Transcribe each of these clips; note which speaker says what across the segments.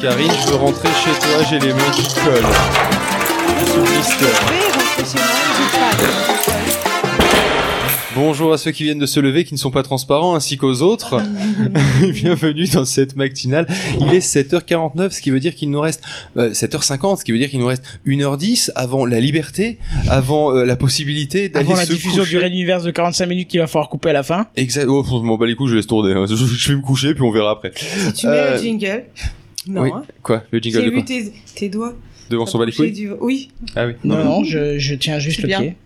Speaker 1: Karine, je veux rentrer chez toi, j'ai les mains qui collent. Sous le blister. Bonjour à ceux qui viennent de se lever, qui ne sont pas transparents, ainsi qu'aux autres. Bienvenue dans cette matinale. Il est 7h49, ce qui veut dire qu'il nous reste euh, 7h50, ce qui veut dire qu'il nous reste 1h10 avant la liberté, avant euh, la possibilité d'aller
Speaker 2: Avant la
Speaker 1: se
Speaker 2: diffusion
Speaker 1: coucher.
Speaker 2: du Red Universe de 45 minutes qu'il va falloir couper à la fin.
Speaker 1: Exact. Oh, je m'en bats les couilles, je laisse tourner. hein. Je je vais me coucher, puis on verra après.
Speaker 3: Si tu mets
Speaker 1: Euh,
Speaker 3: le jingle. Non.
Speaker 1: oui,
Speaker 3: hein.
Speaker 1: Quoi Le jingle
Speaker 3: J'ai
Speaker 1: de quoi
Speaker 3: vu tes, tes doigts.
Speaker 1: Devant son bat les
Speaker 3: J'ai
Speaker 1: couilles
Speaker 3: du- Oui.
Speaker 1: Ah oui.
Speaker 2: Non, non, je, je tiens juste
Speaker 3: C'est
Speaker 2: le
Speaker 3: bien.
Speaker 2: pied.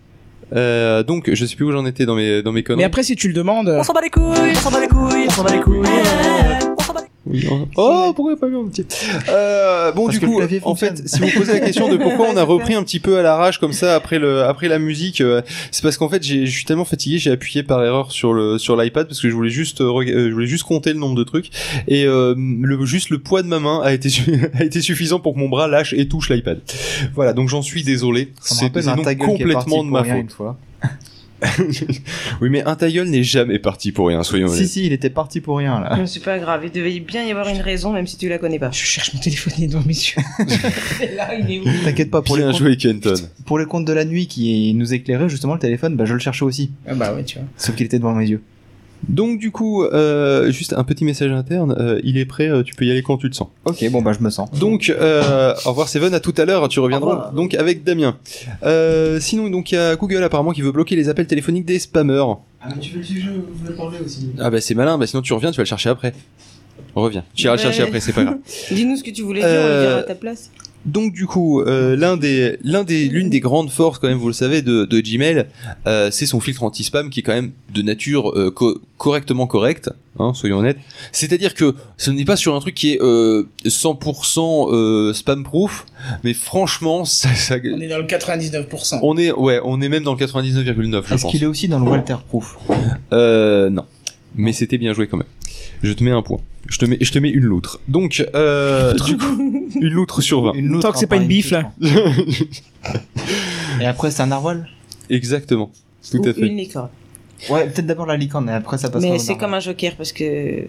Speaker 1: Euh, donc, je sais plus où j'en étais dans mes, dans mes
Speaker 2: Mais
Speaker 1: conneries.
Speaker 2: après, si tu le demandes, euh,
Speaker 4: On s'en bat les couilles, on s'en bat les couilles, on s'en bat les couilles. On s'en bat les
Speaker 1: Oui, on- Oh, pourquoi il a pas vu mon petit euh, Bon,
Speaker 5: Parce
Speaker 1: du
Speaker 5: que le
Speaker 1: coup,
Speaker 5: clavier
Speaker 1: en
Speaker 5: fonctionne.
Speaker 1: fait, si vous posez la question de pourquoi on a repris un petit peu à l'arrache comme ça après le après la musique, euh, c'est parce qu'en fait, j'ai- je suis tellement fatigué, j'ai appuyé par erreur sur le sur l'iPad parce que je voulais juste euh, reg- euh, je voulais juste compter le nombre de trucs et euh, le juste le poids de ma main a été su- a été suffisant pour que mon bras lâche et touche l'iPad. Voilà, donc j'en suis désolé.
Speaker 5: Ça me
Speaker 1: C'est
Speaker 5: rappelle
Speaker 1: c'est
Speaker 5: un
Speaker 1: donc
Speaker 5: ta gueule qui est parti
Speaker 1: complètement de
Speaker 5: pour
Speaker 1: ma
Speaker 5: rien
Speaker 1: faute.
Speaker 5: une fois.
Speaker 1: Oui, mais un tailleul n'est jamais parti pour rien, soyons
Speaker 5: Si
Speaker 1: honnêtes.
Speaker 5: si, il était parti pour rien
Speaker 1: Ah.
Speaker 5: là.
Speaker 3: Non, C'est pas grave. Il devait bien y avoir une raison, même si tu la connais pas.
Speaker 2: je cherche mon téléphone, il est devant mes yeux.
Speaker 3: Là, il est où
Speaker 5: T'inquiète pas pour les,
Speaker 1: Bien
Speaker 5: comptes,
Speaker 1: joué, Kenton.
Speaker 5: pour les comptes de la nuit qui nous éclairaient justement le téléphone, bah je le cherchais aussi,
Speaker 2: Ah bah ouais, tu vois.
Speaker 5: sauf qu'il était devant mes yeux.
Speaker 1: Donc du coup, euh, juste un petit message interne, euh, il est prêt, euh, tu peux y aller quand tu te sens.
Speaker 5: Ok, bon bah je me sens.
Speaker 1: Donc euh, au revoir Seven, à tout à l'heure, tu
Speaker 3: Au
Speaker 1: reviendras
Speaker 3: revoir.
Speaker 1: donc avec Damien. Euh, sinon donc il y a Google apparemment qui veut bloquer les appels téléphoniques des spammers.
Speaker 6: Ah, mais tu veux le sujet ou vous voulez parler aussi
Speaker 1: Ah bah c'est malin, bah sinon tu reviens, tu vas le chercher après. Reviens, tu iras le
Speaker 3: Ouais.
Speaker 1: chercher après, c'est pas grave.
Speaker 3: Dis-nous ce que tu voulais dire, on
Speaker 1: Euh,
Speaker 3: le dira à ta place.
Speaker 1: Donc du coup, euh, l'un des, l'un des, l'une des grandes forces quand même, vous le savez, de, de Gmail, euh, c'est son filtre anti-spam qui est quand même de nature euh, co- correctement correcte, hein, soyons honnêtes. C'est-à-dire que ce n'est pas sur un truc qui est euh, 100% euh, spam-proof, mais franchement, ça, ça-
Speaker 2: On est dans le 99%.
Speaker 1: on est, ouais, on est même dans le 99,9, je
Speaker 5: Est-ce
Speaker 1: pense.
Speaker 5: qu'il est aussi dans le Walterproof
Speaker 1: Euh, non, mais c'était bien joué quand même. Je te mets un point. Je te mets, je te mets une loutre. Donc, euh, du coup, une loutre sur 20.
Speaker 5: Une
Speaker 2: Tant que c'est pas une bifle. là.
Speaker 5: Et après c'est un narwal
Speaker 1: Exactement. Euh, Tout
Speaker 3: Ou
Speaker 1: à fait.
Speaker 3: une licorne.
Speaker 5: Ouais, peut-être d'abord la licorne et après ça passe
Speaker 3: Mais c'est comme un joker parce que.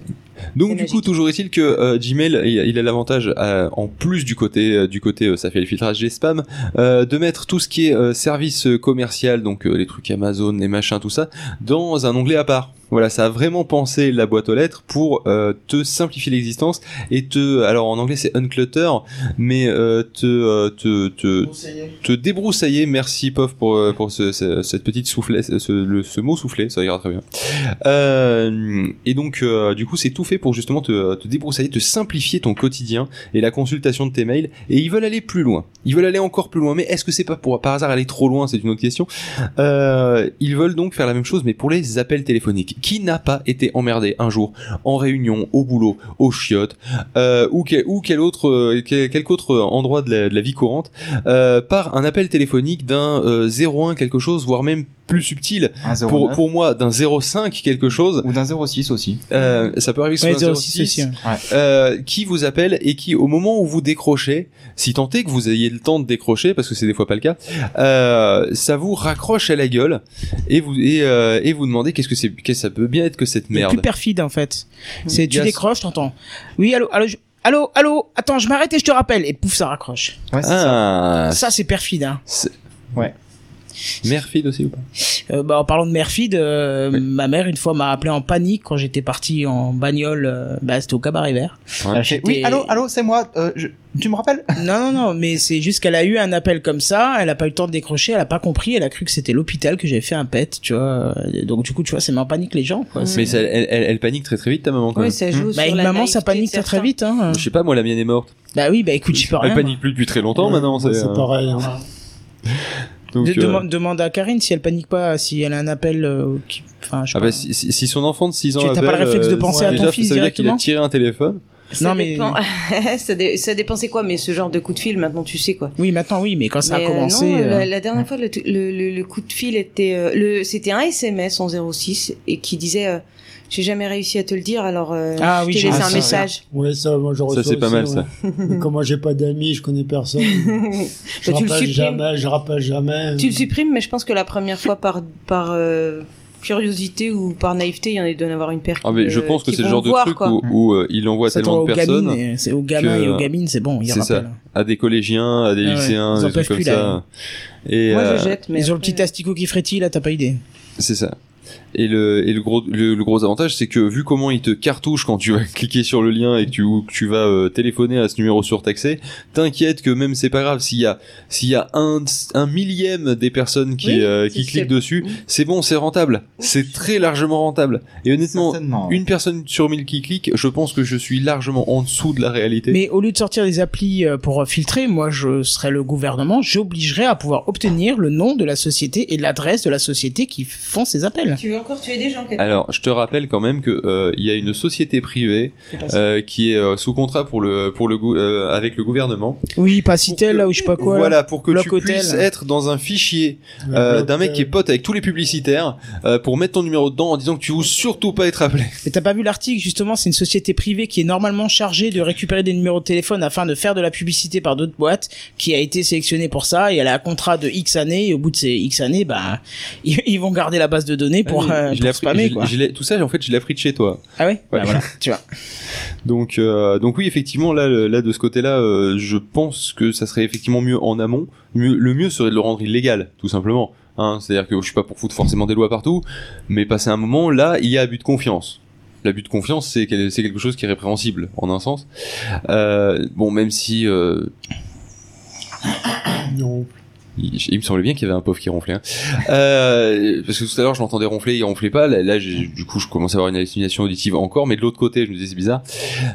Speaker 1: Donc
Speaker 3: C'est
Speaker 1: du coup,
Speaker 3: logique.
Speaker 1: toujours est-il que euh, Gmail, il, il a l'avantage, euh, en plus du côté euh, du côté, euh, ça fait le filtrage des spams, euh, de mettre tout ce qui est euh, service euh, commercial, donc euh, les trucs Amazon, les machins, tout ça, dans un onglet à part. Voilà, ça a vraiment pensé la boîte aux lettres pour euh, te simplifier l'existence et te, alors en anglais c'est unclutter, mais euh, te, euh, te, te,
Speaker 6: Conseiller.
Speaker 1: te débroussailler. Merci Pof pour, euh, pour ce, ce- cette petite soufflet, ce, le- ce mot soufflé, ça ira très bien. Euh, et donc, euh, du coup, c'est tout fait pour justement te, te débroussailler, te simplifier ton quotidien et la consultation de tes mails. Et ils veulent aller plus loin. Ils veulent aller encore plus loin. Mais est-ce que c'est pas pour par hasard aller trop loin C'est une autre question. Euh, ils veulent donc faire la même chose, mais pour les appels téléphoniques. Qui n'a pas été emmerdé un jour en réunion, au boulot, aux chiottes, euh, ou, quel, ou quel autre, euh, quel, quelque autre endroit de la- de la vie courante euh, par un appel téléphonique d'un euh, 01 quelque chose, voire même plus subtil,
Speaker 5: un
Speaker 1: pour,
Speaker 5: 09
Speaker 1: pour moi d'un 05 quelque chose,
Speaker 5: ou d'un 06 aussi.
Speaker 1: euh, ça peut arriver que ce
Speaker 2: Ouais,
Speaker 1: soit un
Speaker 2: 06, aussi, ouais.
Speaker 1: euh, qui vous appelle et qui au moment où vous décrochez, si tant est que vous ayez le temps de décrocher, parce que c'est des fois pas le cas, euh, ça vous raccroche à la gueule et vous, et, euh, et vous demandez qu'est-ce que c'est, qu'est-ce que ça peut bien être que cette
Speaker 2: Le plus
Speaker 1: merde.
Speaker 2: perfide, en fait.
Speaker 5: Mhm.
Speaker 2: C'est tu
Speaker 1: Yes.
Speaker 2: décroches, t'entends. Oui, allô, allô, je- allô, allô, attends, je m'arrête et je te rappelle. Et pouf, ça raccroche.
Speaker 5: Ouais, c'est ça.
Speaker 1: Ah,
Speaker 2: Ça, c'est perfide, hein.
Speaker 1: Merfid aussi ou pas
Speaker 2: Euh, bah, en parlant de Merfid, euh,
Speaker 1: Oui.
Speaker 2: ma mère une fois m'a appelé en panique quand j'étais parti en bagnole. euh, bah, c'était au cabaret vert. Euh,
Speaker 5: Ah, j'ai- Oui,
Speaker 2: J'étais-
Speaker 5: allô, allô, c'est moi. euh, je- Tu me rappelles
Speaker 2: Non, non, non, mais c'est juste qu'elle a eu un appel comme ça, elle a pas eu le temps de décrocher, elle a pas compris, elle a cru que c'était l'hôpital que j'avais fait un pet, tu vois. euh, Donc du coup, tu vois, ça met en panique les gens. Quoi.
Speaker 3: Mm.
Speaker 2: C'est-
Speaker 1: Mais ça- elle, elle- elle panique très très vite ta maman quand
Speaker 3: Oui,
Speaker 1: même.
Speaker 3: ça joue
Speaker 2: Bah,
Speaker 3: sur
Speaker 2: une
Speaker 3: la
Speaker 2: maman, Euh. ça
Speaker 3: naïveté
Speaker 2: panique
Speaker 3: de
Speaker 2: très très
Speaker 3: certains.
Speaker 2: vite. Hein.
Speaker 1: Je sais pas, moi la mienne est morte.
Speaker 2: Bah oui, bah écoute, j'y peux
Speaker 1: Elle
Speaker 2: rien.
Speaker 1: panique plus depuis très longtemps maintenant. c'est- euh,
Speaker 6: C'est pareil. hein.
Speaker 1: donc,
Speaker 2: De-
Speaker 1: euh,
Speaker 2: demande- Demande à Karine si elle panique pas, si elle a un appel. euh, qui- Enfin, je sais
Speaker 1: Ah
Speaker 2: pas.
Speaker 1: bah, si, si- si son enfant de 6 ans
Speaker 2: Tu- t'as pas
Speaker 1: appelle,
Speaker 2: le réflexe de
Speaker 1: euh,
Speaker 2: penser
Speaker 1: ouais,
Speaker 2: à ton
Speaker 1: déjà,
Speaker 2: fils
Speaker 1: ça veut dire qu'il a
Speaker 2: directement
Speaker 1: tiré un téléphone.
Speaker 3: Ça
Speaker 2: Non, mais-
Speaker 3: dépend. ça, dé- ça dépend c'est quoi, mais ce genre de coup de fil, maintenant tu sais quoi.
Speaker 2: Oui, maintenant oui, mais quand ça
Speaker 3: Mais,
Speaker 2: a
Speaker 3: euh,
Speaker 2: commencé.
Speaker 3: non,
Speaker 2: euh,
Speaker 3: la, la dernière fois, le, t- le, le- le coup de fil était, euh, le, c'était un SMS en 06 et qui disait, euh, j'ai jamais réussi à te le dire, alors euh,
Speaker 2: Ah
Speaker 3: je
Speaker 2: oui,
Speaker 3: t'ai
Speaker 2: j'ai
Speaker 3: laissé
Speaker 2: vu
Speaker 3: un
Speaker 2: ça,
Speaker 3: message.
Speaker 6: Ouais, ça, moi, je reçois
Speaker 1: c'est pas
Speaker 6: aussi,
Speaker 1: mal, ça.
Speaker 6: ouais. Mais Comme moi, j'ai pas d'amis, je connais personne. je
Speaker 3: Bah, tu le
Speaker 6: rappelle
Speaker 3: supprimes.
Speaker 6: jamais, je rappelle jamais.
Speaker 3: Tu le supprimes, mais je pense que la première fois par, par, euh, curiosité ou par naïveté, il y en a doit y en avoir une paire.
Speaker 1: Ah, mais je
Speaker 3: euh,
Speaker 1: pense que
Speaker 3: qui
Speaker 1: c'est le
Speaker 3: vont
Speaker 1: genre de
Speaker 3: voir,
Speaker 1: truc
Speaker 3: quoi.
Speaker 1: où, où, euh, il envoie
Speaker 2: Ça
Speaker 1: tellement
Speaker 2: tombe
Speaker 1: de
Speaker 2: aux gamines,
Speaker 1: personnes
Speaker 2: et- c'est aux gamins
Speaker 1: que-
Speaker 2: et aux gamines, c'est bon, ils
Speaker 1: C'est ça.
Speaker 2: rappellent.
Speaker 1: à des collégiens, à des
Speaker 2: Ah ouais,
Speaker 1: lycéens,
Speaker 2: ils en
Speaker 1: des trucs
Speaker 2: peuvent
Speaker 1: comme
Speaker 2: plus,
Speaker 1: ça.
Speaker 2: là.
Speaker 1: Et
Speaker 3: Moi,
Speaker 1: euh,
Speaker 3: je jette, mais.
Speaker 2: Ils ont le
Speaker 3: après-
Speaker 2: petit asticot qui frétille, là, t'as pas idée.
Speaker 1: c'est ça. Et le, et le gros le, le gros avantage c'est que vu comment il te cartouche quand tu vas cliquer sur le lien et que tu, ou que tu vas euh, téléphoner à ce numéro surtaxé, t'inquiète que même c'est pas grave s'il y a s'il y a un, un millième des personnes qui
Speaker 3: Oui,
Speaker 1: euh,
Speaker 3: si
Speaker 1: qui
Speaker 3: c'est-
Speaker 1: cliquent dessus, c'est bon, c'est rentable. C'est très largement rentable. Et honnêtement,
Speaker 5: Certainement.
Speaker 1: une personne sur mille qui clique, je pense que je suis largement en dessous de la réalité.
Speaker 2: Mais au lieu de sortir des applis euh, pour euh, filtrer, moi, je serais le gouvernement, j'obligerais à pouvoir obtenir le nom de la société et l'adresse de la société qui font ces appels.
Speaker 3: Tu veux encore tuer des gens, Catherine
Speaker 1: Alors, je te rappelle quand même que euh, il y a une société privée euh, qui est euh, sous contrat pour le pour le gou- euh, avec le gouvernement.
Speaker 2: Oui, pas Citel,
Speaker 1: que-
Speaker 2: là, ou je sais pas quoi. là.
Speaker 1: voilà, pour que tu
Speaker 2: Bloc Hôtel.
Speaker 1: puisses être dans un fichier euh, d'un mec qui est pote avec tous les publicitaires euh, pour mettre ton numéro dedans en disant que tu veux surtout pas être appelé.
Speaker 2: Mais t'as pas vu l'article, justement, c'est une société privée qui est normalement chargée de récupérer des numéros de téléphone afin de faire de la publicité par d'autres boîtes, qui a été sélectionnée pour ça, et elle a un contrat de X années, et au bout de ces X années, bah, ils, ils vont garder la base de données pour,
Speaker 1: Ah oui,
Speaker 2: euh,
Speaker 1: je l'ai
Speaker 2: pour
Speaker 1: appris-
Speaker 2: spammer,
Speaker 1: je-
Speaker 2: quoi.
Speaker 1: je l'ai- tout ça, en fait, je l'ai appris de chez toi.
Speaker 2: Ah ouais?
Speaker 1: Ouais.
Speaker 2: Bah voilà, tu vois.
Speaker 1: Donc, euh, donc oui, effectivement, là, le- là de ce côté-là, euh, je pense que ça serait effectivement mieux en amont. Mieux- le mieux serait de le rendre illégal, tout simplement. Hein, C'est-à-dire que je suis pas pour foutre forcément des lois partout, mais passer un moment, là, il y a abus de confiance. L'abus de confiance, c'est quel- c'est quelque chose qui est répréhensible, en un sens. Euh, bon, même si euh,
Speaker 6: Non.
Speaker 1: il, il me semblait bien qu'il y avait un pauvre qui ronflait. hein. Euh, parce que tout à l'heure, je l'entendais ronfler, il ronflait pas. Là, là, j'ai- du coup, je commence à avoir une hallucination auditive encore, mais de l'autre côté, je me disais c'est bizarre.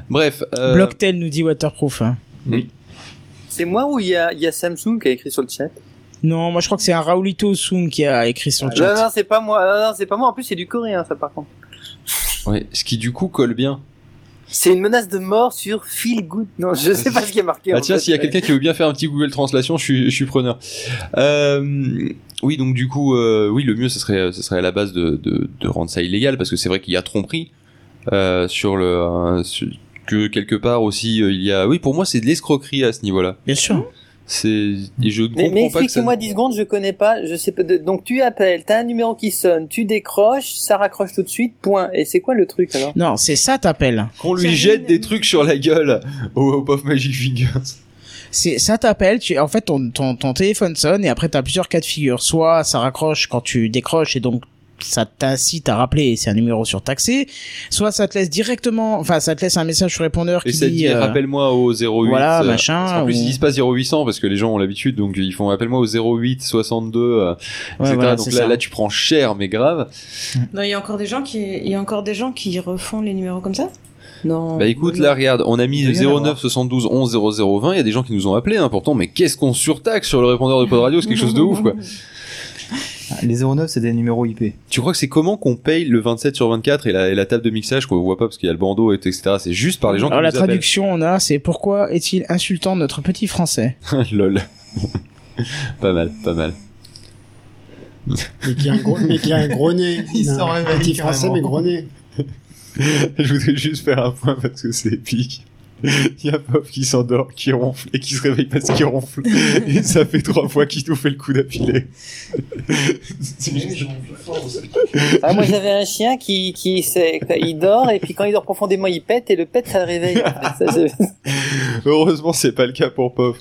Speaker 1: Bref. euh,
Speaker 2: Blocktel nous dit waterproof. hein.
Speaker 7: C'est moi ou il y a, il y a Samsung qui a écrit sur le chat
Speaker 2: Non, moi je crois que c'est un Raoulito Soon qui a écrit sur le
Speaker 7: Non,
Speaker 2: chat.
Speaker 7: non, c'est pas moi. Non, non, c'est pas moi. En plus, c'est du coréen, ça, par contre.
Speaker 1: Ouais, ce qui du coup colle bien.
Speaker 7: C'est une menace de mort sur Feel Good. Non, je sais pas ce qui est marqué.
Speaker 1: Ah
Speaker 7: en
Speaker 1: tiens,
Speaker 7: fait.
Speaker 1: s'il y a quelqu'un qui veut bien faire un petit Google Translation, je suis, je suis preneur. Euh, oui, donc du coup, euh, oui, le mieux, ce serait, ce serait à la base de, de, de rendre ça illégal, parce que c'est vrai qu'il y a tromperie euh, sur le... euh, sur- que quelque part aussi, euh, il y a... Oui, pour moi, c'est de l'escroquerie à ce niveau-là.
Speaker 2: Bien sûr.
Speaker 1: C'est... Et je ne
Speaker 7: Mais,
Speaker 1: comprends
Speaker 7: mais
Speaker 1: pas que ça...
Speaker 7: explique-moi 10 secondes, je connais pas, je sais pas. de- Donc tu appelles, t'as un numéro qui sonne, tu décroches, ça raccroche tout de suite, point. Et c'est quoi le truc alors
Speaker 2: Non, c'est ça t'appelle.
Speaker 1: Qu'on lui jette des trucs sur la gueule au, au pauvre Magic Fingers.
Speaker 2: C'est ça t'appelle. Tu, en fait, ton, ton, ton téléphone sonne et après t'as plusieurs cas de figure. Soit ça raccroche quand tu décroches et donc ça t'incite à rappeler. et C'est un numéro surtaxé. Soit ça te laisse directement, enfin ça te laisse un message sur répondeur
Speaker 1: Et
Speaker 2: qui
Speaker 1: ça
Speaker 2: dit.
Speaker 1: dit,
Speaker 2: euh,
Speaker 1: rappelle-moi au 08.
Speaker 2: voilà,
Speaker 1: euh,
Speaker 2: machin.
Speaker 1: En plus,
Speaker 2: ou-
Speaker 1: ils disent pas 0800 parce que les gens ont l'habitude, donc ils font appelle-moi au 08 62, euh,
Speaker 2: Ouais,
Speaker 1: etc.
Speaker 2: voilà,
Speaker 1: donc
Speaker 2: c'est
Speaker 1: là,
Speaker 2: ça.
Speaker 1: là, tu prends cher, mais grave.
Speaker 3: Non, il y a encore des gens qui, il y a encore des gens qui refont les numéros comme ça. Non.
Speaker 8: Oh,
Speaker 1: Bah écoute,
Speaker 3: non.
Speaker 1: là, regarde, on a mis
Speaker 5: Il doit y en
Speaker 1: 09 72 11 00 20. Il y a des gens qui nous ont appelés, hein, pourtant, mais qu'est-ce qu'on surtaxe sur le répondeur de Pod Radio C'est quelque chose de ouf, quoi.
Speaker 5: Les 09, c'est des numéros IP.
Speaker 1: Tu crois que c'est comment qu'on paye le 27 sur 24 et la, et la table de mixage qu'on voit pas parce qu'il y a le bandeau et tout, etc. C'est juste par les gens
Speaker 2: Alors
Speaker 1: qui
Speaker 2: la
Speaker 1: nous appellent.
Speaker 2: traduction on a, c'est pourquoi est-il insultant notre petit français
Speaker 1: Ah, Lol. pas mal, pas mal.
Speaker 6: Mais qui a un gros, mais qui a un gros nez.
Speaker 5: Il
Speaker 6: Non,
Speaker 5: s'en réveille
Speaker 6: Un petit français,
Speaker 5: carrément.
Speaker 6: mais gros nez.
Speaker 1: Je voudrais juste faire un point parce que c'est épique. Il y a Pop qui s'endort, qui ronfle et qui se réveille parce qu'il ronfle. Et ça fait trois fois qu'il nous fait le coup d'appeler.
Speaker 7: Ah, Moi j'avais un chien qui, qui c'est- il dort, et puis quand il dort profondément, il pète, et le pète, ça le réveille. en fait. Ça, c'est-
Speaker 1: Heureusement, c'est pas le cas pour Pop.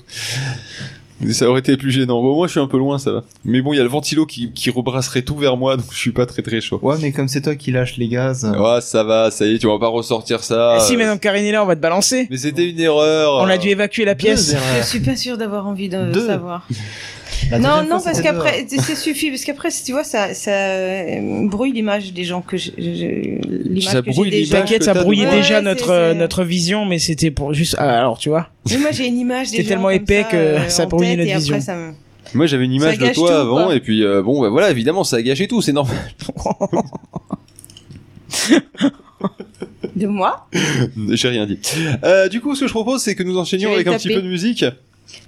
Speaker 1: Mais Ça aurait été plus gênant. Bon, moi, je suis un peu loin, ça va. Mais bon, il y a le ventilo qui, qui rebrasserait tout vers moi, donc je suis pas très très chaud.
Speaker 5: Ouais, mais comme c'est toi qui lâche les gaz. euh,
Speaker 1: Ah, ça va, ça y est, tu vas pas ressortir ça.
Speaker 2: Eh Si maintenant que Karine est là, on va te balancer.
Speaker 1: Mais c'était une erreur.
Speaker 2: On a dû évacuer la pièce.
Speaker 5: deux erreurs.
Speaker 3: Je suis pas sûre d'avoir envie de
Speaker 5: Deux.
Speaker 3: savoir.
Speaker 5: La
Speaker 3: non,
Speaker 5: deuxième
Speaker 3: non,
Speaker 5: fois,
Speaker 3: parce
Speaker 5: c'était
Speaker 3: qu'après, ça suffit, parce qu'après, tu vois, ça, ça euh, brouille l'image des gens que je, je- je- l'image
Speaker 1: Ça
Speaker 3: que j'ai
Speaker 1: brouille
Speaker 3: des gens.
Speaker 1: l'image.
Speaker 2: T'inquiète,
Speaker 1: que
Speaker 2: ça
Speaker 1: t'as
Speaker 2: brouillait
Speaker 1: donné.
Speaker 2: déjà
Speaker 3: Ouais,
Speaker 2: notre
Speaker 3: c'est-
Speaker 2: euh,
Speaker 3: c'est-
Speaker 2: notre vision, mais c'était pour juste. ah, alors tu vois.
Speaker 3: Mais moi, j'ai une image des
Speaker 2: T'es
Speaker 3: gens
Speaker 2: tellement
Speaker 3: comme
Speaker 2: épais
Speaker 3: ça,
Speaker 2: que
Speaker 3: euh,
Speaker 2: ça
Speaker 3: en
Speaker 2: brouille
Speaker 3: tête,
Speaker 2: notre
Speaker 3: et après,
Speaker 2: vision.
Speaker 3: ça me-
Speaker 1: Moi, j'avais une image de
Speaker 3: gâche
Speaker 1: toi
Speaker 3: tout,
Speaker 1: avant,
Speaker 3: quoi.
Speaker 1: et puis euh, bon, bah voilà, évidemment, ça a gâché tout, c'est normal.
Speaker 3: de moi.
Speaker 1: J'ai rien dit. Euh, du coup, ce que je propose, c'est que nous enchaînions
Speaker 3: Je vais
Speaker 1: avec un
Speaker 3: taper.
Speaker 1: petit peu de musique.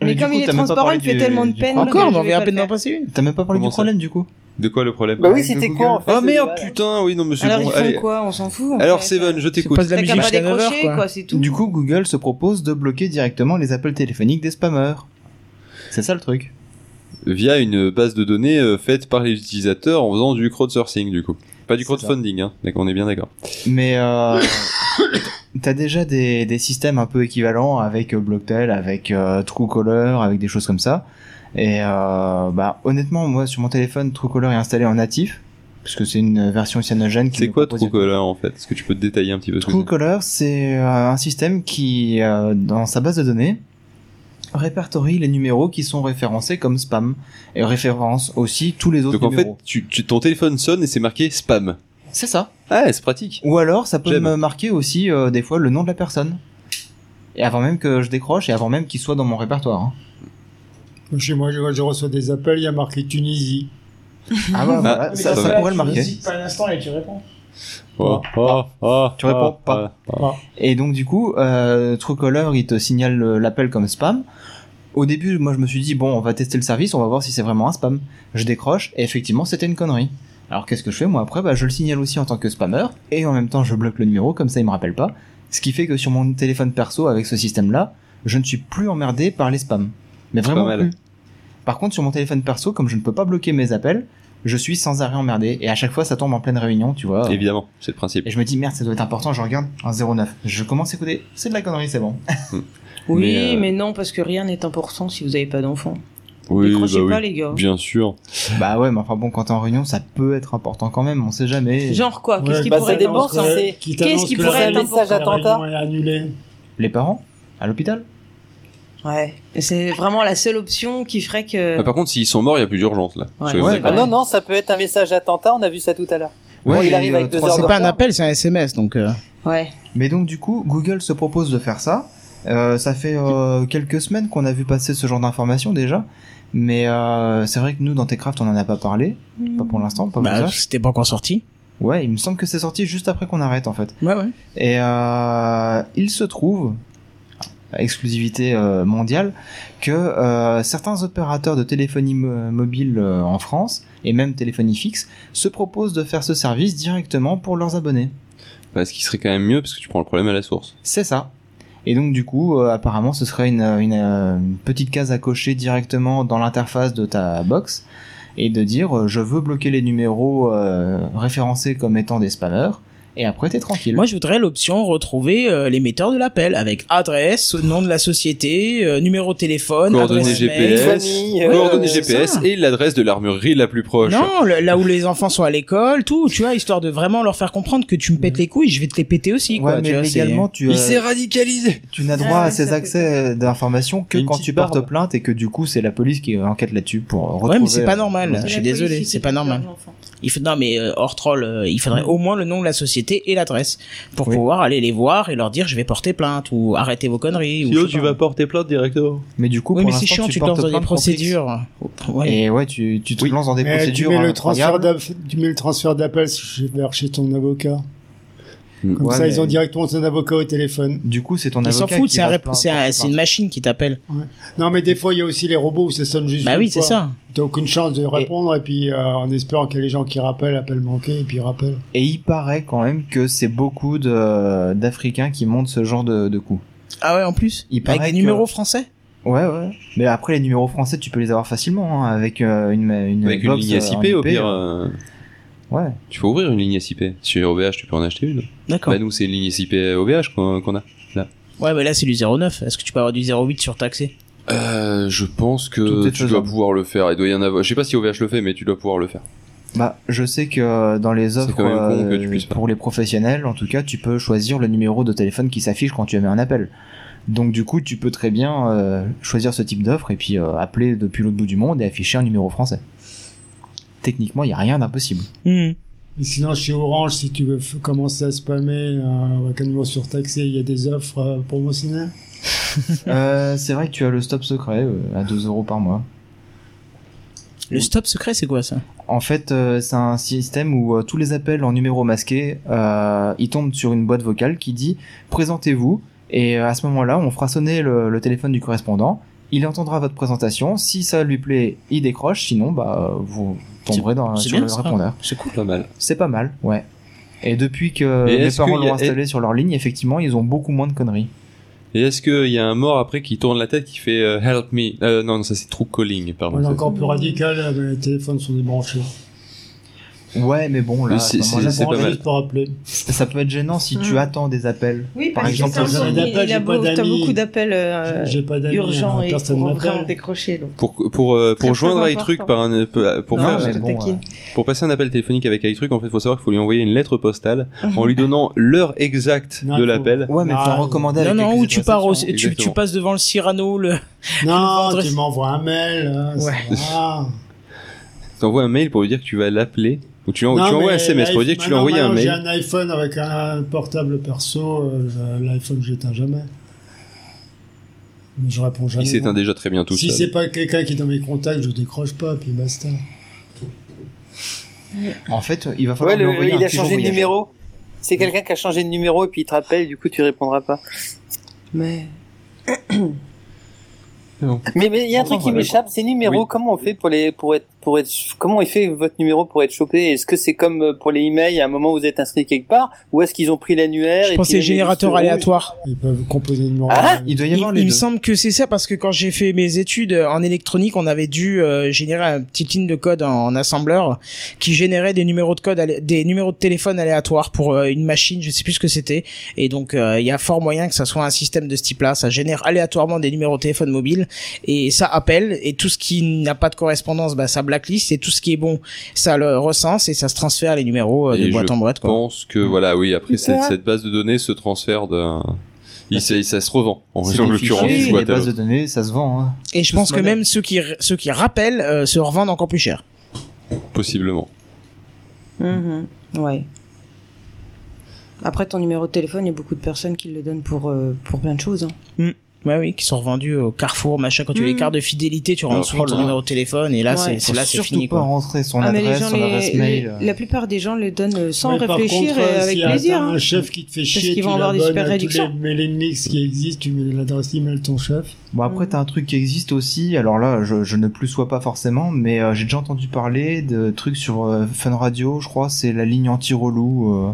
Speaker 3: Mais,
Speaker 5: du
Speaker 3: comme
Speaker 5: coup,
Speaker 3: il est
Speaker 5: t'as même pas
Speaker 3: transparent,
Speaker 5: parlé
Speaker 3: il fait
Speaker 5: du-
Speaker 3: tellement de
Speaker 5: du
Speaker 3: peine.
Speaker 5: problème.
Speaker 2: Encore,
Speaker 3: que
Speaker 2: mais on
Speaker 3: je
Speaker 2: vient à
Speaker 3: vais
Speaker 2: peine
Speaker 3: pas
Speaker 2: d'en
Speaker 3: le faire.
Speaker 2: passer une.
Speaker 5: T'as même pas parlé
Speaker 1: Comment
Speaker 5: du
Speaker 1: ça
Speaker 5: problème du coup Oh,
Speaker 1: De quoi le problème
Speaker 7: bah oui, c'était quoi en fait
Speaker 1: Ah
Speaker 7: ce
Speaker 1: merde,
Speaker 7: débat, là
Speaker 1: putain, oui, non, monsieur.
Speaker 3: Alors,
Speaker 1: bon,
Speaker 3: ils
Speaker 1: allez.
Speaker 3: font quoi On s'en fout. en
Speaker 1: Alors,
Speaker 3: fait.
Speaker 1: Seven, je
Speaker 2: Tu
Speaker 1: t'écoute.
Speaker 2: poses la
Speaker 3: T'as qu'à
Speaker 2: musique
Speaker 3: pas
Speaker 2: jusqu'à 9h,
Speaker 3: décrocher,
Speaker 2: quoi.
Speaker 3: quoi, c'est tout.
Speaker 5: Du coup, Google se propose de bloquer directement les appels téléphoniques des spammers. C'est ça le truc.
Speaker 1: Via une base de données euh, faite par les utilisateurs en faisant du crowdsourcing, du coup. Pas du crowdfunding, hein. D'accord, on est bien d'accord.
Speaker 5: Mais euh, t'as déjà des, des systèmes un peu équivalents avec euh, Blocktel, avec euh, Truecaller, avec des choses comme ça. Et euh, bah honnêtement, moi sur mon téléphone, Truecaller est installé en natif parce que c'est une version cyanogène qui
Speaker 1: C'est
Speaker 5: me
Speaker 1: quoi
Speaker 5: propose-
Speaker 1: Truecaller en fait Est-ce que tu peux te détailler un petit peu ce que c'est
Speaker 5: Truecaller, c'est euh, un système qui, euh, dans sa base de données, répertorie les numéros qui sont référencés comme spam et référence aussi tous les autres
Speaker 1: Donc en fait,
Speaker 5: numéros.
Speaker 1: tu, tu- ton téléphone sonne et c'est marqué spam.
Speaker 5: c'est ça.
Speaker 1: Ah, c'est pratique.
Speaker 5: Ou alors, ça peut
Speaker 1: J'aime.
Speaker 5: me marquer aussi euh, des fois le nom de la personne. Et avant même que je décroche et avant même qu'il soit dans mon répertoire. hein.
Speaker 6: Chez moi, je, je reçois des appels, il y a marqué Tunisie.
Speaker 5: Ah bah voilà,
Speaker 1: Ah,
Speaker 5: ça,
Speaker 1: ça
Speaker 5: ça
Speaker 1: va.
Speaker 5: pourrait le marquer.
Speaker 2: pas un instant et tu réponds.
Speaker 1: Oh, oh, oh,
Speaker 5: Tu réponds
Speaker 1: oh,
Speaker 5: pas.
Speaker 1: oh, oh.
Speaker 5: Et donc du coup, euh, Truecaller, il te signale euh, l'appel comme spam. Au début, moi je me suis dit, bon, on va tester le service, on va voir si c'est vraiment un spam. Je décroche, et effectivement, c'était une connerie. Alors qu'est-ce que je fais Moi après, bah, je le signale aussi en tant que spammer, et en même temps, je bloque le numéro, comme ça il me rappelle pas. Ce qui fait que sur mon téléphone perso, avec ce système-là, je ne suis plus emmerdé par les spams. Mais vraiment
Speaker 1: pas mal.
Speaker 5: plus. Par contre, sur mon téléphone perso, comme je ne peux pas bloquer mes appels, je suis sans arrêt emmerdé, et à chaque fois, ça tombe en pleine réunion, tu vois.
Speaker 1: Évidemment, c'est le principe.
Speaker 5: Et je me dis, merde, ça doit être important, je regarde un 09. Je commence à écouter, c'est de la connerie, c'est bon.
Speaker 3: Oui,
Speaker 1: Mais,
Speaker 3: mais,
Speaker 1: euh,
Speaker 3: non, parce que rien n'est important si vous n'avez pas d'enfant.
Speaker 1: Oui,
Speaker 3: Décrochez
Speaker 1: bah
Speaker 3: pas,
Speaker 1: oui.
Speaker 3: les gars.
Speaker 1: Bien sûr.
Speaker 5: bah ouais, mais enfin bon, quand t'es en réunion, ça peut être important quand même, on sait jamais.
Speaker 3: Genre quoi Qu'est-ce
Speaker 6: Ouais,
Speaker 3: qui
Speaker 7: bah,
Speaker 3: pourrait
Speaker 7: ça
Speaker 3: être
Speaker 7: dépend,
Speaker 3: important
Speaker 7: ça. c'est-
Speaker 6: Qui
Speaker 3: qu'est-ce
Speaker 6: t'annonce
Speaker 3: qui
Speaker 6: que
Speaker 3: pourrait
Speaker 6: la
Speaker 3: être
Speaker 6: réunion
Speaker 3: message
Speaker 7: attentat
Speaker 6: est annulée.
Speaker 5: Les parents À l'hôpital
Speaker 3: Ouais. Et C'est vraiment la seule option qui ferait que.
Speaker 7: Euh.
Speaker 1: Ah, par contre, s'ils sont morts, il y a plus d'urgence là.
Speaker 3: Ouais.
Speaker 1: Soyons
Speaker 5: Ouais,
Speaker 1: d'accord.
Speaker 7: Ah
Speaker 3: Ouais.
Speaker 7: non, non, ça peut être un message attentat, on a vu ça tout à l'heure. Bon, il
Speaker 5: mais,
Speaker 7: arrive avec deux
Speaker 5: trois
Speaker 7: heures
Speaker 2: euh, C'est
Speaker 7: de-
Speaker 5: secondes.
Speaker 2: pas un appel, c'est un SMS donc. euh,
Speaker 3: Ouais.
Speaker 5: Mais donc, du coup, Google se propose de faire ça. Euh, ça fait euh, quelques semaines qu'on a vu passer ce genre d'informations déjà. Mais euh, c'est vrai que nous, dans Techcraft, on en a pas parlé. Pas pour l'instant, pas pour
Speaker 2: Bah,
Speaker 5: ça.
Speaker 2: c'était pas encore sorti.
Speaker 5: Ouais, il me semble que c'est sorti juste après qu'on arrête en fait.
Speaker 2: Ouais, ouais.
Speaker 5: Et euh, il se trouve, exclusivité euh, mondiale, que euh, certains opérateurs de téléphonie mo- mobile euh, en France, et même téléphonie fixe, se proposent de faire ce service directement pour leurs abonnés.
Speaker 1: Bah, ce qui serait quand même mieux parce que tu prends le problème à la source.
Speaker 5: C'est ça. Et donc du coup, euh, apparemment, ce serait une, une, euh, une petite case à cocher directement dans l'interface de ta box et de dire euh, je veux bloquer les numéros euh, référencés comme étant des spammers et après t'es tranquille.
Speaker 2: Moi, je voudrais l'option retrouver euh, l'émetteur de l'appel avec adresse, nom de la société, euh, numéro de téléphone,
Speaker 1: Coordonnées
Speaker 2: adresse
Speaker 1: GPS,
Speaker 2: mail.
Speaker 7: Famille, euh,
Speaker 1: Coordonnées
Speaker 7: euh,
Speaker 1: GPS
Speaker 2: ça.
Speaker 1: et l'adresse de l'armurerie la plus proche.
Speaker 2: Non, le- là où les enfants sont à l'école, tout, tu vois, histoire de vraiment leur faire comprendre que tu me pètes les couilles, je vais te les péter aussi, quoi.
Speaker 5: ouais,
Speaker 2: tu
Speaker 5: mais
Speaker 2: vois, c'est-
Speaker 5: légalement tu as-
Speaker 1: radicalisé.
Speaker 5: Tu n'as
Speaker 3: Ah
Speaker 5: droit à
Speaker 3: oui,
Speaker 5: ces
Speaker 3: ça
Speaker 5: accès d'information que
Speaker 1: Une
Speaker 5: quand
Speaker 1: petite
Speaker 5: tu portes
Speaker 1: barbe.
Speaker 5: plainte et que du coup c'est la police qui enquête là-dessus pour retrouver. euh,
Speaker 2: Ouais, mais c'est pas normal.
Speaker 5: Ouais.
Speaker 2: Je suis désolé, c'est pas normal. Il faut, non, mais euh, hors troll, euh, il faudrait au moins le nom de la société et l'adresse pour
Speaker 5: Oui.
Speaker 2: pouvoir aller les voir et leur dire je vais porter plainte ou arrêtez vos conneries. ou je sais pas.
Speaker 1: porter plainte directement.
Speaker 5: Mais du coup,
Speaker 2: Oui,
Speaker 5: pour
Speaker 2: mais c'est
Speaker 5: l'instant,
Speaker 2: chiant, tu
Speaker 5: portes
Speaker 2: lances dans des
Speaker 5: plainte contre X.
Speaker 2: procédures. Ouais.
Speaker 5: Et ouais, tu, tu te
Speaker 1: Oui.
Speaker 5: lances dans des
Speaker 6: Mais
Speaker 5: procédures.
Speaker 6: tu, mets
Speaker 5: euh,
Speaker 6: le transfert
Speaker 5: incroyables.
Speaker 6: d'app- tu mets le transfert d'appel chez- vers chez ton avocat.
Speaker 1: Mm.
Speaker 6: Comme
Speaker 5: Ouais,
Speaker 6: ça, ils ont
Speaker 5: mais-
Speaker 6: directement ton avocat au téléphone.
Speaker 5: Du coup, c'est ton
Speaker 2: Ils
Speaker 5: avocat.
Speaker 2: s'en foutent,
Speaker 5: qui
Speaker 2: c'est un
Speaker 5: va
Speaker 2: rép-
Speaker 5: plaindre
Speaker 2: c'est un-
Speaker 5: contre
Speaker 2: c'est une machine qui t'appelle.
Speaker 6: Non, mais des fois, il y a aussi les robots où ça sonne juste.
Speaker 2: Bah
Speaker 6: une
Speaker 2: oui, c'est
Speaker 6: fois.
Speaker 2: ça.
Speaker 6: T'as aucune chance de répondre, et, puis euh, en espérant qu'il y a les gens qui rappellent, appellent manqués, et puis rappellent.
Speaker 5: Et il paraît quand même que c'est beaucoup de- d'Africains qui montent ce genre de, de coups.
Speaker 2: Ah ouais, en plus.
Speaker 5: Il
Speaker 2: Avec des
Speaker 5: paraît que-
Speaker 2: numéros français
Speaker 5: Ouais, ouais. Mais après, les numéros français, tu peux les avoir facilement hein, avec euh, une, une
Speaker 1: Avec une
Speaker 5: box,
Speaker 1: ligne
Speaker 5: euh,
Speaker 1: SIP
Speaker 5: en
Speaker 1: au
Speaker 5: IP.
Speaker 1: pire. euh,
Speaker 5: hein. Ouais.
Speaker 1: Tu peux ouvrir une ligne SIP. Sur OVH, tu peux en acheter une.
Speaker 2: D'accord.
Speaker 1: Bah, nous, c'est une ligne SIP OVH qu'on qu'on a.
Speaker 2: Ouais, mais là c'est du 09. Est-ce que tu peux avoir du 08 surtaxé
Speaker 1: Euh, je pense
Speaker 5: Tout
Speaker 1: que
Speaker 5: est
Speaker 1: tu
Speaker 5: faisable.
Speaker 1: dois pouvoir le faire. Il doit y en avoir. Je sais pas si OVH le fait, mais tu dois pouvoir le faire.
Speaker 5: Bah, je sais que dans les
Speaker 1: C'est
Speaker 5: offres
Speaker 1: quand même con que tu
Speaker 5: euh,
Speaker 1: puisses pas.
Speaker 5: pour les professionnels, en tout cas, tu peux choisir le numéro de téléphone qui s'affiche quand tu émets un appel. Donc du coup, tu peux très bien euh, choisir ce type d'offre et puis euh, appeler depuis l'autre bout du monde et afficher un numéro français. Techniquement, il n'y a rien d'impossible.
Speaker 2: Hmm.
Speaker 6: Et sinon, chez Orange, si tu veux f- commencer à spammer euh, avec un numéro surtaxé, il y a des offres euh, promotionnelles.
Speaker 5: Ah, Euh, c'est vrai que tu as le stop secret euh, à 2 euros par mois.
Speaker 2: Le stop secret, c'est quoi ça
Speaker 5: En fait, euh, c'est un système où euh, tous les appels en numéro masqué, euh, ils tombent sur une boîte vocale qui dit présentez-vous. Et euh, à ce moment-là, on fera sonner le, le téléphone du correspondant. Il entendra votre présentation. Si ça lui plaît, il décroche. Sinon, bah, euh, vous tomberez dans,
Speaker 2: C'est
Speaker 5: sur
Speaker 2: bien,
Speaker 5: le
Speaker 2: ça.
Speaker 5: répondeur.
Speaker 1: C'est cool. Pas mal.
Speaker 5: C'est pas mal, ouais. Et depuis que
Speaker 1: Et
Speaker 5: les
Speaker 1: est-ce
Speaker 5: parents
Speaker 1: qu'il y a-
Speaker 5: l'ont installé sur leur ligne, effectivement, ils ont beaucoup moins de conneries.
Speaker 1: Et est-ce qu'il y a un mort après qui tourne la tête qui fait euh, Help me Euh, Non, non, ça c'est True Calling, pardon.
Speaker 6: On est
Speaker 1: Ça,
Speaker 6: encore
Speaker 3: c'est-
Speaker 6: plus radical, euh, les téléphones sont débranchés.
Speaker 5: Ouais, mais bon,
Speaker 1: Oui,
Speaker 5: là, à ce
Speaker 1: C'est
Speaker 5: moment-là,
Speaker 6: C'est
Speaker 1: pas mal.
Speaker 6: juste pour rappeler.
Speaker 5: ça peut être gênant si tu
Speaker 3: Mm.
Speaker 5: attends des appels.
Speaker 3: Oui,
Speaker 5: Par
Speaker 3: parce
Speaker 5: exemple,
Speaker 3: que c'est
Speaker 5: j'ai
Speaker 3: un
Speaker 5: pas
Speaker 3: zombie,
Speaker 6: d'appel,
Speaker 3: il a
Speaker 6: j'ai pas
Speaker 3: beau- t'as
Speaker 6: d'amis.
Speaker 3: beaucoup d'appels euh,
Speaker 6: J'ai pas d'amis,
Speaker 3: urgents
Speaker 6: hein,
Speaker 3: et
Speaker 6: personne
Speaker 3: pour vraiment
Speaker 6: m'appelle.
Speaker 3: décrocher. donc.
Speaker 1: Pour, pour, euh, pour
Speaker 3: Très,
Speaker 1: joindre
Speaker 3: très
Speaker 1: iTruc
Speaker 3: important.
Speaker 1: par un, euh, pour,
Speaker 3: Non,
Speaker 1: faire-
Speaker 3: je te taquine.
Speaker 1: pour passer un appel téléphonique avec iTruc, en fait, faut savoir qu'il faut lui envoyer une lettre postale en lui donnant l'heure exacte
Speaker 6: Mhm. Non,
Speaker 1: de
Speaker 6: faut-
Speaker 1: l'appel.
Speaker 5: Ouais, mais faut
Speaker 6: Ah,
Speaker 5: en recommander
Speaker 2: Non,
Speaker 5: avec
Speaker 2: non,
Speaker 5: quelques
Speaker 2: ou tu pars, au-
Speaker 5: exceptions.
Speaker 2: tu, tu
Speaker 1: Exactement.
Speaker 2: passes devant le Cyrano, le.
Speaker 6: Non,
Speaker 2: vendredi.
Speaker 6: tu m'envoies un mail. hein, ça
Speaker 2: Ouais.
Speaker 6: va.
Speaker 1: T'envoies un mail pour lui dire que tu vas l'appeler. Ou tu, lui en-
Speaker 6: Non,
Speaker 1: tu envoies
Speaker 6: mais
Speaker 1: un SMS pour lui dire que tu lui as
Speaker 6: maintenant,
Speaker 1: envoyé un
Speaker 6: maintenant,
Speaker 1: mail.
Speaker 6: J'ai un iPhone avec un portable perso. euh, L'iPhone, j'éteins jamais. Mais je réponds jamais.
Speaker 1: Il s'éteint
Speaker 6: non.
Speaker 1: déjà très bien tout
Speaker 6: Si
Speaker 1: seul.
Speaker 6: c'est pas quelqu'un qui est dans mes contacts, je décroche pas, puis basta.
Speaker 5: En fait, il va falloir
Speaker 7: Ouais,
Speaker 5: lui
Speaker 7: le-
Speaker 5: envoyer un
Speaker 7: il a
Speaker 5: pigeon
Speaker 7: changé de
Speaker 5: voyageur.
Speaker 7: numéro. C'est quelqu'un qui a changé de numéro et puis il te rappelle, du coup tu répondras pas.
Speaker 3: Mais
Speaker 7: Mais mais il y a un
Speaker 2: Ah
Speaker 5: Enfin,
Speaker 7: truc qui
Speaker 2: bah,
Speaker 5: voilà,
Speaker 7: m'échappe, c'est numéros.
Speaker 1: Oui.
Speaker 7: Comment on fait pour les pour être pour être comment il fait votre numéro pour être chopé Est-ce que c'est comme euh, pour les emails à un moment où vous êtes inscrit quelque part ou est-ce qu'ils ont pris l'annuaire
Speaker 2: Je
Speaker 7: et
Speaker 2: pensais
Speaker 7: puis les mails se
Speaker 2: générateur
Speaker 7: roulent
Speaker 2: aléatoire.
Speaker 6: Ils peuvent composer une numéro.
Speaker 7: Ah,
Speaker 5: Il doit y
Speaker 2: Il,
Speaker 5: avoir les
Speaker 2: il me
Speaker 5: deux.
Speaker 2: semble que c'est ça parce que quand j'ai fait mes études euh, en électronique, on avait dû euh, générer un petit ligne de code en, en assembleur qui générait des numéros de code, alé- des numéros de téléphone aléatoires pour euh, une machine, je sais plus ce que c'était. Et donc euh, il y a fort moyen que ça soit un système de ce type-là. Ça génère aléatoirement des numéros de téléphone mobile et ça appelle et tout ce qui n'a pas de correspondance, bah ça blacklist et tout ce qui est bon, ça le recense et ça se transfère les numéros euh, de
Speaker 1: Et
Speaker 2: boîte
Speaker 1: je
Speaker 2: en boîte.
Speaker 1: Je
Speaker 2: Quoi.
Speaker 1: pense que voilà, oui, après cette,
Speaker 7: Putain.
Speaker 1: cette base de données se transfère d'un. Il, ça, ça se revend, en,
Speaker 5: C'est
Speaker 1: en
Speaker 5: des
Speaker 1: l'occurrence.
Speaker 5: fichiers,
Speaker 1: ou à
Speaker 5: les
Speaker 1: ta-
Speaker 5: bases de données, ça se vend. hein.
Speaker 2: Et je
Speaker 5: Tout
Speaker 2: pense
Speaker 5: ce
Speaker 2: que
Speaker 5: modèle.
Speaker 2: même ceux qui ceux qui rappellent euh, se revendent encore plus cher.
Speaker 1: euh, Possiblement.
Speaker 2: Mm-hmm.
Speaker 3: Mhm. ouais. Après ton numéro de téléphone, il y a beaucoup de personnes qui le donnent pour euh, pour plein de choses. hein.
Speaker 2: Mm. Ouais, oui, qui sont revendus au Carrefour, machin. Quand tu as les
Speaker 3: Mm.
Speaker 2: cartes de fidélité, tu rentres
Speaker 1: Oh,
Speaker 2: souvent
Speaker 5: oh
Speaker 2: ton
Speaker 5: là.
Speaker 2: numéro de téléphone et là,
Speaker 3: Ouais.
Speaker 2: c'est- c'est
Speaker 5: Faut
Speaker 2: là, c'est
Speaker 5: surtout
Speaker 2: fini,
Speaker 5: pas
Speaker 2: quoi.
Speaker 5: rentrer son
Speaker 3: Ah, mais les
Speaker 5: adresse,
Speaker 3: gens,
Speaker 5: son
Speaker 3: les-
Speaker 5: adresse
Speaker 3: les-
Speaker 5: mail. euh.
Speaker 3: la plupart des gens le donnent euh, sans
Speaker 6: Ouais, par
Speaker 3: réfléchir
Speaker 6: contre,
Speaker 3: et
Speaker 6: euh,
Speaker 3: avec
Speaker 6: si
Speaker 3: plaisir.
Speaker 6: t'as
Speaker 3: hein.
Speaker 6: un chef qui te fait chier,
Speaker 3: qu'ils
Speaker 6: tu
Speaker 3: vont avoir des
Speaker 6: l'abonnes
Speaker 3: super
Speaker 6: à tous
Speaker 3: réductions.
Speaker 6: Les mailing lists qui existent, tu mets l'adresse email de ton chef.
Speaker 5: Bon après
Speaker 3: Mhm.
Speaker 5: t'as un truc qui existe aussi, alors là je, je ne plus sois pas forcément, mais euh, j'ai déjà entendu parler de trucs sur euh, Fun Radio, je crois, c'est la ligne anti-relou. euh.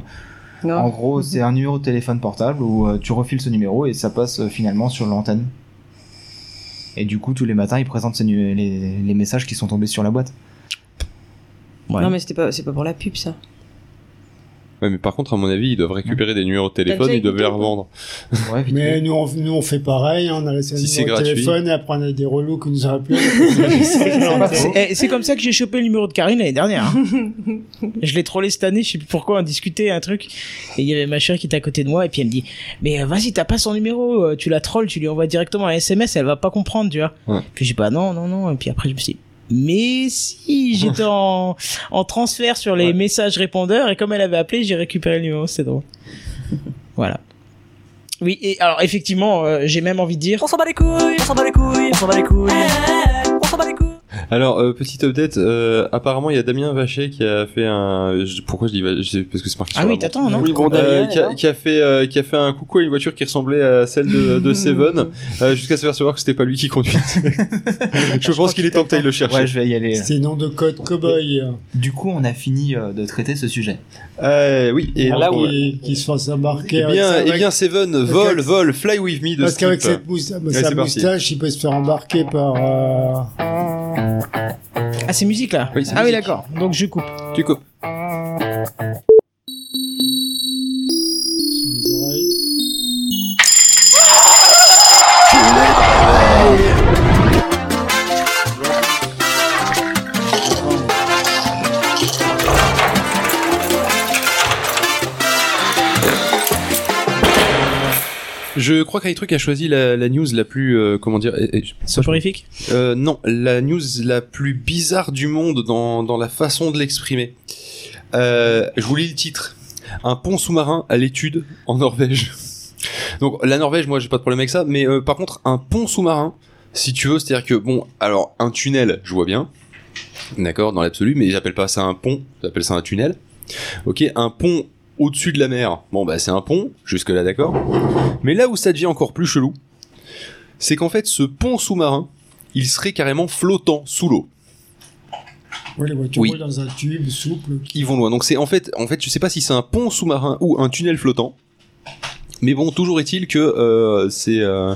Speaker 3: Non.
Speaker 5: En gros c'est un numéro de téléphone portable où euh, tu refiles ce numéro et ça passe euh, finalement sur l'antenne. Et du coup tous les matins ils présentent ces nu- les, les messages qui sont tombés sur la boîte.
Speaker 2: Ouais.
Speaker 3: Non mais c'était pas c'est pas pour la pub ça.
Speaker 1: Ouais, mais par contre, à mon avis, ils doivent récupérer des numéros de téléphone,
Speaker 3: déjà
Speaker 1: ils doivent les
Speaker 3: écouté ou pas
Speaker 1: revendre.
Speaker 5: Ouais, vite
Speaker 6: Mais
Speaker 5: fait.
Speaker 6: nous on, nous, on fait pareil, hein, on a laissé
Speaker 1: Si c'est
Speaker 6: un numéro de
Speaker 1: gratuit.
Speaker 6: téléphone et après on a des relous qui nous appellent.
Speaker 2: C'est- eh, C'est comme ça que j'ai chopé le numéro de Karine l'année dernière. hein. je l'ai trollé cette année, je sais plus pourquoi, on discutait un truc. Et il y avait ma chérie qui était à côté de moi et puis elle me dit Mais euh, vas-y, t'as pas son numéro, euh, tu la trolles, tu lui envoies directement un SMS, elle va pas comprendre, tu vois.
Speaker 1: Ouais.
Speaker 2: Puis j'ai dit Bah non, non, non. Et puis après, je me suis dit, mais si, j'étais en, en transfert sur les
Speaker 1: Ouais.
Speaker 2: messages répondeurs et comme elle avait appelé, j'ai récupéré le numéro, c'est drôle. voilà. Oui, et alors effectivement, euh, j'ai même envie de dire
Speaker 4: On s'en bat les couilles, on s'en bat les couilles, on s'en bat les couilles. On s'en bat les couilles.
Speaker 1: Alors, euh, petite update, euh, apparemment, il y a Damien Vacher qui a fait un. je- Pourquoi je dis Vacher Je sais- Parce que c'est marqué
Speaker 2: Ah
Speaker 1: sur
Speaker 2: oui,
Speaker 1: la
Speaker 2: t'attends, non
Speaker 7: Oui, bon,
Speaker 1: Euh,
Speaker 7: Damien,
Speaker 1: qui, a,
Speaker 7: alors
Speaker 1: qui a fait euh, qui a fait un coucou à une voiture qui ressemblait à celle de, de Seven euh, jusqu'à se faire savoir que c'était pas lui qui conduisait. je pense qu'il est temps que t'ailles le chercher. Eh
Speaker 5: Ouais, je vais y aller.
Speaker 6: C'est nom de code cowboy.
Speaker 5: Du coup on a fini euh, de traiter ce sujet.
Speaker 1: Euh, oui. Et
Speaker 6: là
Speaker 1: donc,
Speaker 6: où
Speaker 1: euh,
Speaker 6: ils qui se fassent embarquer.
Speaker 1: eh
Speaker 6: avec
Speaker 1: bien,
Speaker 6: ça,
Speaker 1: eh
Speaker 6: avec-
Speaker 1: bien Seven
Speaker 6: Parce
Speaker 1: vole
Speaker 6: qu'avec-
Speaker 1: vole fly with me de
Speaker 6: Parce qu'avec
Speaker 1: Skip.
Speaker 6: cette mousta-
Speaker 1: Ouais,
Speaker 6: sa
Speaker 1: c'est parti.
Speaker 6: moustache, il peut se faire embarquer par. euh,
Speaker 2: Ah, c'est musique là
Speaker 1: Oui, c'est
Speaker 2: Ah oui,
Speaker 1: musique.
Speaker 2: d'accord. Donc je coupe.
Speaker 1: Tu coupes.
Speaker 6: sous les oreilles.
Speaker 1: Je crois qu'iTruc a choisi la, la news la plus euh, comment dire eh, eh,
Speaker 2: Soporifique
Speaker 1: euh, non la news la plus bizarre du monde dans dans la façon de l'exprimer. Euh, je vous lis le titre. Un pont sous-marin à l'étude en Norvège. Donc la Norvège, moi j'ai pas de problème avec ça, mais euh, par contre un pont sous-marin, si tu veux, c'est-à-dire que bon, alors un tunnel, je vois bien, d'accord, dans l'absolu, mais j'appelle pas ça un pont, j'appelle ça un tunnel. Ok, un pont au-dessus de la mer, bon bah c'est un pont, jusque là d'accord. Mais là où ça devient encore plus chelou, c'est qu'en fait ce pont sous-marin, il serait carrément flottant sous l'eau.
Speaker 6: Oui, les voitures
Speaker 1: Oui.
Speaker 6: roulent dans un tube souple.
Speaker 1: Ils vont loin. Donc c'est en fait, en fait, je sais pas si c'est un pont sous-marin ou un tunnel flottant. Mais bon, toujours est-il que euh, c'est euh,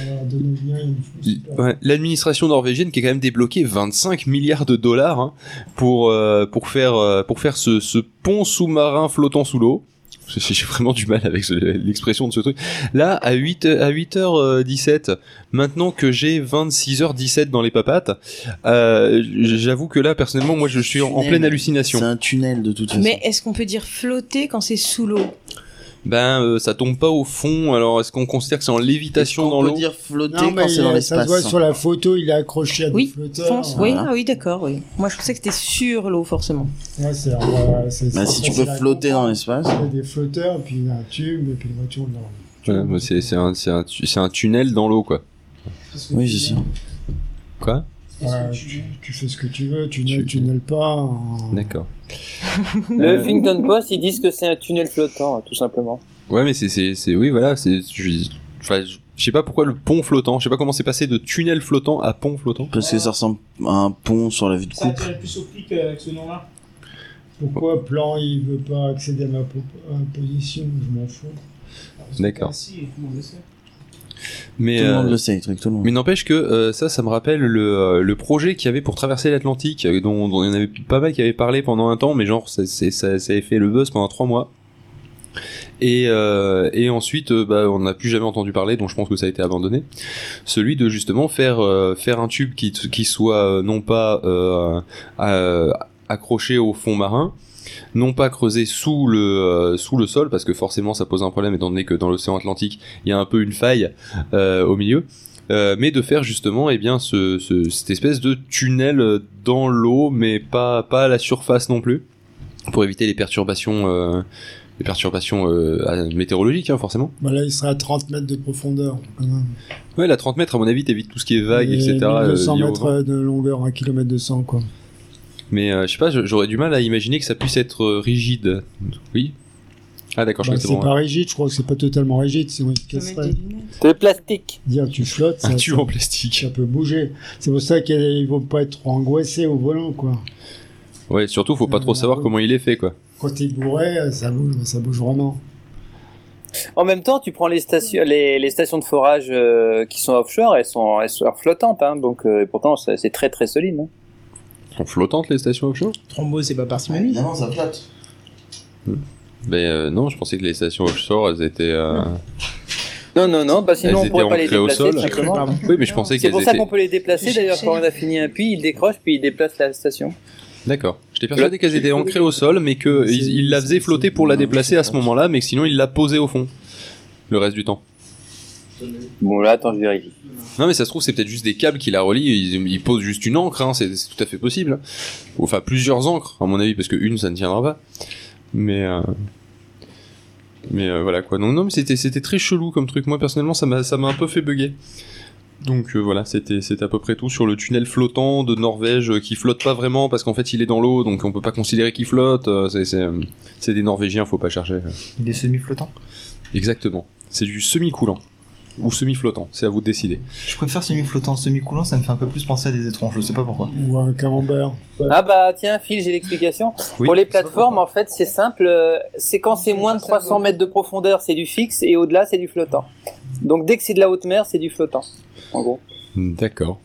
Speaker 6: Alors, de nos liens, il faut se faire.
Speaker 1: Ouais, L'administration norvégienne qui a quand même débloqué 25 milliards de dollars hein, pour euh, pour faire euh, pour faire ce, ce pont sous-marin flottant sous l'eau. J'ai j'ai vraiment du mal avec ce- l'expression de ce truc. Là, à 8 à 8h17, maintenant que j'ai 26h17 dans les papates, euh, j'avoue que là, personnellement, moi, je suis en, en pleine
Speaker 9: C'est
Speaker 1: hallucination.
Speaker 9: un tunnel de toute façon.
Speaker 3: Mais est-ce qu'on peut dire flotter quand c'est sous l'eau
Speaker 1: Ben, euh, ça tombe pas au fond. Alors, est-ce qu'on considère que c'est en
Speaker 9: Est-ce
Speaker 1: lévitation
Speaker 9: qu'on
Speaker 1: dans
Speaker 9: peut
Speaker 1: l'eau
Speaker 9: dire flotter
Speaker 6: Non, mais
Speaker 9: quand c'est dans
Speaker 6: il- ça se
Speaker 9: l'espace.
Speaker 6: voit sur la photo, il est accroché à
Speaker 3: Oui,
Speaker 6: des flotteurs.
Speaker 3: France Oui,
Speaker 9: Voilà.
Speaker 3: ah oui d'accord. Oui. Moi, je pensais que c'était sur l'eau, forcément.
Speaker 6: Ouais, c'est- euh, c'est-
Speaker 9: Bah,
Speaker 6: c'est
Speaker 9: si tu
Speaker 6: facile
Speaker 9: peux
Speaker 6: à
Speaker 9: flotter dans l'espace.
Speaker 6: comprendre. Il y a des flotteurs, puis il y a un tube, et puis une voiture dans
Speaker 1: Ouais, mais C'est c'est un, c'est un tu- c'est un tunnel dans l'eau, quoi.
Speaker 9: Oui, c'est ça.
Speaker 1: Quoi
Speaker 6: Ouais, tu, tu fais ce que tu veux, tu
Speaker 1: Tu-
Speaker 6: n'ailes, tu n'ailes pas. hein.
Speaker 1: D'accord.
Speaker 7: Le
Speaker 1: Euh,
Speaker 7: Huffington Post, ils disent que c'est un tunnel flottant, hein, tout simplement.
Speaker 1: Ouais, mais c'est, c'est, c'est, oui, voilà, c'est, je, enfin, je je sais pas pourquoi le pont flottant, je sais pas comment c'est passé de tunnel flottant à pont flottant.
Speaker 9: Parce que ça ressemble à un pont sur la vue de
Speaker 2: Ça
Speaker 9: couple.
Speaker 2: attire plus au flic avec ce nom-là.
Speaker 6: Pourquoi Plan, il veut pas accéder à ma po- à ma position Je m'en fous.
Speaker 1: D'accord.
Speaker 2: Ah, Si, tout le monde le sait.
Speaker 1: Mais,
Speaker 9: Tout le monde
Speaker 1: euh,
Speaker 9: le sait, les trucs, tout le monde.
Speaker 1: mais n'empêche que euh, ça, ça me rappelle le, euh, le projet qu'il y avait pour traverser l'Atlantique, euh, dont, dont il y en avait pas mal qui avaient parlé pendant un temps, mais genre, ça, c'est, ça, ça avait fait le buzz pendant trois mois. Et, euh, et ensuite, euh, bah, on n'a plus jamais entendu parler, donc je pense que ça a été abandonné. Celui de justement faire euh, faire un tube qui qui soit euh, non pas euh, euh, accroché au fond marin, non pas creusé sous le euh, sous le sol parce que forcément ça pose un problème étant donné que dans l'océan Atlantique il y a un peu une faille euh, au milieu. Euh, mais de faire justement eh bien ce, ce- cette espèce de tunnel dans l'eau mais pas pas à la surface non plus pour éviter les perturbations euh, les perturbations euh, météorologiques hein, forcément
Speaker 6: Bah là, il serait à 30 mètres de profondeur. quand même.
Speaker 1: ouais la 30 mètres à mon avis t'évites tout ce qui est vague
Speaker 6: Et
Speaker 1: etc euh,
Speaker 6: 1200
Speaker 1: lié au
Speaker 6: mètres
Speaker 1: vent.
Speaker 6: euh, de longueur, 1 km 200, quoi.
Speaker 1: Mais euh, je sais pas, je- j'aurais du mal à imaginer que ça puisse être euh, rigide. Oui. Ah d'accord, je
Speaker 6: Bah,
Speaker 1: crois que
Speaker 6: c'est
Speaker 1: c'est bon.
Speaker 6: pas rigide, je crois que c'est pas totalement rigide, sinon il te
Speaker 3: Tu peux mettre
Speaker 6: casserait.
Speaker 3: des lunettes.
Speaker 7: C'est le plastique.
Speaker 6: Dire tu flottes,
Speaker 1: hein. Un
Speaker 6: ça,
Speaker 1: tube en plastique.
Speaker 6: ça peut bouger. C'est pour ça qu'ils vont pas être trop angoissés au volant, quoi.
Speaker 1: Ouais, surtout faut pas
Speaker 6: Euh,
Speaker 1: trop savoir
Speaker 6: oui.
Speaker 1: comment il est fait quoi.
Speaker 6: Quand t'es bourré, euh, ça bouge, mais ça bouge vraiment.
Speaker 7: En même temps, tu prends les stations, les, les stations de forage euh, qui sont offshore, elles sont, elles sont flottantes, hein, donc euh, et pourtant c'est c'est très très solide. hein.
Speaker 1: Elles Sont flottantes les stations offshore
Speaker 2: Trombo, c'est pas parcimonie.
Speaker 9: Évidemment, ça flotte.
Speaker 1: Ben euh, non, je pensais que les stations offshore elles étaient. euh,
Speaker 7: Non, non, non, bah, sinon
Speaker 1: Elles
Speaker 7: on pourrait
Speaker 1: étaient
Speaker 7: pas les
Speaker 1: ancrées au
Speaker 7: déplacer.
Speaker 1: sol.
Speaker 7: tout
Speaker 1: J'ai
Speaker 7: simplement.
Speaker 2: Pardon.
Speaker 1: Oui, mais je pensais
Speaker 7: C'est
Speaker 1: qu'elles
Speaker 7: pour ça
Speaker 1: étaient.
Speaker 7: qu'on peut les déplacer, d'ailleurs, quand on a fini un puits, ils décrochent, puis ils déplacent la station.
Speaker 1: D'accord. J'étais persuadé qu'elles étaient ancrées au sol, mais que
Speaker 6: C'est-
Speaker 1: ils, ils la faisaient
Speaker 6: c'est-
Speaker 1: flotter
Speaker 6: c'est-
Speaker 1: pour la
Speaker 9: non,
Speaker 1: déplacer à ce
Speaker 9: c'est-
Speaker 1: moment-là, mais que sinon ils la posaient au fond. Le reste du temps.
Speaker 7: Bon, là, attends, je vérifie.
Speaker 1: Non mais ça se trouve c'est peut-être juste des câbles qui la relient, ils, ils posent juste une encre, hein, c'est c'est tout à fait possible. Enfin plusieurs encres à mon avis parce que une ça ne tiendra pas. Mais euh, mais euh, voilà quoi. Donc non mais c'était c'était très chelou comme truc. Moi personnellement ça m'a ça m'a un peu fait bugger. Donc euh, voilà c'était c'était à peu près tout sur le tunnel flottant de Norvège euh, qui flotte pas vraiment parce qu'en fait il est dans l'eau donc on peut pas considérer qu'il flotte. euh, c'est- c'est euh, c'est des Norvégiens faut pas chercher. euh.
Speaker 5: Il est semi-flottant.
Speaker 1: Exactement. C'est du semi coulant ou semi flottant. C'est à vous de décider.
Speaker 5: Je préfère semi-flottant. Semi-coulant, ça me fait un peu plus penser à des étranges, je sais pas pourquoi.
Speaker 6: Ou un camembert.
Speaker 7: Ah bah tiens, Phil, j'ai l'explication.
Speaker 1: Oui.
Speaker 7: Pour les plateformes, en fait, c'est simple. euh, C'est quand c'est moins de 300 mètres de profondeur, c'est du fixe, et au-delà, c'est du flottant. Donc dès que c'est de la haute mer, c'est du flottant. En gros.
Speaker 1: D'accord.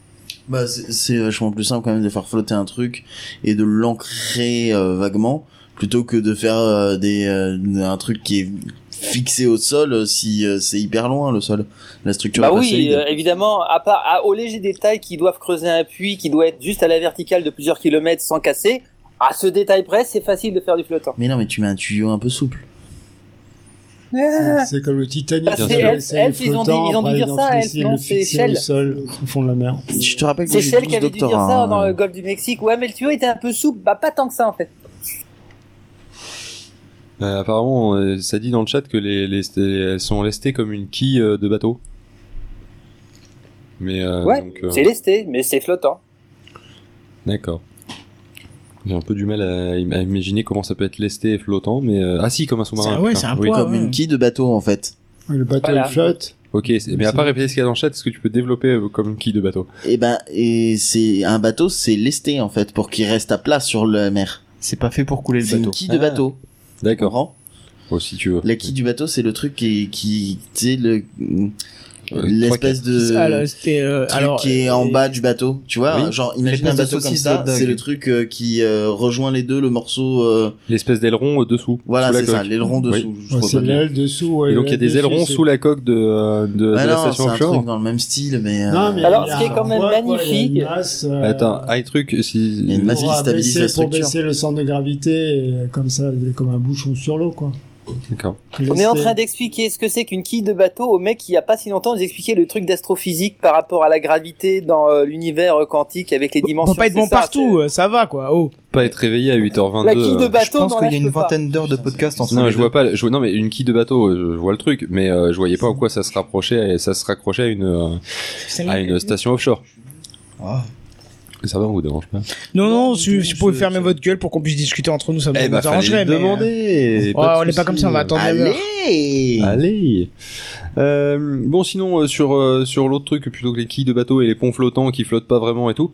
Speaker 9: Bah, c'est c'est vachement plus simple quand même de faire flotter un truc et de l'ancrer euh, vaguement plutôt que de faire euh, des euh, un truc qui est fixé au sol euh, si euh, c'est hyper loin le sol. La structure
Speaker 7: Bah
Speaker 9: est pas
Speaker 7: oui,
Speaker 9: solide.
Speaker 7: euh, évidemment, à part à, au léger détail qu'ils doivent creuser un puits qui doit être juste à la verticale de plusieurs kilomètres sans casser, à ce détail près, c'est facile de faire du flottant.
Speaker 9: Mais non, mais tu mets un tuyau un peu souple.
Speaker 6: Ah, C'est comme le Titanic.
Speaker 7: Bah,
Speaker 1: c'est
Speaker 6: ils ont
Speaker 7: elle-
Speaker 6: laissé les
Speaker 7: elle, ils ont dit-
Speaker 6: flottants,
Speaker 7: ils ont dû
Speaker 6: après,
Speaker 7: dire
Speaker 6: ont
Speaker 7: ça,
Speaker 6: fait
Speaker 7: elle,
Speaker 6: essayer de
Speaker 7: non,
Speaker 6: le
Speaker 7: c'est
Speaker 6: fixer au
Speaker 7: Shell.
Speaker 6: sol, au fond de la mer.
Speaker 9: Je te rappelle que
Speaker 7: C'est
Speaker 9: j'ai
Speaker 7: celle
Speaker 9: 12
Speaker 7: qui avait dû dire
Speaker 9: doctorats,
Speaker 7: ça
Speaker 9: hein.
Speaker 7: dans le golfe du Mexique. Ouais, mais le tuyau était un peu souple. Bah pas tant que ça en fait.
Speaker 1: Euh, apparemment, euh, ça dit dans le chat que les, les elles sont lestées comme une quille euh, de bateau. Mais euh,
Speaker 7: ouais,
Speaker 1: donc, euh,
Speaker 7: c'est lesté, mais c'est flottant.
Speaker 1: d'accord. J'ai un peu du mal à, im- à imaginer comment ça peut être lesté et flottant, mais euh, ah si, comme un sous-marin.
Speaker 2: C'est- ouais,
Speaker 1: putain,
Speaker 2: c'est un
Speaker 1: oui.
Speaker 2: poids.
Speaker 9: Comme
Speaker 2: Ouais, ouais.
Speaker 9: une quille de bateau en fait.
Speaker 6: Et Le bateau
Speaker 7: Voilà.
Speaker 6: il flotte.
Speaker 1: Ok, c'est- mais à part répéter ce qu'il y a dans le chat, est-ce que tu peux développer euh, comme une quille de bateau
Speaker 9: Et ben et c'est un bateau, c'est lesté en fait pour qu'il reste à plat sur la mer.
Speaker 5: C'est pas fait pour couler
Speaker 9: C'est
Speaker 5: le
Speaker 9: une
Speaker 5: bateau. Ah.
Speaker 9: quille de bateau.
Speaker 1: D'accord.
Speaker 9: Comprends
Speaker 1: Bon, si tu veux.
Speaker 9: La quille du bateau, c'est le truc qui, qui tu sais, le,
Speaker 1: Euh,
Speaker 9: l'espèce de
Speaker 6: Ah,
Speaker 2: Alors, c'était, euh,
Speaker 9: truc
Speaker 2: alors,
Speaker 9: qui est en
Speaker 2: euh,
Speaker 9: bas du bateau, tu vois.
Speaker 1: Oui.
Speaker 9: Genre, imagine un
Speaker 5: L'espèce de
Speaker 9: bateau comme
Speaker 5: saucisse
Speaker 9: ça,
Speaker 5: hot dog.
Speaker 9: c'est le truc euh, qui euh, rejoint les deux, le morceau, euh,
Speaker 1: L'espèce d'aileron euh, dessous.
Speaker 9: voilà,
Speaker 1: sous la
Speaker 9: Ah, c'est ça,
Speaker 1: coque.
Speaker 9: l'aileron dessous. je
Speaker 6: Ouais,
Speaker 9: crois
Speaker 6: c'est
Speaker 9: pas bien.
Speaker 6: l'aile dessous. ouais,
Speaker 1: Et donc il y a
Speaker 6: l'aile
Speaker 1: des
Speaker 6: dessus,
Speaker 1: ailerons
Speaker 6: c'est-
Speaker 1: sous la coque de, euh, de, de
Speaker 9: Ah
Speaker 1: la
Speaker 9: non,
Speaker 1: station
Speaker 9: c'est un
Speaker 1: offshore.
Speaker 9: truc dans le même style, mais, euh,
Speaker 6: Non, mais
Speaker 7: Alors,
Speaker 6: il y
Speaker 7: ce
Speaker 6: a
Speaker 7: qui est
Speaker 6: un
Speaker 7: quand même
Speaker 6: poids, quoi, il y a
Speaker 7: magnifique-
Speaker 6: une masse, euh,
Speaker 1: Attends, un truc. Si...
Speaker 9: Il y a une masse
Speaker 6: pour
Speaker 9: qui stabilise
Speaker 6: abaisser-
Speaker 9: la
Speaker 6: Pour
Speaker 9: structure.
Speaker 6: baisser le centre de gravité, et, euh, comme ça, comme un bouchon sur l'eau, quoi.
Speaker 1: D'accord.
Speaker 7: On est en train d'expliquer ce que c'est qu'une quille de bateau au mec qui, il y a pas si longtemps, nous expliquait le truc d'astrophysique par rapport à la gravité dans euh, l'univers quantique avec les
Speaker 2: on
Speaker 7: dimensions.
Speaker 2: peut pas être
Speaker 7: c'est
Speaker 2: bon
Speaker 7: ça,
Speaker 2: partout, euh, ça va quoi. Oh.
Speaker 1: Pas être réveillé à 8h22.
Speaker 7: c'est- La quille de
Speaker 1: euh,
Speaker 7: bateau,
Speaker 5: Je pense
Speaker 7: dans
Speaker 5: qu'il
Speaker 7: la
Speaker 5: y a une
Speaker 7: cheveux pas.
Speaker 5: vingtaine d'heures de podcast en
Speaker 1: Non, je vois pas. Je, non, mais une quille de bateau, euh, je vois le truc, mais euh, je voyais pas en quoi ça se rapprochait, et ça se raccrochait à une euh,
Speaker 2: Ça
Speaker 1: à
Speaker 2: m'a-
Speaker 1: une station offshore.
Speaker 5: Ah.
Speaker 1: Ça va, on vous dérange pas
Speaker 2: Non, non,
Speaker 5: Non,
Speaker 2: si
Speaker 5: non,
Speaker 2: si vous pouvez
Speaker 5: je-
Speaker 2: fermer
Speaker 5: je-
Speaker 2: votre gueule pour qu'on puisse discuter entre nous, ça
Speaker 1: Eh
Speaker 2: me nous arrangerait. mais, euh,
Speaker 1: bah,
Speaker 2: ouais,
Speaker 1: demander.
Speaker 2: on est pas comme ça, on va attendre la
Speaker 9: Allez!
Speaker 2: heure.
Speaker 1: Allez. Euh, bon, sinon euh, sur euh, sur l'autre truc plutôt que les quilles de bateau et les ponts flottants qui flottent pas vraiment et tout.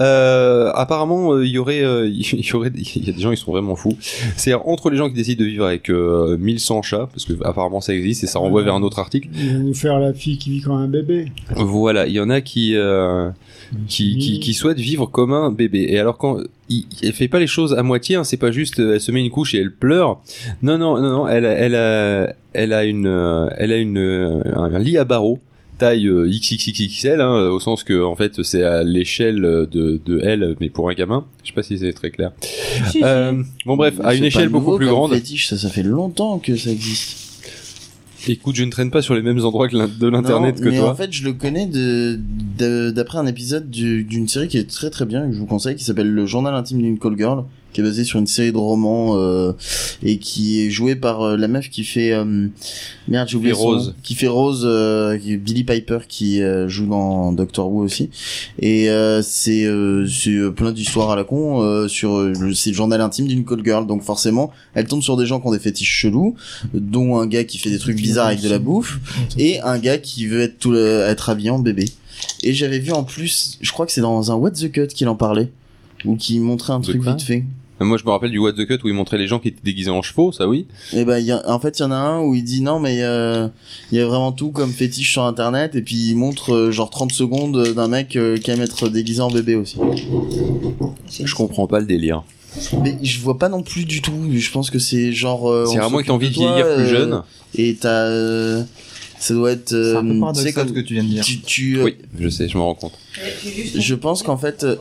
Speaker 1: Euh, apparemment, euh, il y aurait euh, il y aurait des- il y a des gens ils sont vraiment fous. C'est entre les gens qui décident de vivre avec euh, 1100 chats parce que apparemment ça existe et ça renvoie vers un autre article.
Speaker 6: Il va nous faire la fille qui vit comme un bébé.
Speaker 1: Voilà, il y en a qui euh, qui, qui, qui souhaite vivre comme un bébé. Et alors quand il, elle fait pas les choses à moitié, hein, c'est pas juste euh, elle se met une couche et elle pleure. Non non non non, elle a- elle a elle a une euh, elle a une euh, un, un lit à barreaux taille euh, XXXXL hein, au sens que en fait c'est à l'échelle euh, de, de elle mais pour un gamin. Je sais pas si c'est très clair. Euh, bon bref, à
Speaker 9: C'est
Speaker 1: une
Speaker 9: pas
Speaker 1: échelle beaucoup
Speaker 9: nouveau
Speaker 1: plus
Speaker 9: comme
Speaker 1: grande.
Speaker 9: fétiche, ça, ça fait longtemps que ça existe.
Speaker 1: Écoute, je ne traîne pas sur les mêmes endroits que l'in- de l'internet
Speaker 9: Non,
Speaker 1: que
Speaker 9: mais
Speaker 1: toi.
Speaker 9: en fait, je le connais de, de- d'après un épisode du- d'une série qui est très très bien, que je vous conseille, qui s'appelle Le Journal Intime d'une Call Girl, qui est basée sur une série de romans, euh, et qui est jouée par euh, la meuf qui fait, euh, merde, j'ai oublié
Speaker 1: Qui fait
Speaker 9: son
Speaker 1: Rose.
Speaker 9: nom. Qui fait Rose, euh, qui est Billy Piper, qui euh, joue dans Doctor Who aussi. Et euh, c'est, euh, c'est euh, plein d'histoires à la con, euh, sur, euh, le- c'est le journal intime d'une Call Girl, donc forcément, elle tombe sur des gens qui ont des fétiches chelous, dont un gars qui fait des trucs bizarres avec de la bouffe, et un gars qui veut être tout le- être habillé en bébé. Et j'avais vu en plus, je crois que c'est dans un What the Cut qu'il en parlait ou qui montrait un
Speaker 1: De
Speaker 9: truc
Speaker 1: quoi
Speaker 9: vite fait.
Speaker 1: Moi, je me rappelle du What the Cut où ils montraient les gens qui étaient déguisés en chevaux, ça oui.
Speaker 9: Et ben il y a- en fait il y en a un où il dit non mais euh, il y a vraiment tout comme fétiche sur internet et puis il montre euh, genre 30 secondes d'un mec euh, qui aime être déguisé en bébé aussi.
Speaker 1: Je comprends pas le délire.
Speaker 9: Mais je vois pas non plus du tout, je pense que c'est genre euh,
Speaker 1: C'est
Speaker 9: on
Speaker 1: à moins que
Speaker 9: s'occupe
Speaker 1: t'as envie de
Speaker 9: toi,
Speaker 1: vieillir plus
Speaker 9: euh,
Speaker 1: jeune.
Speaker 9: Et t'as euh, ça doit être
Speaker 5: C'est un peu
Speaker 9: euh, tu sais
Speaker 5: paradoxal ce
Speaker 9: comme
Speaker 5: que tu viens de dire.
Speaker 9: tu, tu, euh,
Speaker 1: Oui, je sais, je me rends compte.
Speaker 9: Je pense qu'en fait, euh,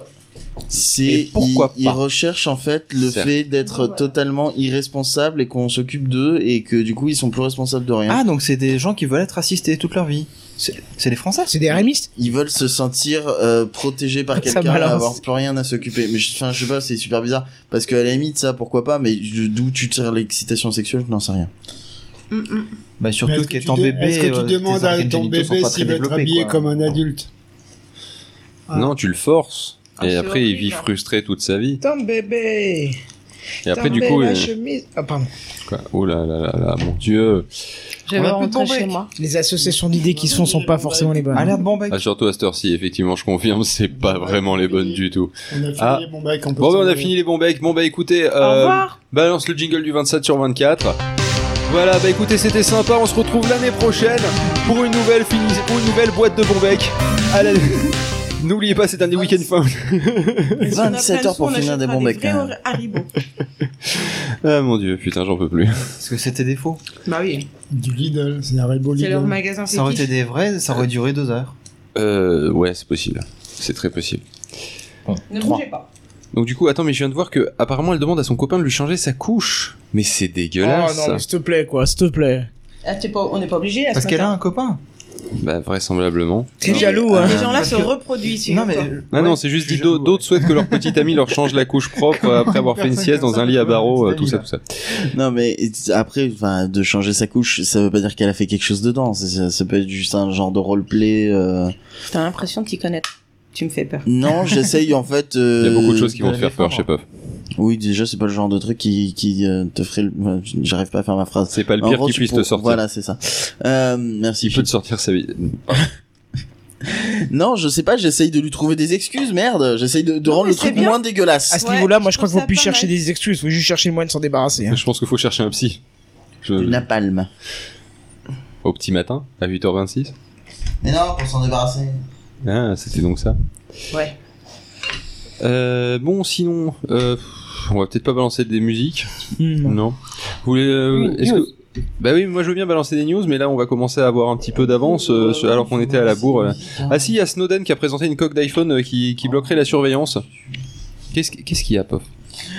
Speaker 1: Et
Speaker 9: c'est
Speaker 1: pourquoi
Speaker 9: ils,
Speaker 1: pas
Speaker 9: ils recherchent en fait le
Speaker 1: Certes.
Speaker 9: fait d'être totalement irresponsable et qu'on s'occupe d'eux et que du coup ils sont plus responsables de rien.
Speaker 5: Ah, donc c'est des gens qui veulent être assistés toute leur vie. C'est c'est des Français.
Speaker 2: C'est des rémistes
Speaker 9: Ils veulent se sentir euh, protégés par
Speaker 2: Ça
Speaker 9: quelqu'un,
Speaker 2: balance.
Speaker 9: avoir plus rien à s'occuper. Mais je- enfin, je sais pas, c'est super bizarre parce qu'à la limite ça, pourquoi pas Mais je- d'où tu tires l'excitation sexuelle, je n'en sais rien.
Speaker 2: Mm,
Speaker 5: Bah,
Speaker 6: Mais
Speaker 5: surtout
Speaker 6: est-ce que tu
Speaker 5: qu'étant
Speaker 6: dé-
Speaker 5: bébé.
Speaker 6: Est-ce que tu
Speaker 5: euh, tes
Speaker 6: demandes à
Speaker 5: organes
Speaker 6: ton
Speaker 5: génitaux sont
Speaker 6: bébé
Speaker 5: pas
Speaker 6: s'il
Speaker 5: très
Speaker 6: veut être
Speaker 5: développés,
Speaker 6: habillé
Speaker 5: quoi.
Speaker 6: comme un adulte Ah.
Speaker 1: Non, tu le forces.
Speaker 3: Ah,
Speaker 1: et
Speaker 3: c'est
Speaker 1: après, il
Speaker 3: horrible,
Speaker 1: vit
Speaker 3: hein.
Speaker 1: frustré toute sa vie.
Speaker 2: Ton bébé.
Speaker 1: Et après, du coup, euh,
Speaker 2: la
Speaker 1: il-
Speaker 2: chemise. Ah, pardon.
Speaker 1: quoi oh là là là là, mon dieu.
Speaker 3: J'avais
Speaker 5: On a pu
Speaker 3: rentré
Speaker 5: tomber.
Speaker 3: chez moi.
Speaker 2: Les associations d'idées qui se font sont pas forcément les bonnes.
Speaker 5: Ah, l'air de bon bec.
Speaker 1: Ah, surtout à cette heure-ci, effectivement, je confirme, c'est pas vraiment les bonnes du tout.
Speaker 6: On a fini
Speaker 1: Ah.
Speaker 6: mon bac, on peut
Speaker 1: Bon, bah, on a
Speaker 6: s'en
Speaker 1: fini les bons becs. Bon, bah, écoutez,
Speaker 3: Au
Speaker 1: euh,
Speaker 3: revoir.
Speaker 1: balance le jingle du 27 sur 24. Voilà, bah écoutez, c'était sympa. On se retrouve l'année prochaine pour une nouvelle, finis- pour une nouvelle boîte de bons becs. À la- N'oubliez pas, c'est un des week-ends fun.
Speaker 9: 27 heures pour finir des bons becs. quand même.
Speaker 3: Haribo.
Speaker 1: Ah mon dieu, putain, j'en peux plus.
Speaker 5: Parce que c'était des faux.
Speaker 3: Bah oui,
Speaker 6: Du Lidl, c'est un Rainbow
Speaker 3: c'est
Speaker 6: Lidl.
Speaker 3: leur magasin
Speaker 5: Ça aurait été
Speaker 3: fétiche.
Speaker 5: des vrais, ça aurait duré deux heures.
Speaker 1: Euh, ouais, c'est possible. C'est très possible.
Speaker 3: Ne
Speaker 5: Trois.
Speaker 3: bougez pas.
Speaker 1: Donc du coup, attends, mais je viens de voir que apparemment elle demande à son copain de lui changer sa couche. Mais c'est
Speaker 2: Oh
Speaker 1: dégueulasse.
Speaker 2: non, mais s'il te plaît, quoi, s'il te plaît.
Speaker 3: Ah, t'es pas- on n'est pas obligé à ce
Speaker 5: Parce qu'elle a
Speaker 3: matin.
Speaker 5: un copain.
Speaker 1: Bah vraisemblablement. ah,
Speaker 2: T'es
Speaker 3: Non,
Speaker 2: jaloux,
Speaker 3: mais,
Speaker 2: hein.
Speaker 3: Les gens-là
Speaker 5: Parce
Speaker 3: se
Speaker 5: que-
Speaker 3: reproduisent.
Speaker 5: Non mais.
Speaker 3: figure-toi.
Speaker 1: bah, Non,
Speaker 5: ouais,
Speaker 1: non, c'est
Speaker 5: je
Speaker 1: juste
Speaker 5: suis
Speaker 1: dit d'au-
Speaker 5: jaloux,
Speaker 1: d'autres souhaitent que leur petite amie leur change la couche propre euh, après avoir fait une
Speaker 5: Personne
Speaker 1: sieste
Speaker 5: comme
Speaker 1: dans
Speaker 5: ça,
Speaker 1: un
Speaker 5: tu
Speaker 1: lit à
Speaker 5: vois,
Speaker 1: barreaux, euh,
Speaker 5: cette
Speaker 1: tout ça,
Speaker 5: amie-là.
Speaker 1: tout ça.
Speaker 9: Non mais et- après, enfin, de changer sa couche, ça veut pas dire qu'elle a fait quelque chose dedans. C'est- Ça, ça peut être juste un genre de roleplay. Euh...
Speaker 3: T'as l'impression de t'y connaître. Tu me fais peur.
Speaker 5: Mm.
Speaker 9: Non, j'essaye en fait.
Speaker 1: Il y a beaucoup de choses qui
Speaker 5: euh, de
Speaker 1: vont te
Speaker 5: la
Speaker 1: faire peur, je sais
Speaker 5: défendre.
Speaker 1: pas.
Speaker 9: Oui, déjà, c'est pas le genre de truc qui, qui euh, te ferait. le- euh, J'arrive pas à faire ma phrase.
Speaker 1: C'est pas le
Speaker 9: En
Speaker 1: pire
Speaker 9: gros,
Speaker 1: qui
Speaker 9: tu
Speaker 1: puisse
Speaker 9: pour-
Speaker 1: te sortir.
Speaker 9: Voilà, c'est ça. Euh, merci.
Speaker 1: Il peut te sortir sa vie.
Speaker 9: Non, je sais pas, j'essaye de lui trouver des excuses, merde. J'essaye de, de
Speaker 3: Non,
Speaker 9: rendre
Speaker 3: mais
Speaker 9: le
Speaker 3: c'est
Speaker 9: truc
Speaker 3: bien.
Speaker 9: moins dégueulasse.
Speaker 2: À ce
Speaker 3: Ouais,
Speaker 2: niveau-là, moi
Speaker 3: je
Speaker 2: je crois qu'il
Speaker 3: trouve
Speaker 2: faut
Speaker 3: ça
Speaker 2: plus
Speaker 3: pas
Speaker 2: chercher
Speaker 3: mal.
Speaker 2: des excuses, faut juste chercher le moyen de s'en débarrasser. hein.
Speaker 1: Je pense qu'il faut chercher un psy. Je-
Speaker 9: Du napalm.
Speaker 1: Au petit matin, à 8h26.
Speaker 9: Mais non, pour s'en débarrasser.
Speaker 1: Ah, c'était donc ça.
Speaker 3: Ouais.
Speaker 1: Euh, bon, sinon, euh, on va peut-être pas balancer des musiques.
Speaker 2: Hmm.
Speaker 1: Non. Vous voulez. euh, est-ce que- Bah oui, moi je veux bien balancer des news, mais là on va commencer à avoir un petit peu d'avance euh, sur- alors qu'on était à la bourre. là. Ah si, il y a Snowden qui a présenté une coque d'iPhone euh, qui, qui bloquerait la surveillance. Qu'est-ce qu'- qu'est-ce qu'il y a, Pof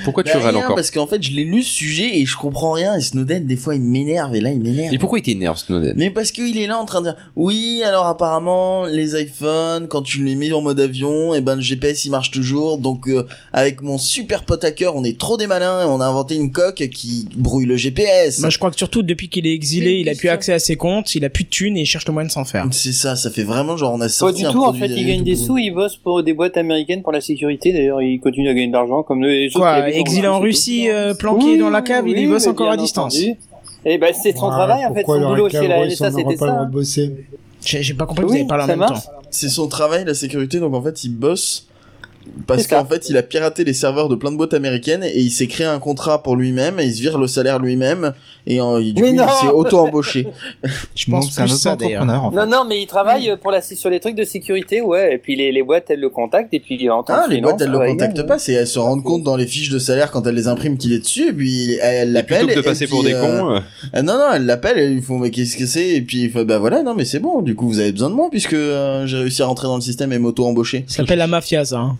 Speaker 1: Pourquoi tu
Speaker 9: Bah,
Speaker 1: râles
Speaker 9: rien,
Speaker 1: encore
Speaker 9: Parce qu'en fait, je l'ai lu ce sujet et je comprends rien. Et Snowden, des fois, il m'énerve. Et là, il m'énerve.
Speaker 1: Et pourquoi il t'énerve, Snowden
Speaker 9: Mais parce qu'il est là en train de dire oui alors apparemment les iPhones quand tu les mets en mode avion et ben le GPS il marche toujours donc euh, avec mon super pote hacker on est trop des malins et on a inventé une coque qui brouille le GPS.
Speaker 2: Moi, je crois que surtout depuis qu'il est exilé,
Speaker 3: Une
Speaker 2: il a plus
Speaker 3: question.
Speaker 2: accès à ses comptes, il a plus de thunes et il cherche le moyen de s'en faire.
Speaker 9: C'est ça, ça fait vraiment genre on a
Speaker 7: Pas
Speaker 9: sorti
Speaker 7: du
Speaker 9: un
Speaker 7: tout, en
Speaker 9: produit
Speaker 7: fait, il
Speaker 9: dérivé
Speaker 7: gagne
Speaker 9: tout
Speaker 7: des
Speaker 9: pourri.
Speaker 7: sous, il bosse pour des boîtes américaines pour la sécurité, d'ailleurs, il continue à gagner de l'argent, comme les autres qui
Speaker 2: Quoi,
Speaker 7: habitent en
Speaker 2: exilé
Speaker 7: Russie,
Speaker 2: en
Speaker 7: c'est
Speaker 2: Russie,
Speaker 7: tout.
Speaker 2: euh, planqué
Speaker 7: Oui,
Speaker 2: dans la cave, il
Speaker 7: oui,
Speaker 2: y bosse
Speaker 7: mais
Speaker 2: encore
Speaker 7: bien
Speaker 2: à distance.
Speaker 7: entendu. Eh ben, c'est son
Speaker 6: Ouais,
Speaker 7: travail, en fait,
Speaker 6: Ah, pourquoi
Speaker 7: son
Speaker 6: leur
Speaker 7: boulot, c'est la
Speaker 6: Cowboys, on
Speaker 7: NSA,
Speaker 6: n'aura
Speaker 7: c'était
Speaker 6: pas le droit
Speaker 7: ça.
Speaker 6: de bosser.
Speaker 2: J'ai j'ai pas compris que vous
Speaker 7: Oui,
Speaker 2: avez parlé en
Speaker 7: ça
Speaker 2: même
Speaker 7: marche.
Speaker 2: temps.
Speaker 9: C'est son travail la sécurité donc en fait il bosse parce
Speaker 7: C'est ça.
Speaker 9: qu'en fait il a piraté les serveurs de plein de boîtes américaines et il s'est créé un contrat pour lui-même et il se vire le salaire lui-même et euh, du
Speaker 7: Mais
Speaker 9: coup,
Speaker 7: non
Speaker 9: il s'est auto-embauché.
Speaker 2: Je
Speaker 5: Donc,
Speaker 2: pense
Speaker 5: c'est un
Speaker 2: plus
Speaker 5: autre
Speaker 2: ça d'ailleurs.
Speaker 5: entrepreneur, en fait.
Speaker 7: Non, non, mais il travaille
Speaker 2: Hmm.
Speaker 7: euh, pour la, sur les trucs de sécurité, ouais, et puis les, les boîtes, elles le contactent, et puis il entend.
Speaker 9: Ah, les boîtes, elles le contactent pas, c'est elles se rendent compte dans les fiches de salaire quand elles les impriment qu'il est dessus, et puis elles
Speaker 1: Et Plutôt
Speaker 9: l'appellent.
Speaker 1: que de
Speaker 9: et
Speaker 1: passer
Speaker 9: puis,
Speaker 1: pour des
Speaker 9: euh,
Speaker 1: cons. euh,
Speaker 9: ah, non, non, elles l'appellent, et ils font, mais qu'est-ce que c'est Et puis, ils font, bah voilà, non, mais c'est bon, du coup, vous avez besoin de moi, puisque euh, j'ai réussi à rentrer dans le système et m'auto-embaucher.
Speaker 2: Ça s'appelle la mafia, ça. hein.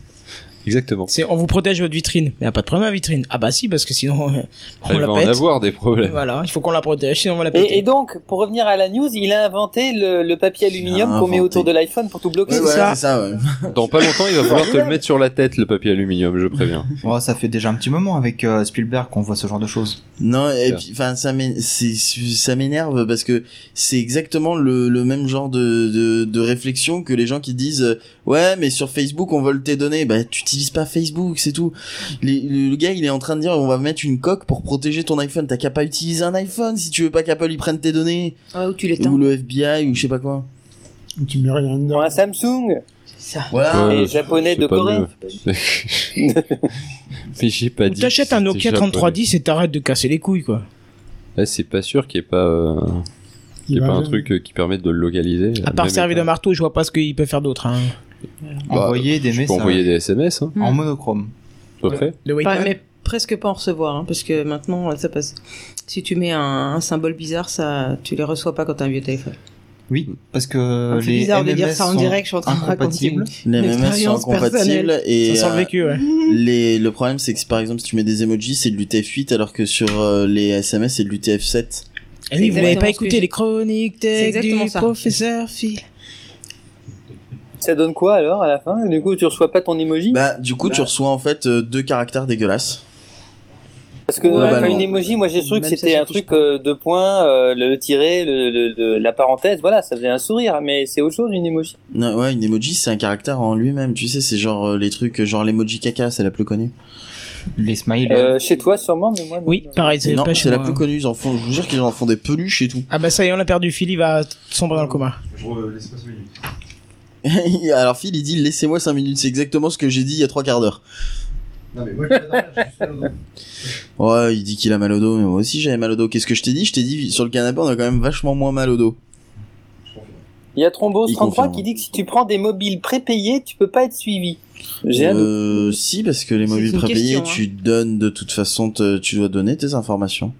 Speaker 1: Exactement.
Speaker 2: C'est on vous protège votre vitrine. Mais y a pas de problème à la vitrine. Ah bah si, parce que sinon euh, on
Speaker 1: il
Speaker 2: la
Speaker 1: va en
Speaker 2: pète.
Speaker 1: avoir des problèmes.
Speaker 2: Voilà, il faut qu'on la protège, sinon on va la péter.
Speaker 7: Et, et donc, pour revenir à la news, il a inventé le, le papier aluminium
Speaker 9: Ah,
Speaker 7: qu'on met
Speaker 9: inventé.
Speaker 7: autour de l'iPhone pour tout bloquer.
Speaker 9: Ouais,
Speaker 2: C'est ça.
Speaker 9: voilà, c'est ça, ouais.
Speaker 1: Dans pas longtemps, il va falloir te le mettre sur la tête, le papier aluminium, je préviens.
Speaker 5: Oh, ça fait déjà un petit moment avec euh, Spielberg qu'on voit ce genre de choses.
Speaker 9: Non, et
Speaker 1: Super.
Speaker 9: puis, enfin, ça m'é- c'est- ça m'énerve parce que c'est exactement le, le même genre de, de, de réflexion que les gens qui disent euh, ouais, mais sur Facebook on vole tes données. Bah, tu utilises pas Facebook, c'est tout. Les- le, le gars, il est en train de dire on va mettre une coque pour protéger ton iPhone. T'as qu'à pas utiliser un iPhone si tu veux pas qu'Apple ils prennent tes données
Speaker 3: Ah, ou tu l'éteins.
Speaker 9: ou le FBI ou je sais pas quoi.
Speaker 6: Tu mets rien dedans.
Speaker 7: Pour un Samsung,
Speaker 3: Ça.
Speaker 9: Voilà.
Speaker 1: Ouais,
Speaker 7: les japonais
Speaker 1: c'est
Speaker 7: de
Speaker 1: Euh, pas
Speaker 7: Corée.
Speaker 1: mieux. Mais j'ai pas
Speaker 2: Ou
Speaker 1: dit.
Speaker 2: t'achètes
Speaker 1: que
Speaker 2: un
Speaker 1: c'était
Speaker 2: Nokia
Speaker 1: japonais.
Speaker 2: 3310 et t'arrêtes de casser les couilles, quoi.
Speaker 1: Là, c'est pas sûr qu'il n'y ait pas, euh, qu'il y ait pas un truc euh, qui permette de le localiser.
Speaker 2: À part
Speaker 1: Même
Speaker 2: servir de
Speaker 1: état.
Speaker 2: marteau, je vois pas ce qu'il peut faire d'autre. Hein.
Speaker 1: Bah,
Speaker 5: Envoyer des
Speaker 1: Tu peux
Speaker 5: messages
Speaker 1: envoyer des SMS, hein,
Speaker 5: en monochrome.
Speaker 1: à peu près.
Speaker 2: Le
Speaker 3: Pas-
Speaker 2: Walkman.
Speaker 3: mais presque pas en recevoir, hein, parce que maintenant euh, ça passe. Si tu mets un, un symbole bizarre, ça, tu les reçois pas quand t'as un vieux téléphone.
Speaker 5: Oui, parce que
Speaker 3: c'est
Speaker 5: les
Speaker 3: bizarre de
Speaker 5: MMS
Speaker 3: dire ça en
Speaker 5: sont
Speaker 3: direct, je suis en train de raconter.
Speaker 5: incompatibles.
Speaker 3: une-
Speaker 9: Les
Speaker 3: Une
Speaker 9: MMS sont
Speaker 3: expérience
Speaker 9: incompatibles
Speaker 2: Ça
Speaker 9: et
Speaker 2: sent le
Speaker 9: euh,
Speaker 2: vécu, ouais.
Speaker 9: les, le problème c'est que par exemple si tu mets des emojis c'est de l'UTF-8 alors que sur euh, les SMS c'est de l'UTF-7.
Speaker 2: Et oui, vous
Speaker 3: exactement
Speaker 2: n'avez pas
Speaker 3: ce que j'ai-
Speaker 2: écouté les chroniques tech
Speaker 3: exactement
Speaker 2: du
Speaker 3: ça.
Speaker 2: professeur Phil.
Speaker 7: Ça donne quoi alors à la fin Du coup, tu reçois pas ton emoji
Speaker 9: Bah, du coup, tu reçois en fait euh, deux caractères dégueulasses.
Speaker 7: Parce que
Speaker 3: Ouais,
Speaker 7: euh,
Speaker 9: bah
Speaker 7: une
Speaker 9: non.
Speaker 7: emoji, moi j'ai su que
Speaker 3: Même
Speaker 7: c'était
Speaker 3: ça, ça
Speaker 7: un
Speaker 3: touche
Speaker 7: truc euh, de points, euh, le tiret, le, le- le- la parenthèse, voilà, ça faisait un sourire, mais c'est autre chose une emoji.
Speaker 9: Non, ouais, une emoji, c'est un caractère en lui-même. Tu sais, c'est genre euh, les trucs, euh, genre l'emoji caca, c'est la plus connue.
Speaker 5: Les smileys.
Speaker 7: Euh, chez toi sûrement, mais moi non.
Speaker 2: Oui, pareil, c'est
Speaker 9: non,
Speaker 2: pas chez
Speaker 9: c'est la
Speaker 2: moi. hein.
Speaker 9: plus connue. Ils en font, je vous jure qu'ils en font des peluches et tout.
Speaker 2: Ah bah ça y est, on l'a perdu. Phil, il va sombrer dans le coma.
Speaker 9: Alors Phil, il dit laissez-moi 5 minutes. C'est exactement ce que j'ai dit il y a trois quarts d'heure. Ouais, il dit qu'il a mal au dos, mais moi aussi j'avais mal au dos. Qu'est-ce que je t'ai dit Je t'ai dit sur le canapé, on a quand même vachement moins mal au dos.
Speaker 7: Il y a Trombos
Speaker 9: Il
Speaker 7: 33
Speaker 9: confirme.
Speaker 7: qui dit que si tu prends des mobiles prépayés, tu peux pas être suivi. J'ai un doute.
Speaker 9: Euh, si, parce que les
Speaker 3: C'est
Speaker 9: mobiles
Speaker 3: une
Speaker 9: prépayés,
Speaker 3: question, hein.
Speaker 9: tu donnes de toute façon, te- tu dois donner tes informations.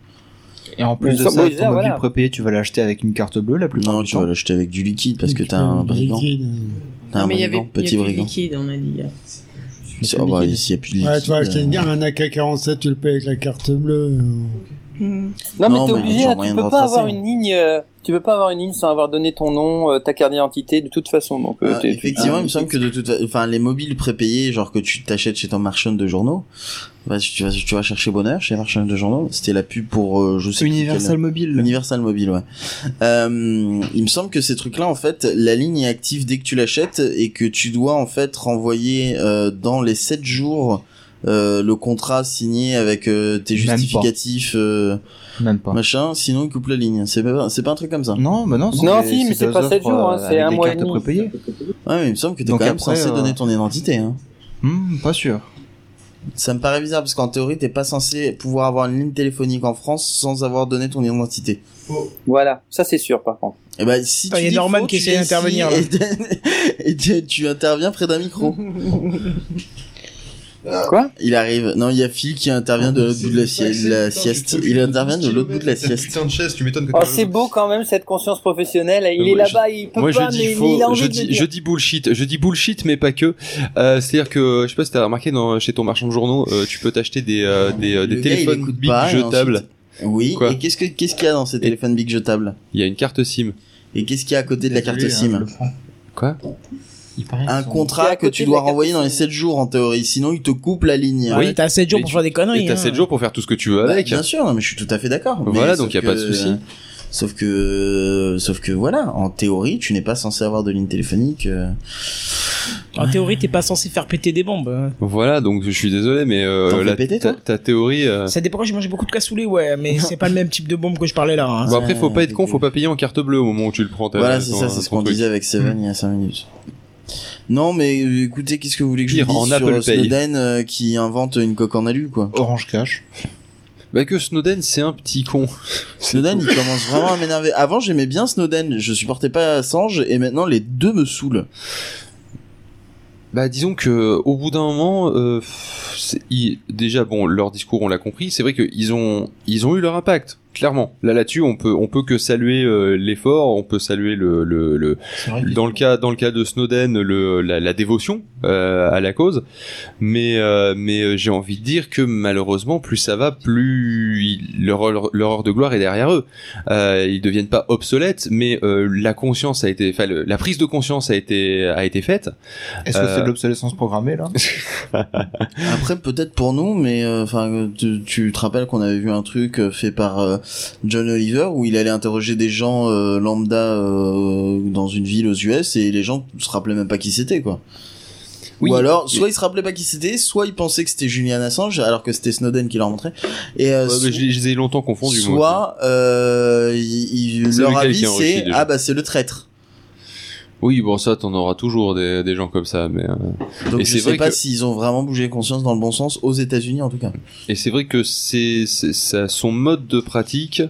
Speaker 5: Et en plus
Speaker 7: Mais
Speaker 5: de
Speaker 7: ça,
Speaker 5: ça,
Speaker 7: bon,
Speaker 5: ton
Speaker 7: déjà,
Speaker 5: mobile
Speaker 7: voilà.
Speaker 5: prépayé, tu vas l'acheter avec une carte bleue la plupart
Speaker 9: Non,
Speaker 5: du
Speaker 9: tu vas
Speaker 5: temps.
Speaker 9: l'acheter avec du liquide parce que t'as un brigand.
Speaker 5: euh.
Speaker 9: T'as un
Speaker 3: Non, mais il
Speaker 9: brigand,
Speaker 3: y avait il y
Speaker 9: petit
Speaker 3: a plus de
Speaker 9: brigand.
Speaker 3: liquide, on a dit.
Speaker 9: C'est- ah bah, s'il y a plus de
Speaker 6: Ouais, tu
Speaker 9: liquide,
Speaker 6: vois, acheter
Speaker 9: euh,
Speaker 6: une- un AK-47, tu le payes avec la carte bleue. euh.
Speaker 3: Hmm.
Speaker 7: Non, mais t'es
Speaker 9: Non, mais
Speaker 7: obligé,
Speaker 9: j'ai
Speaker 7: là,
Speaker 9: moyen
Speaker 7: tu
Speaker 9: de
Speaker 7: peux pas
Speaker 9: retracer.
Speaker 7: avoir une ligne, euh, tu peux pas avoir une ligne sans avoir donné ton nom, euh, ta carte d'identité, de toute façon. Donc, euh,
Speaker 9: Ah,
Speaker 7: t'es-
Speaker 9: effectivement,
Speaker 7: t'es-
Speaker 9: il me semble que de toute, fa- enfin, les mobiles prépayés, genre que tu t'achètes chez ton marchand de journaux, bah, tu vas, tu vas chercher bonheur chez marchand de journaux. C'était la pub pour, euh, je sais plus
Speaker 5: Universal
Speaker 9: quel-
Speaker 5: Mobile.
Speaker 9: Universal Mobile, ouais. Euh, il me semble que ces trucs-là, en fait, la ligne est active dès que tu l'achètes et que tu dois en fait renvoyer euh, dans les 7 jours euh, le contrat signé avec euh, tes
Speaker 5: Même pas.
Speaker 9: justificatifs euh,
Speaker 5: Même pas.
Speaker 9: machin. Sinon, ils coupent la ligne. C'est pas, c'est pas un truc comme ça.
Speaker 5: Non, bah non.
Speaker 7: Non,
Speaker 5: des-
Speaker 7: si, mais c'est
Speaker 5: des
Speaker 7: pas
Speaker 5: offres,
Speaker 7: sept jours, hein,
Speaker 5: euh,
Speaker 7: c'est
Speaker 5: avec
Speaker 7: un
Speaker 5: des
Speaker 7: mois et
Speaker 5: cartes
Speaker 7: demi.
Speaker 5: prépayées.
Speaker 9: Ouais, mais il me semble que t'es
Speaker 5: Donc
Speaker 9: quand même
Speaker 5: après,
Speaker 9: censé
Speaker 5: euh,
Speaker 9: donner ton identité. Hein.
Speaker 5: Hmm, pas sûr.
Speaker 9: Ça me paraît bizarre parce qu'en théorie, t'es pas censé pouvoir avoir une ligne téléphonique en France sans avoir donné ton identité.
Speaker 7: Voilà, ça c'est sûr par contre.
Speaker 9: Et ben si
Speaker 2: Ah,
Speaker 9: tu
Speaker 2: il y a
Speaker 9: dis
Speaker 2: Norman
Speaker 9: faux,
Speaker 2: qui
Speaker 9: tu
Speaker 2: essaie
Speaker 9: es
Speaker 2: d'intervenir,
Speaker 9: ici Et, et tu, tu interviens près d'un micro.
Speaker 7: Quoi
Speaker 9: Il arrive. Non, il y a Phil qui intervient de l'autre bout de la, si- de la sieste. Il intervient de l'autre bout de la sieste.
Speaker 1: Putain de chaise, tu m'étonnes que
Speaker 7: Oh,
Speaker 1: t'as-
Speaker 7: c'est beau quand même cette conscience professionnelle. Il
Speaker 1: Euh,
Speaker 7: est
Speaker 1: moi, je-
Speaker 7: là-bas, il peut
Speaker 1: Moi
Speaker 7: pas,
Speaker 1: je
Speaker 7: mais
Speaker 1: dis
Speaker 7: mais il
Speaker 1: faux,
Speaker 7: a envie
Speaker 1: je
Speaker 7: de le
Speaker 1: dis,
Speaker 7: dire.
Speaker 1: je dis bullshit, je dis bullshit mais pas que. Euh, C'est-à-dire que je sais pas si t'as remarqué dans chez ton marchand de journaux, euh, tu peux t'acheter des euh, des, euh, des
Speaker 9: Le gars, il
Speaker 1: téléphones
Speaker 9: écoute
Speaker 1: big
Speaker 9: pas, et
Speaker 1: jetables.
Speaker 9: ensuite- Oui.
Speaker 1: Quoi
Speaker 9: et qu'est-ce que qu'est-ce qu'il y a dans ces téléphones big jetables
Speaker 1: Il y a une carte SIM.
Speaker 9: Et qu'est-ce qu'il y a à
Speaker 7: Bah,
Speaker 9: côté de la carte
Speaker 7: hein,
Speaker 9: SIM
Speaker 1: Quoi
Speaker 5: Il paraît
Speaker 9: Un
Speaker 5: qu'ils sont-
Speaker 7: C'est
Speaker 9: contrat
Speaker 7: à
Speaker 9: que
Speaker 7: côté
Speaker 9: tu
Speaker 7: de
Speaker 9: dois
Speaker 7: la carte
Speaker 9: renvoyer dans les
Speaker 7: SIM.
Speaker 9: 7 jours en théorie, sinon ils te coupent la ligne.
Speaker 1: Oui.
Speaker 2: Ouais, T'as 7 jours
Speaker 1: Mais
Speaker 2: pour
Speaker 1: tu-
Speaker 2: faire des conneries.
Speaker 1: Et t'as
Speaker 2: hein.
Speaker 1: 7 jours pour faire tout ce que tu veux
Speaker 9: Bah,
Speaker 1: avec.
Speaker 9: Bien sûr, non, mais je suis tout à fait d'accord. Mais
Speaker 1: Voilà,
Speaker 9: sauf
Speaker 1: donc y a
Speaker 9: que- euh,
Speaker 1: pas de souci.
Speaker 9: Sauf que, euh, sauf que voilà, en théorie, tu n'es pas censé avoir de ligne téléphonique. euh.
Speaker 2: En théorie, t'es pas censé faire péter des bombes. hein.
Speaker 1: Voilà, donc je suis désolé mais euh,
Speaker 9: T'en fais
Speaker 1: la-
Speaker 9: péter,
Speaker 1: ta,
Speaker 9: toi
Speaker 1: ta théorie euh,
Speaker 2: Ça dépend, j'ai mangé beaucoup de cassoulet, ouais, mais c'est pas le même type de bombe que je parlais là. hein.
Speaker 1: Bon bah, après faut pas être con,
Speaker 9: dégueu.
Speaker 1: faut pas payer en carte bleue au moment où tu le prends. t'as-
Speaker 9: Voilà, c'est
Speaker 1: ton-
Speaker 9: ça, c'est ce
Speaker 1: ton
Speaker 9: qu'on
Speaker 1: truc.
Speaker 9: disait avec Seven il y a 5 minutes. Non, mais euh, écoutez, qu'est-ce que vous voulez que je
Speaker 1: Pire,
Speaker 9: vous dise
Speaker 1: en
Speaker 9: sur
Speaker 1: Apple
Speaker 9: euh,
Speaker 1: Pay.
Speaker 9: Snowden euh, qui invente une coque en alu, quoi
Speaker 5: Orange Cash.
Speaker 1: Bah que Snowden c'est un petit con.
Speaker 9: Snowden, il commence vraiment à m'énerver. Avant, j'aimais bien Snowden, je supportais pas Assange, et maintenant, les deux me saoulent.
Speaker 1: Bah disons que au bout d'un moment, euh, pff, c'est- ils- déjà bon, leur discours on l'a compris, c'est vrai qu'ils ont ils ont eu leur impact. Clairement, là là-dessus, on peut on peut que saluer euh, l'effort, on peut saluer le, le, le- dans le cas dans le cas de Snowden le la, la dévotion euh, à la cause, mais euh, mais euh, j'ai envie de dire que malheureusement plus ça va plus ils- leur leur, leur heure de gloire est derrière eux. Euh, ils deviennent pas obsolètes, mais euh, la conscience a été enfin le- la prise de conscience a été a été faite.
Speaker 5: Est-ce que
Speaker 1: Euh,
Speaker 5: c'est de l'obsolescence programmée là
Speaker 9: Après, peut-être pour nous, mais euh, enfin, euh, tu, tu te rappelles qu'on avait vu un truc euh, fait par euh, John Oliver où il allait interroger des gens euh, lambda euh, dans une ville aux US et les gens se rappelaient même pas qui c'était, quoi.
Speaker 1: Oui.
Speaker 9: Ou alors, soit ils se rappelaient pas qui c'était, soit ils pensaient que c'était Julian Assange alors que c'était Snowden qui leur montrait. Et euh,
Speaker 1: Ouais, mais je, les- je les ai longtemps confondus. moi aussi.
Speaker 9: soit euh, ils- ils-
Speaker 1: C'est
Speaker 9: leur
Speaker 1: lequel
Speaker 9: avis
Speaker 1: qui a enrichi
Speaker 9: c'est
Speaker 1: déjà
Speaker 9: ah bah c'est le traître.
Speaker 1: Oui, bon, ça, t'en auras toujours des, des gens comme ça. Mais, euh,
Speaker 9: Donc
Speaker 1: Et
Speaker 9: je
Speaker 1: c'est vrai
Speaker 9: sais pas
Speaker 1: que-
Speaker 9: s'ils ont vraiment bougé conscience dans le bon sens aux États-Unis en tout cas.
Speaker 1: Et c'est vrai que c'est, c'est- ça- son mode de pratique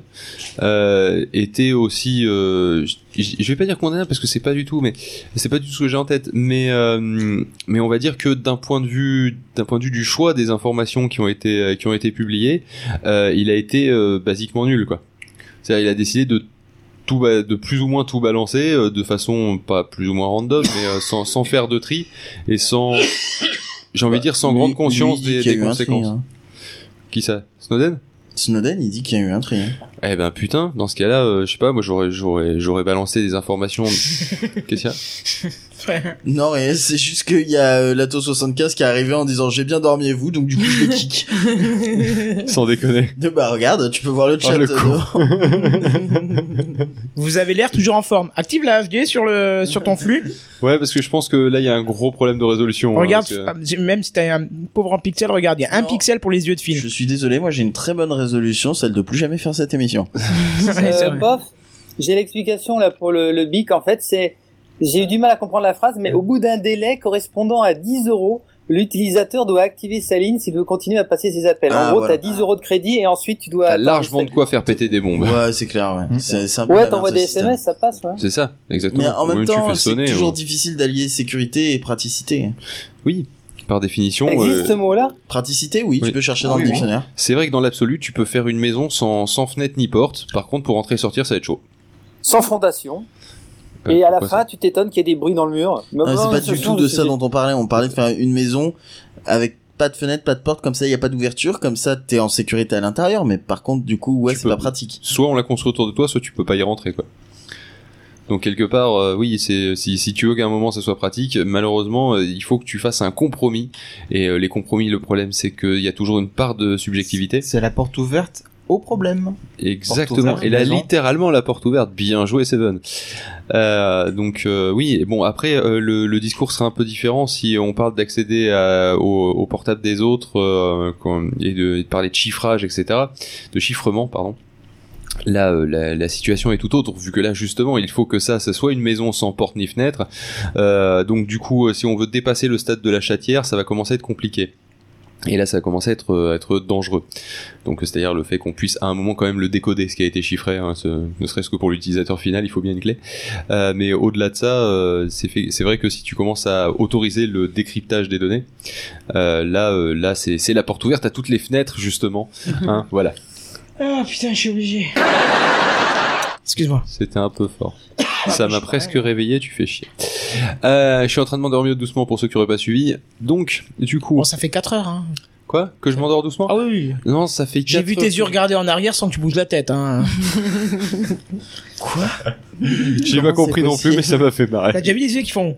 Speaker 1: euh, était aussi. euh, je je vais pas dire condamnable parce que c'est pas du tout, mais c'est pas du tout ce que j'ai en tête. Mais euh, mais on va dire que d'un point de vue d'un point de vue du choix des informations qui ont été euh, qui ont été publiées, euh, il a été euh, basiquement nul, quoi. C'est-à-dire, il a décidé de tout ba- de plus ou moins tout balancer euh, de façon pas plus ou moins random, mais euh, sans sans faire de tri et sans j'ai envie de dire sans
Speaker 9: Bah, Lui-
Speaker 1: grande
Speaker 9: lui
Speaker 1: conscience
Speaker 9: dit
Speaker 1: des,
Speaker 9: qu'il y
Speaker 1: des
Speaker 9: a eu un tri,
Speaker 1: conséquences.
Speaker 9: hein.
Speaker 1: Qui ça Snowden
Speaker 9: Snowden, il dit qu'il y a eu un tri. hein.
Speaker 1: Eh ben putain, dans ce cas-là, euh, je sais pas, moi j'aurais j'aurais j'aurais balancé des informations. Qu'est-ce qu'il y a
Speaker 9: Non, mais c'est juste qu'il y a euh, l'Ato 75 qui est arrivé en disant j'ai bien dormi et vous, donc du coup je le kick.
Speaker 1: Sans déconner.
Speaker 9: De bah regarde, tu peux voir le chat.
Speaker 1: Oh, le
Speaker 9: euh,
Speaker 1: con.
Speaker 9: dehors.
Speaker 2: Vous avez l'air toujours en forme. Active la FD sur le sur ton flux.
Speaker 1: Ouais, parce que je pense que là il y a un gros problème de résolution. hein,
Speaker 2: regarde,
Speaker 1: parce que-
Speaker 2: ah, même si t'as un pauvre en pixel, regarde, il y a un
Speaker 9: Non.
Speaker 2: pixel pour les yeux de
Speaker 9: je
Speaker 2: fil.
Speaker 9: suis désolé, moi j'ai une très bonne résolution, celle de plus jamais faire cette émission.
Speaker 2: Ouais, c'est
Speaker 7: Euh,
Speaker 2: vrai.
Speaker 7: bof, j'ai l'explication là pour le, le bic. En fait, c'est j'ai eu du mal à comprendre la phrase, mais au bout d'un délai correspondant à 10 euros, l'utilisateur doit activer sa ligne s'il veut continuer à passer ses appels.
Speaker 9: Ah,
Speaker 7: en gros,
Speaker 9: voilà.
Speaker 7: t'as 10 euros de crédit et ensuite tu dois.
Speaker 1: T'as
Speaker 7: attendre
Speaker 1: largement
Speaker 7: le
Speaker 1: de quoi faire péter des bombes.
Speaker 9: Ouais, c'est clair, ouais.
Speaker 5: Mm.
Speaker 9: C'est c'est un peu
Speaker 7: Ouais,
Speaker 9: la
Speaker 7: t'envoies
Speaker 9: merde,
Speaker 7: des
Speaker 9: ce système.
Speaker 7: SMS, ça passe. Ouais.
Speaker 1: Mmh. C'est ça, exactement.
Speaker 9: Mais en
Speaker 1: Ou
Speaker 9: même
Speaker 1: tu
Speaker 9: temps,
Speaker 1: fais
Speaker 9: c'est
Speaker 1: sonner.
Speaker 9: toujours
Speaker 1: ou-
Speaker 9: difficile d'allier sécurité et praticité. hein.
Speaker 1: Oui, par définition.
Speaker 7: Existe ce
Speaker 1: euh,
Speaker 7: mot-là
Speaker 9: Praticité, oui,
Speaker 1: Oui.
Speaker 9: tu peux chercher dans
Speaker 7: Oui,
Speaker 9: le
Speaker 7: oui.
Speaker 9: dictionnaire.
Speaker 1: c'est vrai que dans l'absolu, tu peux faire une maison sans sans fenêtre ni porte. Par contre, pour entrer et sortir, ça va être chaud.
Speaker 7: Sans fondation.
Speaker 1: Euh,
Speaker 7: et à la
Speaker 1: quoi,
Speaker 7: fin, tu t'étonnes qu'il y ait des bruits dans le mur. Mais
Speaker 9: Ah,
Speaker 7: bon,
Speaker 9: c'est pas
Speaker 7: ce
Speaker 9: du
Speaker 7: sont
Speaker 9: tout de
Speaker 7: des
Speaker 9: ça
Speaker 7: sujets.
Speaker 9: dont on parlait. On parlait de faire une maison avec pas de fenêtre, pas de porte, comme ça il y a pas d'ouverture, comme ça t'es en sécurité à l'intérieur. Mais par contre, du coup, ouais,
Speaker 1: Tu
Speaker 9: c'est
Speaker 1: peux-
Speaker 9: pas pratique.
Speaker 1: soit on la construit autour de toi, soit tu peux pas y rentrer quoi. Donc quelque part, euh, oui, c'est si, si tu veux qu'à un moment ça soit pratique, malheureusement, euh, il faut que tu fasses un compromis. Et euh, les compromis, le problème, c'est qu'il y a toujours une part de subjectivité.
Speaker 5: C'est la porte ouverte au problème.
Speaker 1: Exactement.
Speaker 5: ouverte,
Speaker 1: Et là,
Speaker 5: raison.
Speaker 1: littéralement, la porte ouverte. Bien joué, Seven. Euh, donc euh, oui, et bon après euh, le, le discours sera un peu différent si on parle d'accéder à- au, au portable des autres euh, quand- et, de, et de parler de chiffrage, etc., de chiffrement, pardon. Là, euh, la, la situation est tout autre, vu que là, justement, il faut que ça, ce soit une maison sans porte ni fenêtre. Euh, donc, du coup, euh, si on veut dépasser le stade de la chatière, ça va commencer à être compliqué. Et là, ça a commencé à être, euh, à être dangereux. Donc, c'est-à-dire le fait qu'on puisse à un moment quand même le décoder, ce qui a été chiffré, hein, ce- ne serait-ce que pour l'utilisateur final, il faut bien une clé. Euh, mais au-delà de ça, euh, c'est fait- c'est vrai que si tu commences à autoriser le décryptage des données, euh, là, euh, là, c'est c'est la porte ouverte à toutes les fenêtres justement. hein, voilà,
Speaker 2: Ah putain, je suis obligé. Excuse-moi.
Speaker 1: c'était un peu fort. Ça m'a presque réveillé, tu fais chier. Euh, je suis en train de m'endormir doucement pour ceux qui n'auraient pas suivi. Donc, du coup,
Speaker 2: Bon, ça fait 4 heures. Hein.
Speaker 1: quoi Que je m'endors doucement
Speaker 2: Ah oui, oui.
Speaker 1: Non, ça fait.
Speaker 2: J'ai
Speaker 1: quatre
Speaker 2: vu tes
Speaker 1: heures-
Speaker 2: yeux regarder en arrière sans que tu bouges la tête. Hein. Quoi
Speaker 1: J'ai pas
Speaker 9: Comment
Speaker 1: compris
Speaker 9: c'est
Speaker 1: non plus,
Speaker 9: possible
Speaker 1: mais ça m'a fait marrer.
Speaker 2: T'as déjà vu des yeux qui font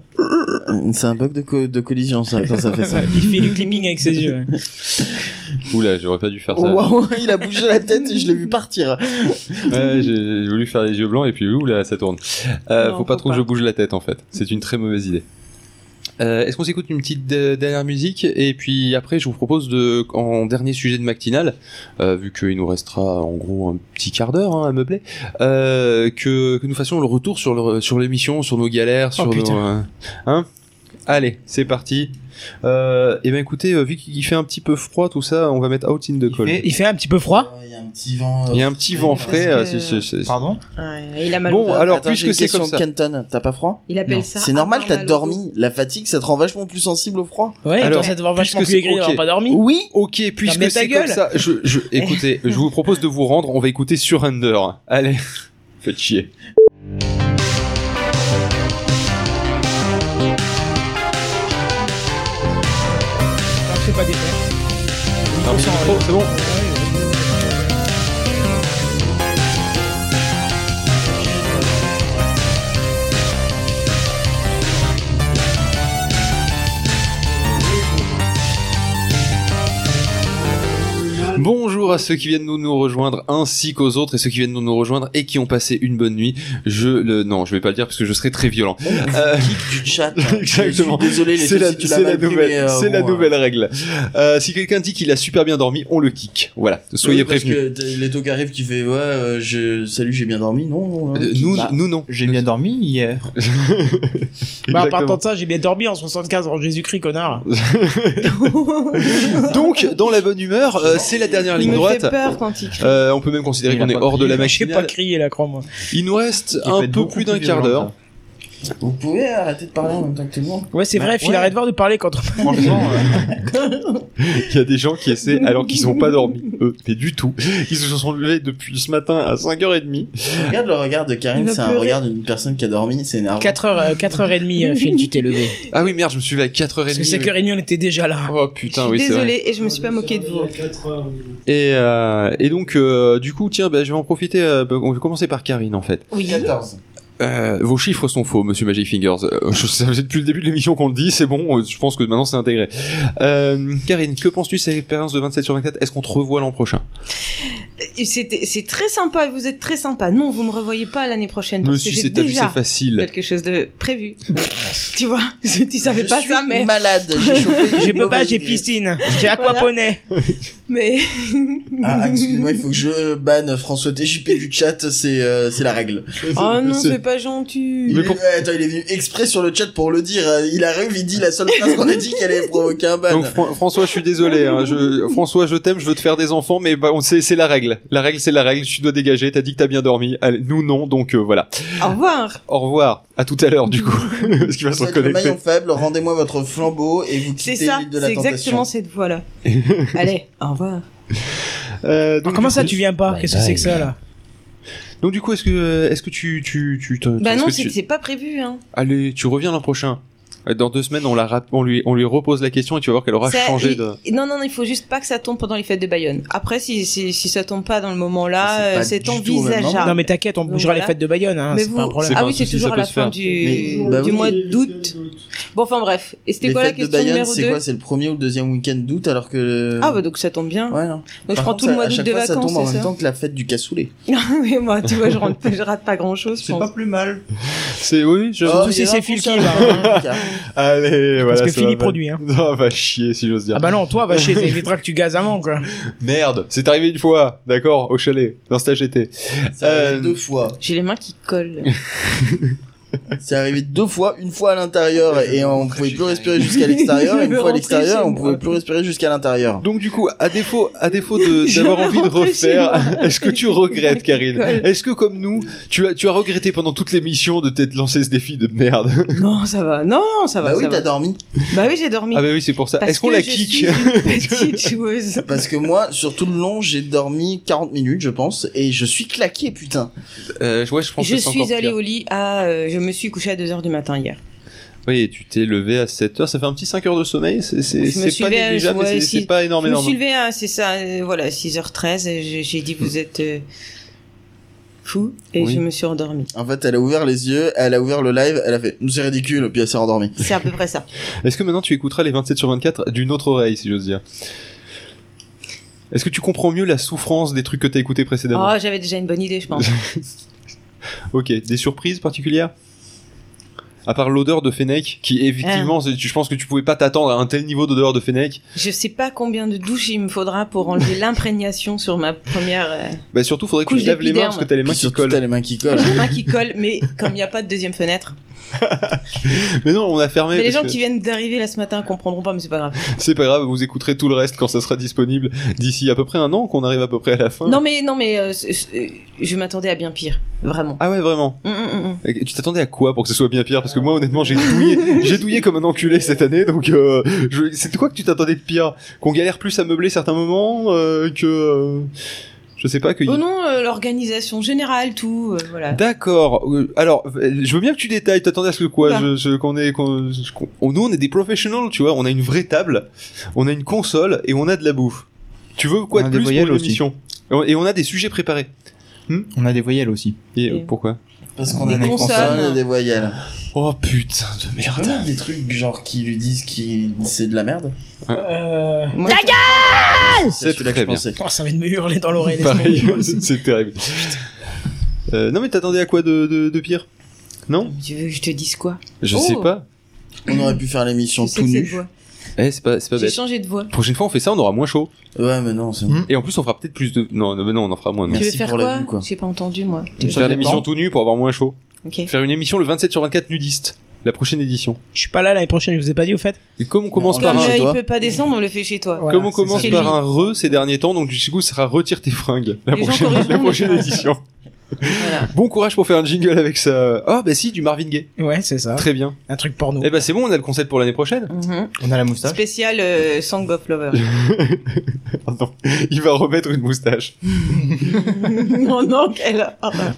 Speaker 9: C'est un bug de, co- de collision, ça, quand ça fait ça.
Speaker 2: Il fait du clipping avec ses yeux. ouais.
Speaker 1: Oula, j'aurais pas dû faire ça.
Speaker 9: Waouh, il a bougé la tête et je l'ai vu partir.
Speaker 1: Ouais, j'ai j'ai voulu faire les yeux blancs et puis oula, ça tourne. Euh,
Speaker 3: Non,
Speaker 1: faut pas
Speaker 3: faut
Speaker 1: trop que
Speaker 3: pas.
Speaker 1: je bouge la tête en fait. C'est une très mauvaise idée. Euh, Est-ce qu'on s'écoute une petite de- dernière musique et puis après je vous propose de en dernier sujet de matinale euh, vu qu'il nous restera en gros un petit quart d'heure hein, à meubler euh, que, que nous fassions le retour sur le, sur l'émission sur nos galères sur nos,
Speaker 2: putain.
Speaker 1: euh, hein allez c'est parti euh, et ben écoutez euh, vu qu'il fait un petit peu froid tout ça on va mettre out in the cold
Speaker 5: fait-
Speaker 2: Il fait un petit peu froid.
Speaker 9: Il y a un petit vent. euh,
Speaker 1: il y a un petit vent frais euh, c'est- c'est- c'est-
Speaker 5: Pardon
Speaker 3: Ouais, il a mal au
Speaker 1: Bon,
Speaker 3: dos.
Speaker 1: alors,
Speaker 9: Alors,
Speaker 1: puisque c'est comme ça.
Speaker 9: Kenton, t'as pas froid
Speaker 3: Il appelle
Speaker 5: non,
Speaker 3: ça.
Speaker 9: C'est normal,
Speaker 3: avoir
Speaker 9: t'as
Speaker 3: mal au dos.
Speaker 9: dormi. La fatigue, ça te rend vachement plus sensible au froid.
Speaker 2: Ouais,
Speaker 1: Alors,
Speaker 2: alors, ça devoir vachement
Speaker 1: puisque
Speaker 2: plus
Speaker 1: c'est-
Speaker 2: aigri d'avoir
Speaker 1: ok.
Speaker 2: pas dormi.
Speaker 9: Oui,
Speaker 1: Ok,
Speaker 2: mais
Speaker 1: puisque
Speaker 2: ta
Speaker 1: c'est comme
Speaker 2: gueule.
Speaker 1: ça, je, je, écoutez, je vous propose de vous rendre, on va écouter Surrender. Allez, faites chier.
Speaker 2: Ça fait pas des frais.
Speaker 1: Un petit micro, c'est bon Bonjour à ceux qui viennent nous, nous rejoindre ainsi qu'aux autres et ceux qui viennent nous, nous rejoindre et qui ont passé une bonne nuit. Je le non, je vais pas le dire parce que je serais très violent. Euh,
Speaker 9: du chat. hein.
Speaker 1: Exactement.
Speaker 9: Je suis désolé, les
Speaker 1: c'est
Speaker 9: filles,
Speaker 1: la,
Speaker 9: si tu l'as
Speaker 1: c'est
Speaker 9: mal
Speaker 1: la
Speaker 9: pris,
Speaker 1: nouvelle,
Speaker 9: mais, euh,
Speaker 1: c'est la
Speaker 9: bon,
Speaker 1: nouvelle règle. Euh, si quelqu'un dit qu'il a super bien dormi, on le kick. Voilà, Euh, soyez
Speaker 9: Oui, parce
Speaker 1: prévenus.
Speaker 9: que t'as- les taux qui arrivent qui fait ouais euh, je salut j'ai bien dormi non, non, non.
Speaker 1: Euh, nous,
Speaker 5: Bah,
Speaker 1: nous non.
Speaker 5: J'ai bien dormi hier.
Speaker 2: Bah, en
Speaker 1: Exactement.
Speaker 2: partant de ça, j'ai bien dormi en 75 en Jésus-Christ, connard.
Speaker 1: Donc, dans la bonne humeur, euh, c'est la dernière
Speaker 3: Il
Speaker 1: ligne
Speaker 3: me
Speaker 1: droite.
Speaker 3: fait peur quand il crie.
Speaker 1: Euh, on peut même considérer
Speaker 5: Il
Speaker 1: qu'on
Speaker 5: a
Speaker 1: est
Speaker 5: pas
Speaker 1: hors de la
Speaker 2: J'ai pas
Speaker 1: machine.
Speaker 2: crié, là, crois-moi.
Speaker 1: Il nous reste
Speaker 5: Il peut
Speaker 1: un
Speaker 5: être
Speaker 1: peu
Speaker 5: beaucoup
Speaker 1: plus d'un
Speaker 5: plus
Speaker 1: quart
Speaker 5: violent,
Speaker 1: d'heure.
Speaker 9: vous pouvez arrêter de parler en même temps que tout le monde
Speaker 2: Ouais, c'est
Speaker 5: Bah,
Speaker 2: vrai, Phil,
Speaker 5: ouais.
Speaker 2: arrête de voir de parler quand on...
Speaker 5: Franchement, euh,
Speaker 1: Il y a des gens qui essaient, alors qu'ils n'ont pas dormi, eux, mais du tout. Ils se sont levés depuis ce matin à 5h30.
Speaker 9: regarde le regard de Karim
Speaker 3: Il va
Speaker 9: c'est un
Speaker 3: pleurer.
Speaker 9: regard d'une personne qui a dormi c'est énervant
Speaker 2: 4h, 4h30,
Speaker 3: euh,
Speaker 2: euh, Phil, tu t'es levé.
Speaker 1: Ah oui, merde, je me suis levé à 4h30.
Speaker 2: Parce que 5h30, on était déjà là.
Speaker 1: Oh
Speaker 3: Je
Speaker 9: Ah
Speaker 1: putain,
Speaker 3: suis
Speaker 1: oui, c'est vrai.
Speaker 3: désolée et je me suis pas moquée de vous.
Speaker 1: Et, euh, et donc, euh, du coup, tiens, bah, je vais en profiter. euh, bah, on va commencer par Karine, en fait.
Speaker 3: Oui.
Speaker 9: 14
Speaker 1: Euh, vos chiffres sont faux, monsieur Magic Fingers. Euh, je- ça fait depuis le début de l'émission qu'on le dit, c'est bon, euh, je pense que maintenant c'est intégré. Euh, Karine, que penses-tu de cette expérience de 27 sur 24 Est-ce qu'on te revoit l'an prochain
Speaker 3: Et c'était- C'est très sympa et vous êtes très sympa. Non, vous me revoyez pas l'année prochaine parce
Speaker 1: Monsieur,
Speaker 3: que j'ai
Speaker 1: c'est t'as vu, c'est
Speaker 3: déjà
Speaker 1: facile.
Speaker 3: quelque chose de prévu. tu vois, tu savais
Speaker 9: je
Speaker 3: pas
Speaker 9: suis
Speaker 3: ça, mais.
Speaker 9: malade j'ai chopé une
Speaker 2: J'ai peux pas,
Speaker 9: mauvaise
Speaker 2: j'ai
Speaker 9: grippe.
Speaker 2: piscine. J'ai aquaponé.
Speaker 3: mais...
Speaker 9: ah, excuse-moi, il faut que je banne François TJP du chat, c'est euh, c'est la règle.
Speaker 3: Oh non,
Speaker 1: C'est-
Speaker 3: c'est pas gentil.
Speaker 9: Il, est- ouais, attends, il est venu exprès sur le chat pour le dire. euh, Il arrive, il dit la seule phrase qu'on a dit qu'elle allait provoquer un ban.
Speaker 1: Donc Fran- François, je suis désolé. hein, je, François, je t'aime, je veux te faire des enfants, mais bah, on sait, c'est la règle. La règle, c'est la règle. Tu dois dégager. T'as dit que t'as bien dormi. Allez, nous non, donc euh, voilà.
Speaker 3: Au revoir.
Speaker 1: Au revoir. À tout à l'heure, du coup. Parce qu'il va se
Speaker 9: Vous êtes le
Speaker 1: reconnecter.
Speaker 9: maillon faible, rendez-moi votre flambeau et vous
Speaker 3: C'est
Speaker 9: quittez
Speaker 3: ça,
Speaker 9: l'île de la
Speaker 3: c'est
Speaker 9: tentation.
Speaker 3: exactement cette voix-là. Allez, au revoir.
Speaker 1: Euh, donc,
Speaker 2: Ah, Comment
Speaker 1: du
Speaker 2: ça,
Speaker 1: coup-
Speaker 2: tu viens pas Qu'est-ce que c'est que ça, là
Speaker 1: Donc du coup, est-ce que, est-ce que tu, tu, tu, te-
Speaker 3: Bah
Speaker 1: est-ce
Speaker 3: non,
Speaker 1: que tu-
Speaker 3: c'est c'est pas prévu. Hein.
Speaker 1: Allez, tu reviens l'an prochain. Dans deux semaines, on, la rap- on, lui, on lui repose la question et tu vas voir qu'elle aura
Speaker 3: Ça-
Speaker 1: changé
Speaker 3: il-
Speaker 1: de.
Speaker 3: Non, non, non, il faut juste pas que ça tombe pendant les fêtes de Bayonne. Après, si, si, si ça tombe pas dans le
Speaker 9: Mais c'est
Speaker 3: moment-là, euh,
Speaker 9: pas
Speaker 3: c'est
Speaker 9: du tout au même
Speaker 3: envisageable.
Speaker 1: hein.
Speaker 9: Ah,
Speaker 2: Non, mais t'inquiète, on
Speaker 3: donc
Speaker 2: bougera les
Speaker 3: voilà.
Speaker 2: fêtes de Bayonne, hein.
Speaker 3: Mais
Speaker 2: C'est
Speaker 3: vous-
Speaker 2: pas un problème.
Speaker 1: C'est
Speaker 3: ah
Speaker 1: pas un
Speaker 3: oui, c'est
Speaker 1: souci, ça
Speaker 3: toujours à
Speaker 1: peut
Speaker 3: la
Speaker 1: se
Speaker 3: fin
Speaker 1: faire.
Speaker 3: du,
Speaker 9: Mais- bah
Speaker 3: du
Speaker 9: oui,
Speaker 3: mois d'août. Bon, enfin bref. Et c'était
Speaker 9: Les
Speaker 3: quoi la
Speaker 9: fêtes de
Speaker 3: question
Speaker 9: Bayonne,
Speaker 3: numéro
Speaker 9: c'est quoi
Speaker 3: 2
Speaker 9: C'est le premier ou le deuxième week-end d'août alors que.
Speaker 3: Ah bah donc ça tombe bien.
Speaker 9: Ouais, non.
Speaker 3: Donc je
Speaker 9: Par
Speaker 3: prends
Speaker 9: contre,
Speaker 3: tout le
Speaker 9: ça-
Speaker 3: mois
Speaker 9: à
Speaker 3: d'août
Speaker 9: chaque
Speaker 3: de
Speaker 9: fois, ça
Speaker 3: vacances,
Speaker 9: tombe en
Speaker 3: c'est
Speaker 9: même
Speaker 3: ça
Speaker 9: temps que la fête du cassoulet.
Speaker 3: Non, mais moi, tu vois, je, rentre, je rate pas grand-chose, je
Speaker 5: c'est
Speaker 3: pense.
Speaker 5: pas plus mal.
Speaker 1: C'est oui, je.
Speaker 2: Surtout Oh, si c'est Phil qui va,
Speaker 9: hein.
Speaker 1: Allez, voilà.
Speaker 2: que
Speaker 1: ça
Speaker 2: Philippe
Speaker 1: va,
Speaker 2: produit, hein.
Speaker 1: Non, va chier si j'ose dire.
Speaker 2: Ah bah non, toi, va chier, t'éviteras que tu gazes avant, quoi.
Speaker 1: Merde, c'est arrivé une fois, d'accord, au chalet, dans cet été.
Speaker 9: Ça arrive
Speaker 1: Euh,
Speaker 9: deux fois.
Speaker 3: J'ai les mains qui collent.
Speaker 9: C'est arrivé deux fois, une fois à l'intérieur et on pouvait plus respirer jusqu'à l'extérieur, et une fois à l'extérieur, on pouvait plus respirer jusqu'à l'intérieur.
Speaker 1: Donc du coup, à défaut, à défaut de-
Speaker 3: Je
Speaker 1: d'avoir envie de
Speaker 3: rentre chez
Speaker 1: refaire,
Speaker 3: moi.
Speaker 1: est-ce que tu regrettes, Karine
Speaker 3: Colle.
Speaker 1: Est-ce que comme nous, tu as, tu as regretté pendant toute l'émission de t'être lancé ce défi de merde
Speaker 3: Non, ça va. Non, non, ça va.
Speaker 9: Bah oui,
Speaker 3: ça
Speaker 9: t'as
Speaker 3: va.
Speaker 9: dormi.
Speaker 3: Bah oui, j'ai dormi.
Speaker 1: Ah bah oui, c'est pour ça.
Speaker 3: Parce
Speaker 1: Est-ce qu'on
Speaker 3: que
Speaker 1: la
Speaker 3: je
Speaker 1: kick
Speaker 3: suis une Petite joueuse.
Speaker 9: Parce que moi, sur tout le long, j'ai dormi 40 minutes, je pense, et je suis claqué, putain.
Speaker 1: Euh, Ouais, je pense
Speaker 3: Je
Speaker 1: que c'est encore
Speaker 3: suis allée
Speaker 1: pire.
Speaker 3: au lit à. euh, je me suis couchée à 2h du matin hier.
Speaker 1: Oui, tu t'es levé à 7 heures, ça fait un petit 5 heures de sommeil, c'est c'est-
Speaker 3: me
Speaker 1: c'est
Speaker 3: suis
Speaker 1: pas
Speaker 3: levé à-
Speaker 1: négligeable, mais
Speaker 3: ouais,
Speaker 1: c'est-
Speaker 3: si.
Speaker 1: c'est pas énorme,
Speaker 3: je me
Speaker 1: énorme.
Speaker 3: suis levée à, c'est ça, euh, voilà, 6h13, et j'ai- j'ai dit vous êtes euh, fou, et
Speaker 1: Mm. Oui.
Speaker 3: je me suis endormie.
Speaker 9: En fait, elle a ouvert les yeux, elle a ouvert le live, elle a fait, c'est ridicule, puis elle s'est rendormie.
Speaker 3: C'est à peu près ça.
Speaker 1: Est-ce que maintenant tu écouteras les 27 sur 24 d'une autre oreille, si j'ose dire Est-ce que tu comprends mieux la souffrance des trucs que t'as écoutés précédemment
Speaker 3: Oh, j'avais déjà une bonne idée, je pense.
Speaker 1: Ok, des surprises particulières à part l'odeur de Fennec, qui effectivement,
Speaker 3: Ah.
Speaker 1: c'est- tu- je pense que tu pouvais pas t'attendre à un tel niveau d'odeur de Fennec.
Speaker 3: je sais pas combien de douches il me faudra pour enlever l'imprégnation sur ma première. euh,
Speaker 1: Bah surtout, faudrait que
Speaker 3: Couche
Speaker 1: tu te laves les mains parce que t'as les mains
Speaker 9: Puis
Speaker 1: qui
Speaker 9: surtout, t'as
Speaker 1: collent.
Speaker 9: les mains qui collent.
Speaker 3: j'ai les mains qui collent, mais comme il n'y a pas de deuxième fenêtre.
Speaker 1: Mais non, on a fermé.
Speaker 3: Mais les
Speaker 1: Ah parce
Speaker 3: gens
Speaker 1: que-
Speaker 3: qui viennent d'arriver là ce matin comprendront pas, mais c'est pas grave.
Speaker 1: C'est pas grave, vous écouterez tout le reste quand ça sera disponible d'ici à peu près un an, qu'on arrive à peu près à la fin.
Speaker 3: Non, mais, non, mais euh, c- c- euh, je m'attendais à bien pire. Vraiment.
Speaker 1: Ah ouais, vraiment.
Speaker 3: Mm, mm, mm.
Speaker 1: Et Tu t'attendais à quoi pour que ce soit bien pire Parce que moi, honnêtement, j'ai douillé, j'ai douillé comme un enculé cette année, donc euh, je... c'est quoi que tu t'attendais de pire Qu'on galère plus à meubler certains moments, euh, que euh, je sais pas que.
Speaker 3: Oh non, euh, l'organisation générale, tout, euh, voilà.
Speaker 1: D'accord. Euh, Alors, euh, je veux bien que tu détailles. T'attendais à ce que quoi
Speaker 3: Oula.
Speaker 1: je, je- qu'on ait, qu'on, je- qu'on- oh, nous, on est des professionnels, tu vois. On a une vraie table, on a une console et on a de la bouffe. Tu veux quoi
Speaker 5: On a
Speaker 1: de
Speaker 5: des
Speaker 1: plus pour
Speaker 5: voyelles
Speaker 1: une
Speaker 5: aussi.
Speaker 1: émission et on, et on a des sujets préparés.
Speaker 5: hmm, On a des voyelles aussi.
Speaker 1: Et, euh,
Speaker 3: Et-
Speaker 1: pourquoi
Speaker 9: Parce qu'on
Speaker 5: Des
Speaker 9: a des
Speaker 3: consonnes.
Speaker 9: consonnes et des voyelles.
Speaker 1: Oh putain de merde.
Speaker 9: Vraiment des trucs genre qui lui disent qui c'est de la merde.
Speaker 6: Euh,
Speaker 3: Moi, je-
Speaker 1: C'est
Speaker 9: celui-là que
Speaker 1: très
Speaker 9: je
Speaker 1: bien.
Speaker 9: pensais.
Speaker 2: Oh, ça vient de me hurler dans l'oreille. laisse
Speaker 1: Ah, Pareil,
Speaker 2: tomber.
Speaker 1: c'est- c'est terrible. Euh, non mais t'attendais à quoi de, de, de pire Non
Speaker 3: Tu veux que je te dise quoi
Speaker 1: Je
Speaker 3: Oh.
Speaker 1: sais pas.
Speaker 9: On aurait pu faire l'émission
Speaker 3: Tu sais
Speaker 9: tout
Speaker 3: que cette
Speaker 9: nu.
Speaker 3: voix.
Speaker 1: Eh, c'est pas, c'est pas
Speaker 3: J'ai
Speaker 1: bête.
Speaker 3: changé de voix.
Speaker 1: Prochaine fois, on fait ça, on aura moins chaud.
Speaker 9: Ouais, mais non, c'est bon.
Speaker 2: Hmm.
Speaker 1: Et en plus, on fera peut-être plus de. Non, non, non, on en fera moins. Non.
Speaker 9: Merci
Speaker 3: tu veux faire
Speaker 9: pour la
Speaker 3: quoi,
Speaker 9: vue, quoi.
Speaker 3: J'ai pas entendu moi.
Speaker 1: Faire l'émission tout nu pour avoir moins chaud.
Speaker 3: Ok.
Speaker 1: Faire une émission le 27 sur 24 nudiste. La prochaine édition.
Speaker 2: Je suis pas là l'année prochaine, je vous ai pas dit au fait.
Speaker 1: Et comme on commence
Speaker 9: Comme
Speaker 1: par
Speaker 3: Comme
Speaker 1: un,
Speaker 9: chez
Speaker 3: euh, il
Speaker 9: toi.
Speaker 3: peut pas descendre, on le fait chez toi.
Speaker 6: Ouais.
Speaker 1: comme on
Speaker 6: c'est
Speaker 1: commence
Speaker 3: ça.
Speaker 1: par un re ces derniers temps, donc du coup, ça sera retire tes fringues. La
Speaker 3: Les gens
Speaker 1: prochaine,
Speaker 3: corrigeront
Speaker 1: la
Speaker 3: les
Speaker 1: prochaine
Speaker 3: phrases.
Speaker 1: édition.
Speaker 3: Voilà.
Speaker 1: Bon courage pour faire un jingle avec ça. Ah, bah si, du Marvin Gaye.
Speaker 2: Ouais, c'est ça.
Speaker 1: Très bien.
Speaker 2: Un truc porno.
Speaker 1: Eh bah c'est bon, on a le concept pour l'année prochaine.
Speaker 3: Mhm.
Speaker 5: On a la moustache.
Speaker 3: Spécial euh, Song of Lover.
Speaker 1: Pardon. Il va remettre une moustache.
Speaker 3: non, non, quelle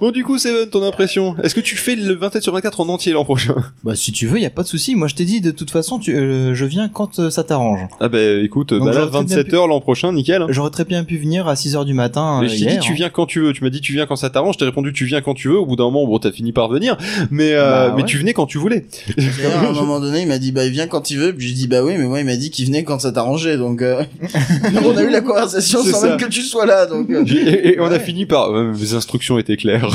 Speaker 1: Bon, du coup, Seven, ton impression. Est-ce que tu fais le 27 sur 24 en entier l'an prochain?
Speaker 5: Bah si tu veux, y a pas de souci. Moi je t'ai dit de toute façon, tu, euh, je viens quand euh, ça t'arrange.
Speaker 1: Ah bah écoute,
Speaker 5: Donc,
Speaker 1: bah là,
Speaker 5: j'aurais très bien
Speaker 1: 27 heures l'an prochain, nickel. hein.
Speaker 5: J'aurais très bien pu venir à 6h du matin.
Speaker 1: Mais
Speaker 5: euh,
Speaker 1: je t'ai dit
Speaker 5: hier.
Speaker 1: tu viens quand tu veux. Tu m'as dit tu viens quand ça t'arrange. Je t'ai répondu tu viens quand tu veux. Au bout d'un moment, bon, t'as fini par venir. Mais euh,
Speaker 5: Bah,
Speaker 1: mais
Speaker 5: ouais.
Speaker 1: tu venais quand tu voulais.
Speaker 9: D'ailleurs, à un moment donné, il m'a dit bah il vient quand il veut, puis j'ai dit bah oui, mais moi il m'a dit qu'il venait quand ça t'arrangeait, donc euh, on a eu la conversation
Speaker 1: C'est
Speaker 9: sans
Speaker 1: ça.
Speaker 9: même que tu sois là, donc. euh,
Speaker 1: Et, et- et on a
Speaker 9: Ouais.
Speaker 1: fini par euh, les instructions étaient claires.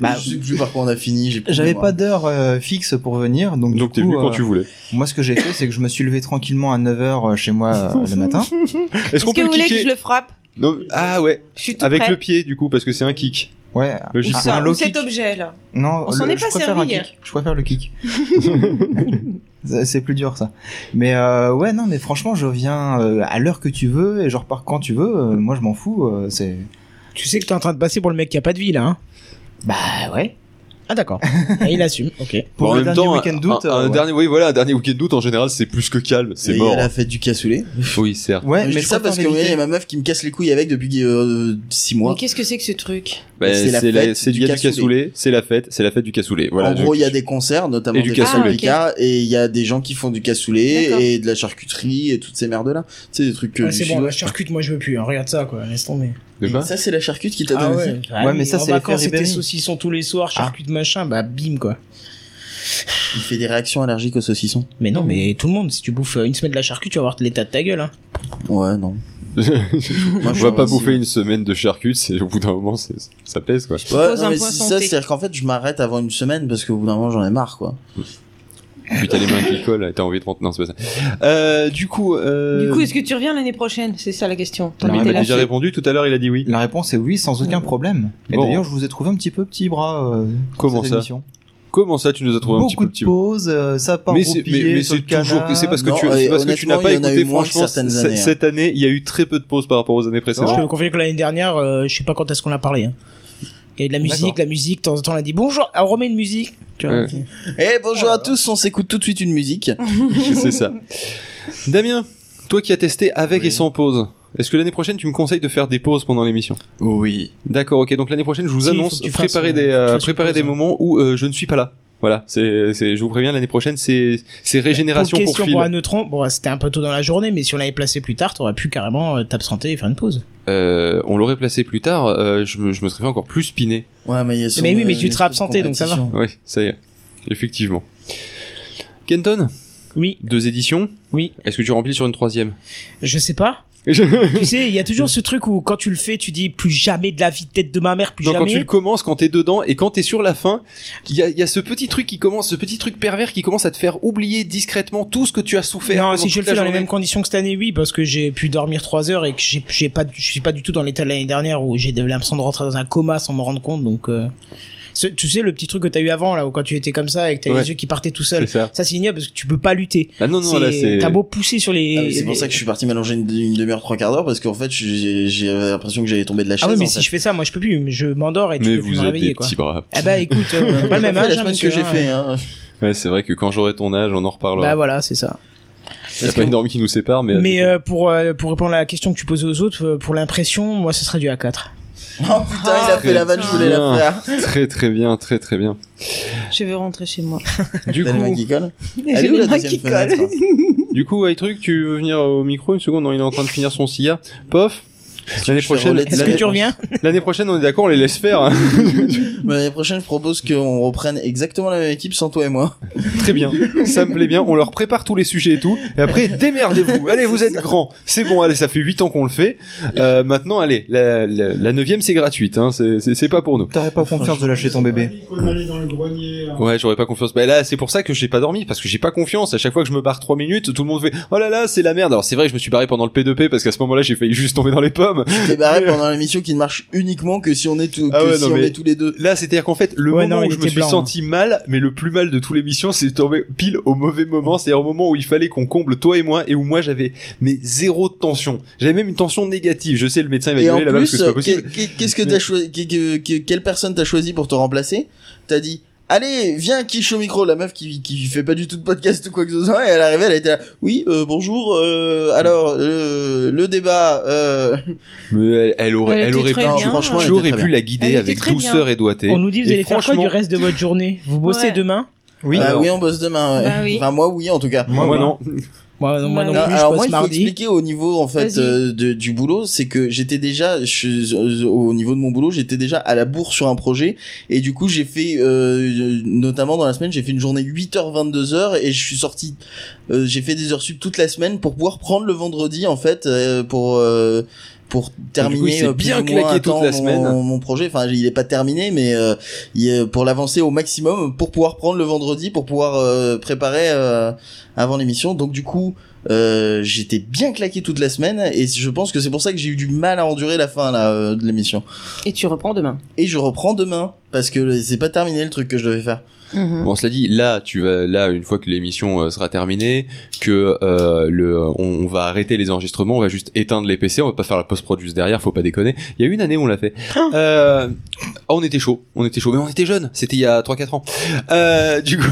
Speaker 5: Bah,
Speaker 9: je sais plus par quoi on a fini. j'ai plus de
Speaker 5: J'avais
Speaker 9: mémoire.
Speaker 5: pas d'heure euh, fixe pour venir, donc,
Speaker 1: Donc
Speaker 5: du
Speaker 1: t'es
Speaker 5: coup,
Speaker 1: venu quand
Speaker 5: euh,
Speaker 1: tu voulais.
Speaker 5: moi ce que j'ai fait, c'est que je me suis levé tranquillement à 9h chez moi euh, le matin.
Speaker 1: Est-ce
Speaker 3: Est-ce
Speaker 1: qu'on
Speaker 3: que
Speaker 1: peut le
Speaker 3: vous voulez que
Speaker 1: kicker
Speaker 3: je le frappe
Speaker 1: Non, Ah ouais.
Speaker 3: Je suis tout
Speaker 1: Avec
Speaker 3: prêt.
Speaker 1: le pied du coup parce que c'est un kick.
Speaker 5: Ouais.
Speaker 1: Logique.
Speaker 5: Ah,
Speaker 3: Ça,
Speaker 5: un low
Speaker 3: ou cet
Speaker 5: kick.
Speaker 3: objet là.
Speaker 5: Non,
Speaker 3: On s'en
Speaker 5: le-
Speaker 3: est pas
Speaker 5: je préfère
Speaker 3: servi
Speaker 5: un
Speaker 3: hier.
Speaker 5: kick. Je préfère le kick. C'est- C'est plus dur hein. ça. Mais euh, ouais, non, mais franchement, je viens euh, à l'heure que tu veux et je repars quand tu veux. euh, moi, je m'en fous. euh, c'est.
Speaker 2: Tu sais que t'es en train de passer pour le mec qui a pas de vie là. Hein
Speaker 5: Bah ouais.
Speaker 2: ah d'accord. Et il assume. Ok.
Speaker 5: Pour
Speaker 1: Bon, en
Speaker 5: le
Speaker 1: même
Speaker 5: dernier
Speaker 1: temps,
Speaker 5: week-end d'août.
Speaker 1: un, un
Speaker 5: euh, ouais.
Speaker 1: dernier, oui voilà, un dernier week-end d'août en général c'est plus que calme, c'est
Speaker 9: Et
Speaker 1: mort. hein.
Speaker 9: Il y a la fête du cassoulet.
Speaker 1: Oui certes.
Speaker 5: Ouais,
Speaker 9: mais je
Speaker 5: mais
Speaker 9: dis ça parce que ouais, il y a ma meuf qui me casse les couilles avec depuis euh, six
Speaker 3: Mais
Speaker 9: mois.
Speaker 3: qu'est-ce que c'est que ce truc
Speaker 1: Bah,
Speaker 9: C'est la
Speaker 1: c'est la-
Speaker 9: fête
Speaker 1: c'est du
Speaker 9: du
Speaker 1: gars du
Speaker 9: cassoulet.
Speaker 1: cassoulet, c'est la fête, c'est la fête du cassoulet. Voilà.
Speaker 9: en
Speaker 1: je-
Speaker 9: gros, il y a des concerts, notamment
Speaker 1: Et du
Speaker 9: des concerts
Speaker 1: cassoulet.
Speaker 9: Picard, et il y a des gens qui font du
Speaker 3: D'accord.
Speaker 9: cassoulet et de la charcuterie et toutes ces merdes-là. Tu sais, des trucs euh, que
Speaker 2: Ah, c'est bon, la charcute, moi je veux plus. hein. Regarde ça quoi. Laisse tomber.
Speaker 1: de quoi
Speaker 9: Ça, c'est la charcute qui t'a
Speaker 2: Ah
Speaker 9: donné
Speaker 2: ouais.
Speaker 5: Ouais, mais ça,
Speaker 2: en
Speaker 5: c'est
Speaker 2: vacances,
Speaker 5: l'effet
Speaker 2: c'était
Speaker 5: Ribéry.
Speaker 2: saucisson tous les soirs, charcute machin, bah bim quoi.
Speaker 9: ça Il fait des réactions allergiques aux saucissons.
Speaker 2: Mais non, mais tout le monde, si tu bouffes euh, une semaine de la charcute, tu vas voir l'état de ta gueule. Hein.
Speaker 9: Ouais, non.
Speaker 1: On
Speaker 9: Moi, je
Speaker 1: va
Speaker 9: suis
Speaker 1: pas
Speaker 9: aussi-
Speaker 1: bouffer une semaine de charcutes, c'est au bout d'un moment c'est- ça pèse quoi.
Speaker 3: Je
Speaker 9: Ouais,
Speaker 3: propose
Speaker 9: non,
Speaker 3: un
Speaker 9: mais
Speaker 3: point
Speaker 9: si
Speaker 3: santé.
Speaker 9: ça, c'est-à-dire qu'en fait, je m'arrête avant une semaine parce qu'au bout d'un moment, j'en ai marre, quoi.
Speaker 1: Putain, les mains qui collent, t'as envie de rentrer. Non, c'est pas ça. Euh, du coup, euh...
Speaker 3: Du coup, est-ce que tu reviens l'année prochaine C'est ça la question. T'en
Speaker 1: non,
Speaker 5: mais
Speaker 1: il
Speaker 3: étais
Speaker 1: m'a
Speaker 3: là.
Speaker 1: déjà répondu, tout à l'heure il a dit oui.
Speaker 5: La réponse est oui, sans aucun problème. Et
Speaker 1: Bon.
Speaker 5: d'ailleurs, je vous ai trouvé un petit peu petit bras. euh, pour
Speaker 1: Comment
Speaker 5: cette
Speaker 1: ça
Speaker 5: émission.
Speaker 1: Comment ça, tu nous as trouvé un petit
Speaker 5: Beaucoup
Speaker 1: peu
Speaker 5: de
Speaker 1: petit
Speaker 5: pauses, euh, ça part
Speaker 1: mais c'est mais,
Speaker 5: roupiller
Speaker 1: mais
Speaker 5: sur
Speaker 1: c'est
Speaker 5: le
Speaker 1: toujours
Speaker 5: canapé.
Speaker 1: c'est parce que
Speaker 9: Non,
Speaker 1: tu
Speaker 9: et
Speaker 1: c'est parce que tu n'as
Speaker 9: honnêtement,
Speaker 1: pas
Speaker 9: il y en a eu
Speaker 1: écouté
Speaker 9: moins que
Speaker 1: franchement
Speaker 9: certaines
Speaker 1: c-
Speaker 9: années, hein.
Speaker 1: cette année il y a eu très peu de pauses par rapport aux années
Speaker 2: Je
Speaker 1: précédentes
Speaker 2: peux me confier que l'année dernière, euh, je sais pas quand est-ce qu'on a parlé. hein. Il y a eu de la musique,
Speaker 5: D'accord.
Speaker 2: la musique, de temps en temps on a dit bonjour, ah, on remet une musique. Tu vois,
Speaker 1: Ouais.
Speaker 2: ok.
Speaker 9: Eh bonjour à tous, on s'écoute tout de suite une musique.
Speaker 1: c'est ça Damien toi qui as testé avec
Speaker 9: Oui.
Speaker 1: et sans pause est-ce que l'année prochaine tu me conseilles de faire des pauses pendant l'émission
Speaker 9: Oui.
Speaker 1: D'accord, ok. Donc l'année prochaine, je vous
Speaker 2: Si, faut
Speaker 1: annonce,
Speaker 2: que tu fasses,
Speaker 1: préparez
Speaker 2: euh,
Speaker 1: des,
Speaker 2: tu
Speaker 1: euh,
Speaker 2: fasses
Speaker 1: préparez
Speaker 2: une
Speaker 1: des
Speaker 2: pause, hein.
Speaker 1: moments où euh, je ne suis pas là. Voilà, c'est, c'est, je vous préviens, l'année prochaine, c'est, c'est régénération
Speaker 2: Euh, Pour
Speaker 1: pour,
Speaker 2: question
Speaker 1: Phil.
Speaker 2: pour un neutron, bon, c'était un peu tôt dans la journée, mais si on l'avait placé plus tard, t'aurais pu carrément euh, t'absenter et faire une pause.
Speaker 1: Euh, on l'aurait placé plus tard, euh, je, me, je me serais fait encore plus spiné.
Speaker 9: Ouais, mais il y a son,
Speaker 2: Mais oui, mais
Speaker 9: euh,
Speaker 2: tu te seras absenté, donc ça va.
Speaker 9: compétition.
Speaker 1: Oui, ça y est, effectivement. Kenton,
Speaker 2: Oui,
Speaker 1: deux éditions.
Speaker 2: Oui.
Speaker 1: Est-ce que tu remplis sur une troisième
Speaker 2: je sais pas. tu sais, il y a toujours ce truc où quand tu le fais, tu dis plus jamais de la vie, tête de ma mère, plus
Speaker 1: Non, quand
Speaker 2: jamais.
Speaker 1: tu le commences, quand t'es dedans et quand t'es sur la fin, il y a, il y a ce petit truc qui commence, ce petit truc pervers qui commence à te faire oublier discrètement tout ce que tu as souffert.
Speaker 2: Non,
Speaker 1: pendant
Speaker 2: si je le
Speaker 1: toute la
Speaker 2: fais dans les
Speaker 1: journée.
Speaker 2: mêmes conditions que cette année, oui, parce que j'ai pu dormir 3 heures et que j'ai, j'ai pas, je suis pas du tout dans l'état de l'année dernière où j'ai l'impression de rentrer dans un coma sans me rendre compte. Donc, euh, ce- tu sais, le petit truc que t'as eu avant, là, où quand tu étais comme ça et que t'as
Speaker 1: Ouais.
Speaker 2: les yeux qui partaient tout
Speaker 1: C'est
Speaker 2: seul,
Speaker 1: ça.
Speaker 2: ça c'est ignoble parce que tu peux pas lutter.
Speaker 1: Ah non, non, là, c'est.
Speaker 2: T'as beau pousser sur les.
Speaker 9: Ah, mais c'est pour ça que je suis parti mélanger une, une demi-heure, trois quarts d'heure, parce qu'en fait, j'ai j'avais l'impression que j'allais tomber de la chaise.
Speaker 2: Ah oui, mais
Speaker 9: en
Speaker 2: si
Speaker 9: fait.
Speaker 2: je fais ça, moi je peux plus, mais je m'endors et tu
Speaker 1: Mais
Speaker 2: peux plus
Speaker 1: vous
Speaker 2: me
Speaker 1: êtes
Speaker 2: réveiller,
Speaker 1: des
Speaker 2: quoi.
Speaker 1: petits bras.
Speaker 2: Ah bah écoute, euh, on a pas le même
Speaker 9: Ça fait
Speaker 2: âge,
Speaker 9: la
Speaker 2: hein,
Speaker 9: semaine que
Speaker 2: monsieur,
Speaker 9: j'ai
Speaker 2: hein.
Speaker 9: fait. Hein.
Speaker 1: Ouais, c'est vrai que quand j'aurai ton âge, on en reparlera.
Speaker 2: Bah voilà, c'est ça.
Speaker 1: Il y a pas une norme qui nous sépare, mais.
Speaker 2: Mais euh, pour euh, pour répondre à la question que tu posais aux autres, euh, pour l'impression, moi ce serait du A4.
Speaker 9: Oh putain, il a fait la vanne, je voulais la
Speaker 1: Bien.
Speaker 9: faire.
Speaker 1: Très très bien, très très bien.
Speaker 3: Je vais rentrer chez moi.
Speaker 1: Du
Speaker 9: T'as les mains
Speaker 1: coup,
Speaker 9: qui collent
Speaker 3: J'ai
Speaker 9: est où,
Speaker 3: les
Speaker 9: la
Speaker 3: mains
Speaker 9: deuxième
Speaker 3: qui
Speaker 9: fenêtre
Speaker 3: collent.
Speaker 1: du coup, iTruc, tu veux venir au micro une seconde Non, il est en train de finir son silla. Pof. L'année
Speaker 9: je
Speaker 1: prochaine,
Speaker 9: relais-
Speaker 2: Est-ce
Speaker 9: La
Speaker 2: que tu
Speaker 9: réponse.
Speaker 2: reviens
Speaker 1: l'année prochaine, on est d'accord, on les laisse faire. hein.
Speaker 9: Mais Bah, L'année prochaine, je propose qu'on reprenne exactement la même équipe sans toi et moi.
Speaker 1: Très bien, ça me plaît bien. On leur prépare tous les sujets et tout. Et après, démerdez-vous. Allez, vous êtes grands. C'est bon, allez, ça fait 8 ans qu'on le fait. Euh, maintenant, allez, la, la, la neuvième, c'est gratuite. Hein. C'est- C'est c'est pas pour nous.
Speaker 5: T'aurais pas confiance de lâcher ton bébé.
Speaker 6: On allait dans le grenier. là.
Speaker 1: Ouais, j'aurais pas confiance. Bah là, c'est pour ça que j'ai pas dormi parce que j'ai pas confiance. À chaque fois que je me barre trois minutes, tout le monde fait "Oh là là, c'est la merde." Alors c'est vrai que je me suis barré pendant le P2P parce qu'à ce moment-là, j'ai failli juste tomber dans les pommes.
Speaker 9: Tu t'es barré bah, pendant l'émission qui ne marche uniquement que si on est, tout,
Speaker 1: Ah
Speaker 9: que
Speaker 1: ouais,
Speaker 9: si
Speaker 1: non,
Speaker 9: on
Speaker 1: mais-
Speaker 9: est tous les deux.
Speaker 1: Là, c'est-à-dire qu'en fait, le
Speaker 2: Ouais,
Speaker 1: moment
Speaker 2: non, il
Speaker 1: où je me
Speaker 2: était
Speaker 1: suis
Speaker 2: blanc, hein.
Speaker 1: senti mal, mais le plus mal de toute l'émission, c'est tombé pile au mauvais moment, c'est-à-dire au moment où il fallait qu'on comble toi et moi et où moi j'avais mais zéro de tension. J'avais même une tension négative. Je sais le médecin il va
Speaker 9: Et en
Speaker 1: gueuler là-bas parce que
Speaker 9: plus,
Speaker 1: c'est pas
Speaker 9: euh,
Speaker 1: possible.
Speaker 9: qu'est- qu'est- qu'est-ce que t'as choisi, qu'est- que- que- quelle personne t'as choisi pour te remplacer? T'as dit, allez, viens, quiche au micro, la meuf qui, qui fait pas du tout de podcast ou quoi que ce soit, et elle arrivait, elle était là, oui, euh, bonjour, euh, alors, euh, le débat, euh,
Speaker 1: Mais elle, elle aurait,
Speaker 3: Elle
Speaker 1: elle,
Speaker 3: était
Speaker 1: aurait
Speaker 3: très
Speaker 1: pu,
Speaker 3: bien.
Speaker 9: franchement, elle était
Speaker 1: j'aurais
Speaker 9: très
Speaker 1: pu
Speaker 9: bien.
Speaker 1: la
Speaker 3: Elle
Speaker 1: guider
Speaker 3: était
Speaker 1: avec
Speaker 3: très bien.
Speaker 1: douceur et doigté.
Speaker 2: On nous dit vous
Speaker 1: Et
Speaker 2: allez faire quoi
Speaker 1: franchement-
Speaker 2: du reste de votre journée Vous bossez
Speaker 3: Ouais.
Speaker 2: demain
Speaker 5: Oui.
Speaker 9: bah oui, on bosse demain, ouais.
Speaker 3: Bah oui. Bah
Speaker 9: Enfin, moi, oui, en tout cas.
Speaker 1: Moi, non.
Speaker 2: Moi non, moi non
Speaker 3: Non,
Speaker 2: plus,
Speaker 9: Bah, alors
Speaker 2: je
Speaker 9: moi,
Speaker 2: bosse
Speaker 9: il faut
Speaker 2: mardi.
Speaker 9: expliquer au niveau en fait
Speaker 3: Vas-y.
Speaker 9: euh, de- du boulot, c'est que j'étais déjà je- euh, au niveau de mon boulot, j'étais déjà à la bourre sur un projet et du coup j'ai fait euh, notamment dans la semaine j'ai fait une journée 8h 22h et je suis sorti euh, j'ai fait des heures sup toute la semaine pour pouvoir prendre le vendredi en fait euh, pour euh, pour
Speaker 1: coup, il
Speaker 9: terminer
Speaker 1: s'est
Speaker 9: euh, plus
Speaker 1: bien
Speaker 9: ou moins
Speaker 1: claqué
Speaker 9: à temps
Speaker 1: toute la
Speaker 9: mon-
Speaker 1: semaine.
Speaker 9: mon, projet enfin il est pas terminé mais euh, il est pour l'avancer au maximum pour pouvoir prendre le vendredi pour pouvoir euh, préparer euh, avant l'émission donc du coup euh, j'étais bien claqué toute la semaine et je pense que c'est pour ça que j'ai eu du mal à endurer la fin là euh, de l'émission
Speaker 3: Et tu reprends demain.
Speaker 9: et je reprends demain parce que c'est pas terminé le truc que je devais faire
Speaker 3: Mhm.
Speaker 1: Bon, cela dit, là, tu vas, là, une fois que l'émission euh, sera terminée, que euh, le, on, on va arrêter les enregistrements, on va juste éteindre les PC, on va pas faire la post-prod juste derrière, faut pas déconner. Il y a une année, on l'a fait. Euh, ah, on était chaud, on était chaud, mais on était jeunes, c'était il y a 3-4 ans. Euh, du coup,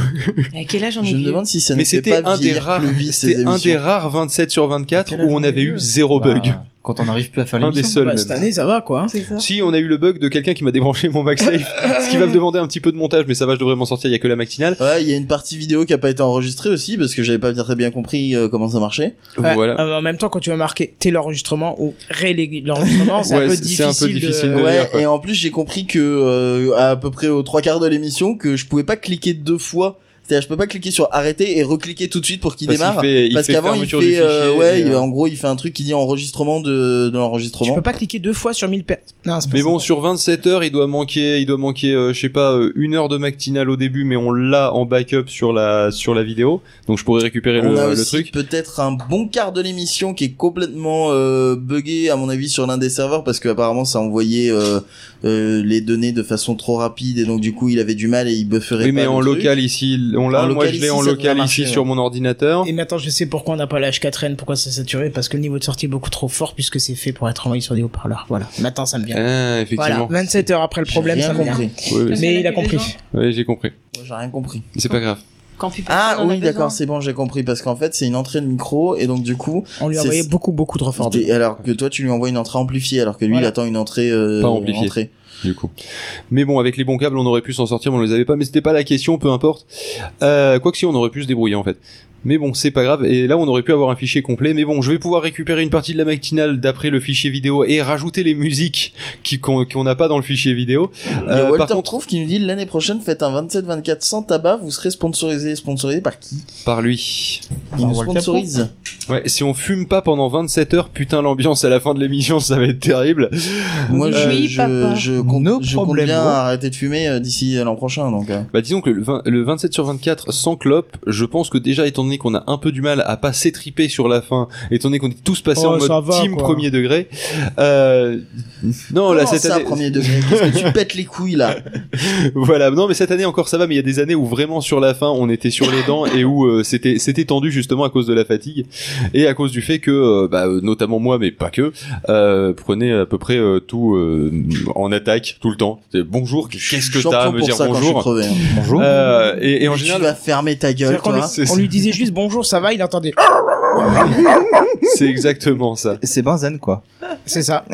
Speaker 3: À quel âge on est
Speaker 9: je me
Speaker 3: vieux
Speaker 9: demande si ça ne
Speaker 1: mais
Speaker 9: fait
Speaker 1: c'était
Speaker 9: pas
Speaker 1: un des
Speaker 9: vieillir
Speaker 1: rares,
Speaker 9: plus vite, ces
Speaker 1: c'était un
Speaker 9: émissions.
Speaker 1: des rares 27 sur 24
Speaker 5: Quel âge
Speaker 1: où on
Speaker 5: on
Speaker 1: avait
Speaker 5: est
Speaker 1: eu
Speaker 5: vieux
Speaker 1: zéro
Speaker 5: Bah,
Speaker 1: bug.
Speaker 5: Quand on n'arrive plus à faire
Speaker 1: Un des
Speaker 5: l'émission.
Speaker 1: seuls.
Speaker 2: Bah,
Speaker 1: même.
Speaker 2: cette année ça va quoi.
Speaker 3: C'est ça.
Speaker 1: Si on a eu le bug de quelqu'un qui m'a débranché mon MagSafe, ce qui va me demander un petit peu de montage, mais ça va, je devrais m'en sortir. Il y a que la matinale.
Speaker 9: Ouais, il y a une partie vidéo qui a pas été enregistrée aussi parce que j'avais pas très bien compris euh, comment ça marchait.
Speaker 2: Ouais,
Speaker 1: Voilà.
Speaker 2: euh, En même temps, quand tu vas marquer tel enregistrement ou ré l'enregistrement, c'est
Speaker 1: Ouais,
Speaker 2: un peu
Speaker 1: c'est- c'est un
Speaker 2: difficile.
Speaker 1: peu difficile
Speaker 2: de-
Speaker 1: de-
Speaker 9: Ouais,
Speaker 1: lire, quoi.
Speaker 9: et en plus j'ai compris que euh, à, peu près aux trois quarts de l'émission que je pouvais pas cliquer deux fois C'est-à-dire, je peux pas cliquer sur arrêter et recliquer tout de suite pour qu'il
Speaker 1: Parce qu'il
Speaker 9: démarre.
Speaker 1: fait- il
Speaker 9: parce
Speaker 1: fait
Speaker 9: qu'avant, il
Speaker 1: fermeture du
Speaker 9: fait, euh,
Speaker 1: fichier,
Speaker 9: ouais,
Speaker 1: et,
Speaker 9: il-
Speaker 1: euh,
Speaker 9: en gros, il fait un truc qui dit enregistrement de, de
Speaker 2: Tu
Speaker 9: l'enregistrement.
Speaker 2: peux pas cliquer deux fois sur 1000 personnes. Non, c'est pas
Speaker 1: Mais
Speaker 2: ça.
Speaker 1: bon, sur 27 heures, il doit manquer, il doit manquer, euh, je sais pas, euh, une heure de matinale au début, mais on l'a en backup sur la sur la vidéo, donc je pourrais récupérer
Speaker 9: On
Speaker 1: le,
Speaker 9: a
Speaker 1: le
Speaker 9: aussi
Speaker 1: truc.
Speaker 9: peut-être un bon quart de l'émission qui est complètement euh, buggé à mon avis sur l'un des serveurs parce que apparemment ça envoyait euh, euh, les données de façon trop rapide et donc du coup il avait du mal et il bufferait
Speaker 1: Oui,
Speaker 9: pas
Speaker 1: mais
Speaker 9: le
Speaker 1: en
Speaker 9: truc.
Speaker 1: local ici, on
Speaker 9: En
Speaker 1: l'a. Moi,
Speaker 9: local
Speaker 1: je l'ai
Speaker 9: ici,
Speaker 1: en
Speaker 9: ça devrait
Speaker 1: local ici
Speaker 9: marcher, hein.
Speaker 1: sur
Speaker 9: ouais.
Speaker 1: mon ordinateur.
Speaker 2: Et maintenant, je sais pourquoi on n'a pas la H4N, pourquoi c'est saturé, parce que le niveau de sortie est beaucoup trop fort puisque c'est fait pour être envoyé sur des haut-parleurs. Voilà. Maintenant, ça me vient.
Speaker 1: Ah,
Speaker 2: Voilà.
Speaker 1: effectivement.
Speaker 2: 27 heures après le
Speaker 9: J'ai
Speaker 2: problème,
Speaker 9: rien
Speaker 2: ça me vient.
Speaker 9: compris.
Speaker 1: Oui, oui,
Speaker 3: Parce
Speaker 2: Mais
Speaker 3: qu'il y en
Speaker 2: il a
Speaker 3: que les
Speaker 2: compris.
Speaker 3: gens,
Speaker 1: oui, j'ai compris.
Speaker 9: Moi, J'ai rien compris.
Speaker 1: Mais C'est pas grave.
Speaker 3: Quand plus personne
Speaker 9: Ah
Speaker 3: en a
Speaker 9: oui
Speaker 3: besoin.
Speaker 9: d'accord c'est bon j'ai compris parce qu'en fait c'est une entrée de micro et donc du coup
Speaker 2: On lui a
Speaker 9: C'est-
Speaker 2: envoyé beaucoup, beaucoup trop fort.
Speaker 9: t'es- alors que toi tu lui envoies une entrée amplifiée alors que lui
Speaker 2: Voilà.
Speaker 9: il attend une entrée euh,
Speaker 1: Pas amplifiée.
Speaker 9: entrée.
Speaker 1: du coup. Mais bon, avec les bons câbles, on aurait pu s'en sortir, mais on les avait pas. Mais c'était pas la question, peu importe. Euh, quoi que si, on aurait pu se débrouiller en fait. Mais bon, c'est pas grave. Et là, on aurait pu avoir un fichier complet. Mais bon, je vais pouvoir récupérer une partie de la matinale d'après le fichier vidéo et rajouter les musiques qui qu'on qu'on n'a pas dans le fichier vidéo.
Speaker 9: Il y a
Speaker 1: Euh, par
Speaker 9: Walter
Speaker 1: contre,
Speaker 9: Trouve qui nous dit l'année prochaine faites un 27-24 sans tabac vous serez sponsorisé sponsorisé par qui
Speaker 1: par lui.
Speaker 5: Par
Speaker 9: Il nous
Speaker 5: Walter
Speaker 9: sponsorise.
Speaker 1: Ouais, si on fume pas pendant 27 heures, putain, l'ambiance à la fin de l'émission, ça va être terrible.
Speaker 9: Moi,
Speaker 3: Oui,
Speaker 9: je,
Speaker 3: oui,
Speaker 9: je,
Speaker 3: papa.
Speaker 9: je compte,
Speaker 5: Nos
Speaker 9: je compte
Speaker 5: problèmes,
Speaker 9: bien
Speaker 5: gros.
Speaker 9: arrêter de fumer euh, d'ici l'an prochain, donc. euh.
Speaker 1: Bah disons que le, 20 le 27 sur 24 sans clope, je pense que déjà étant donné qu'on a un peu du mal à pas s'étriper sur la fin, étant donné qu'on est tous passés
Speaker 6: Oh,
Speaker 1: en
Speaker 6: ça
Speaker 1: mode
Speaker 6: va,
Speaker 1: team
Speaker 6: quoi.
Speaker 1: premier degré, euh, non là
Speaker 9: Comment
Speaker 1: cette
Speaker 9: ça,
Speaker 1: année,
Speaker 9: premier degré. Qu'est-ce que tu pètes les couilles là
Speaker 1: voilà non mais cette année encore ça va, mais il y a des années où vraiment sur la fin on était sur les dents et où euh, c'était c'était tendu justement à cause de la fatigue et à cause du fait que euh, bah, euh, notamment moi mais pas que euh, prenait à peu près euh, tout euh, en attaque tout le temps. C'est, Bonjour, qu'est-ce que t'as à
Speaker 9: Champion
Speaker 1: me
Speaker 9: pour
Speaker 1: dire
Speaker 9: ça quand je suis
Speaker 1: bonjour.
Speaker 9: crevé, hein.
Speaker 5: Bonjour.
Speaker 1: Euh, et, et en
Speaker 9: Tu
Speaker 1: général
Speaker 9: vas fermer ta gueule,
Speaker 2: C'est-à-dire qu'on
Speaker 9: toi.
Speaker 1: c'est-
Speaker 2: On lui disait juste bonjour, ça va, il entendait. Ah
Speaker 1: c'est exactement ça.
Speaker 5: C'est Benzen, quoi.
Speaker 2: C'est ça.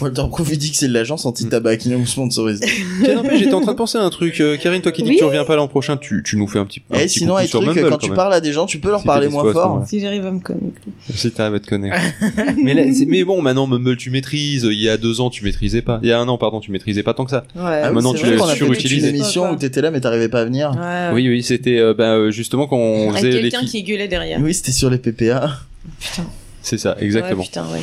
Speaker 9: Walter Proof, il dit que c'est de l'agence anti-tabac qui nous sponsorise.
Speaker 1: Tiens, n'empêche, j'étais en train de penser à un truc. Euh, Karine, toi qui dis
Speaker 3: Oui.
Speaker 1: que tu reviens pas l'an prochain, tu, tu nous fais un petit un
Speaker 9: Et
Speaker 1: petit
Speaker 9: Eh, sinon,
Speaker 1: coucou
Speaker 9: les
Speaker 1: sur
Speaker 9: trucs,
Speaker 1: Mumble,
Speaker 9: quand tu
Speaker 1: même.
Speaker 9: parles à des gens, tu peux leur
Speaker 1: Si
Speaker 9: parler
Speaker 1: t'es
Speaker 9: moins
Speaker 1: dispo à ce
Speaker 9: fort.
Speaker 1: moment-là.
Speaker 3: Si j'arrive à me connecter.
Speaker 1: Si t'arrives à te connaître. mais, là, c'est- mais bon, maintenant Mumble, tu maîtrises. Il y a deux ans, tu maîtrisais pas. Il y a un an, pardon, tu maîtrisais pas tant que ça.
Speaker 3: Ouais.
Speaker 9: Ah oui,
Speaker 1: Maintenant,
Speaker 9: c'est
Speaker 1: tu
Speaker 9: vrai
Speaker 1: l'as
Speaker 9: qu'on a fait toute
Speaker 1: surutilisé.
Speaker 9: une émission où t'étais là, mais t'arrivais pas à venir.
Speaker 3: Ouais.
Speaker 1: Oui, oui, c'était euh, ben, euh, justement quand on
Speaker 3: Avec
Speaker 1: faisait les.
Speaker 3: quelqu'un qui gueulait derrière.
Speaker 9: Oui, c'était sur les PPA.
Speaker 1: C'est ça, exactement.
Speaker 3: Ouais, putain, ouais.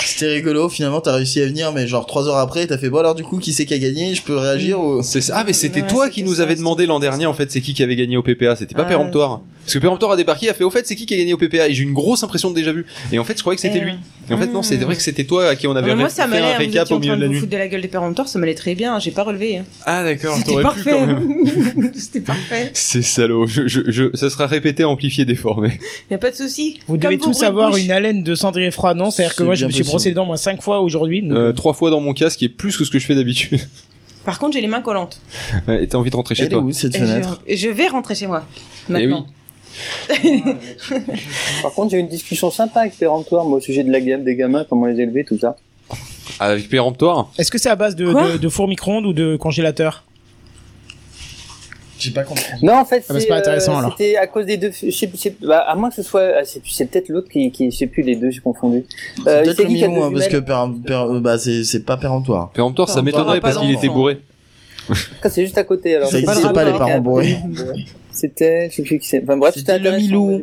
Speaker 9: C'était rigolo, finalement, t'as réussi à venir, mais genre trois heures après, t'as fait bon alors du coup, qui c'est qui a gagné Je euh, peux réagir ou
Speaker 1: C'est ça. Ah mais c'était
Speaker 3: Ouais,
Speaker 1: toi
Speaker 3: c'était
Speaker 1: qui nous
Speaker 3: ça,
Speaker 1: avait demandé l'an dernier en fait c'est qui qui avait gagné au PPA c'était pas
Speaker 3: Ah.
Speaker 1: péremptoire parce que péremptoire a débarqué il a fait au fait c'est qui qui a gagné au PPA et j'ai eu une grosse impression de déjà vu et en fait je croyais que c'était
Speaker 3: Eh
Speaker 1: lui
Speaker 3: ouais.
Speaker 1: et en fait non
Speaker 3: Mm.
Speaker 1: c'est vrai que c'était toi à qui on avait
Speaker 3: Mais moi, ça
Speaker 1: fait
Speaker 3: m'allait.
Speaker 1: un
Speaker 3: hein, Vous étiez
Speaker 1: récap
Speaker 3: en
Speaker 1: au
Speaker 3: train
Speaker 1: milieu de
Speaker 3: de
Speaker 1: la
Speaker 3: vous
Speaker 1: nuit
Speaker 3: foutre de la gueule des péremptoires, ça m'allait très bien. J'ai pas relevé. hein.
Speaker 1: ah d'accord
Speaker 3: C'était
Speaker 1: t'aurais pu
Speaker 3: parfait.
Speaker 1: quand même
Speaker 3: C'était parfait.
Speaker 1: C'est salaud. Je, je, je- ça sera répété, amplifié, déformé.
Speaker 3: Y a pas de souci.
Speaker 2: Vous
Speaker 3: Comme
Speaker 2: devez
Speaker 3: vos bruits
Speaker 2: tous
Speaker 3: de
Speaker 2: avoir
Speaker 3: bouche.
Speaker 2: une haleine de cendrier froid, non C'est-à-dire que
Speaker 9: C'est
Speaker 2: moi, je
Speaker 9: bien
Speaker 2: me suis brossé
Speaker 9: possible.
Speaker 2: les dents, moi, cinq fois aujourd'hui. donc,
Speaker 1: Euh, trois fois dans mon casque, qui est plus que ce que je fais d'habitude.
Speaker 3: Par contre, j'ai les mains collantes.
Speaker 1: Ouais, Et t'as envie de rentrer chez
Speaker 9: Elle est
Speaker 1: toi.
Speaker 9: où cette
Speaker 3: Et
Speaker 9: fenêtre
Speaker 3: je, et je vais rentrer chez moi.
Speaker 1: Eh
Speaker 3: Maintenant.
Speaker 7: Par contre, j'ai eu une discussion sympa avec péremptoire, moi, au sujet de la gamme des gamins, comment les élever, tout ça.
Speaker 1: Ah, Avec péremptoire.
Speaker 2: Est-ce que c'est à base de,
Speaker 3: Quoi
Speaker 2: de, de four micro-ondes ou de congélateur
Speaker 9: J'ai pas compris.
Speaker 7: Non, en fait,
Speaker 2: Ah bah, c'est
Speaker 7: c'est,
Speaker 2: pas intéressant,
Speaker 7: euh,
Speaker 2: alors.
Speaker 7: c'était à cause des deux. Je sais, je sais- bah, à moins que ce soit, ah, c'est, c'est peut-être l'autre qui, qui, je sais plus les deux, j'ai confondu.
Speaker 9: C'est
Speaker 7: Euh,
Speaker 9: peut-être
Speaker 7: c'est
Speaker 9: le
Speaker 7: qui qui a
Speaker 9: million, hein,
Speaker 7: deux
Speaker 9: parce que
Speaker 7: jumelles
Speaker 9: per- per- euh, bah, c'est c'est pas péremptoire.
Speaker 1: Péremptoire, ça
Speaker 3: Péremptoire
Speaker 1: m'étonnerait
Speaker 3: a pas
Speaker 1: parce qu'il était
Speaker 3: d'enfant.
Speaker 1: bourré.
Speaker 7: Ah, c'est juste à côté. Alors
Speaker 9: Ça
Speaker 7: C'est
Speaker 9: existe
Speaker 7: l'autre
Speaker 9: pas, les
Speaker 7: qui a-
Speaker 9: parents bourrés.
Speaker 7: C'était, je sais plus qui c'est. Enfin bref,
Speaker 9: C'était le
Speaker 7: intéressant.
Speaker 9: Milou.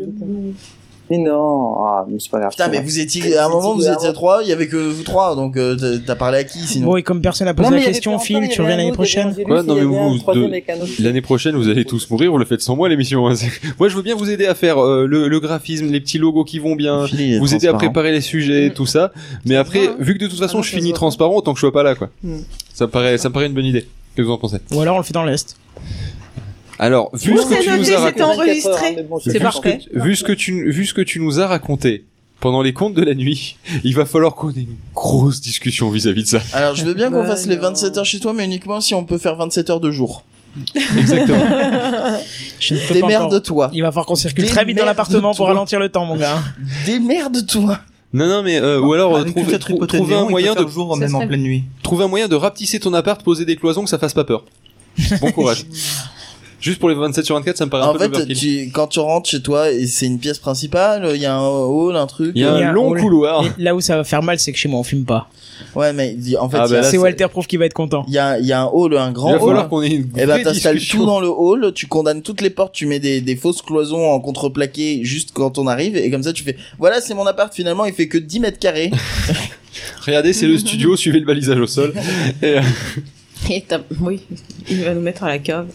Speaker 7: Mais non, ah, mais c'est pas grave.
Speaker 9: Putain, mais vous étiez à un moment vous étiez trois, il y avait que vous trois, donc euh, t'as- t'as parlé à qui sinon
Speaker 2: Bon, et comme personne n'a posé
Speaker 7: Non, mais il
Speaker 2: la
Speaker 7: y avait
Speaker 2: question,
Speaker 7: Péremptoire, il
Speaker 2: Phil,
Speaker 7: y
Speaker 2: tu
Speaker 7: avait
Speaker 2: reviens
Speaker 7: un
Speaker 2: l'année
Speaker 7: autre,
Speaker 2: prochaine
Speaker 7: j'ai lu
Speaker 1: Ouais,
Speaker 7: s'il
Speaker 1: non,
Speaker 7: y
Speaker 1: mais
Speaker 7: avait un
Speaker 1: vous,
Speaker 7: troisième
Speaker 1: deux-
Speaker 7: avec un autre.
Speaker 1: L'année prochaine, vous allez tous mourir. Vous le faites sans moi l'émission. hein. C'est- Moi, je veux bien vous aider à faire euh, le, le graphisme, les petits logos qui vont bien.
Speaker 9: Phil, il est
Speaker 1: Vous aider à
Speaker 9: transparent.
Speaker 1: préparer les sujets,
Speaker 3: Mm.
Speaker 1: tout ça. Mais après,
Speaker 3: voit, hein.
Speaker 1: vu que de toute façon,
Speaker 3: Ah non,
Speaker 1: je
Speaker 3: ça se
Speaker 1: finis
Speaker 3: voit.
Speaker 1: transparent, autant que je sois pas là, quoi.
Speaker 3: Mm.
Speaker 1: Ça me paraît, ça me paraît une bonne idée. Qu'est-ce que vous en pensez
Speaker 2: Ou alors on le fait dans l'Est.
Speaker 1: Alors, vu
Speaker 3: Bon,
Speaker 1: ce que
Speaker 3: c'est
Speaker 1: tu
Speaker 3: noté,
Speaker 1: nous as
Speaker 3: c'était
Speaker 1: raconté.
Speaker 3: enregistré.
Speaker 7: 24 heures, mais bon,
Speaker 3: C'est
Speaker 1: Vu ce
Speaker 3: parfait.
Speaker 1: que- vu, ce que tu, vu ce que tu nous as raconté pendant les contes de la nuit, il va falloir qu'on ait une grosse discussion vis-à-vis de ça.
Speaker 9: Alors je veux bien qu'on
Speaker 3: Bah,
Speaker 9: fasse les
Speaker 3: non.
Speaker 9: 27 heures chez toi, mais uniquement si on peut faire 27 heures de jour.
Speaker 1: Exactement.
Speaker 9: euh,
Speaker 2: Je ne peux pas encore.
Speaker 9: Démerde-toi,
Speaker 2: Il va falloir qu'on circule
Speaker 9: Des
Speaker 2: très vite dans
Speaker 9: merdes
Speaker 2: l'appartement pour
Speaker 9: de toi.
Speaker 2: ralentir le temps, mon gars.
Speaker 9: démerde-toi.
Speaker 1: non, non, mais euh,
Speaker 9: Bah,
Speaker 1: ou alors euh,
Speaker 5: Avec toute
Speaker 1: trouver,
Speaker 5: la
Speaker 1: trou-
Speaker 5: tripotée
Speaker 1: trouver
Speaker 5: néon,
Speaker 1: un
Speaker 5: il peut
Speaker 1: moyen de
Speaker 5: faire jour
Speaker 3: Ça
Speaker 5: même en
Speaker 3: serait-
Speaker 5: pleine nuit.
Speaker 1: trouver un moyen de rapetisser ton appart, poser des cloisons, que ça fasse pas peur. Bon courage. Juste pour les 27 sur 24, ça me paraît un
Speaker 9: En
Speaker 1: peu
Speaker 9: fait,
Speaker 1: l'overkill.
Speaker 9: tu, quand tu rentres chez toi, et c'est une pièce principale, il y a un hall, un truc. euh,
Speaker 1: Il y a
Speaker 2: Il y a
Speaker 1: un
Speaker 2: un
Speaker 1: long
Speaker 2: hall.
Speaker 1: couloir.
Speaker 2: Et Là où ça va faire mal, c'est que chez moi on fume pas.
Speaker 9: Ouais, mais il y- en fait,
Speaker 1: Ah,
Speaker 9: il y a-
Speaker 1: bah là,
Speaker 2: C'est
Speaker 1: c'est-
Speaker 2: Walter Proof qui va être content.
Speaker 9: il y, a, il y a un hall, un
Speaker 1: Il
Speaker 9: grand
Speaker 1: va falloir
Speaker 9: hall.
Speaker 1: qu'on ait une
Speaker 9: Et ben
Speaker 1: vraie
Speaker 9: t'installes
Speaker 1: discussion.
Speaker 9: tout dans le hall, tu condamnes toutes les portes, tu mets des, des fausses cloisons en contreplaqué juste quand on arrive, et comme ça tu fais, voilà c'est mon appart finalement, il fait que 10 mètres carrés.
Speaker 1: Regardez, c'est le studio, suivez le balisage au sol. Et, euh,
Speaker 3: Et t'as- oui, il va nous mettre à la cave.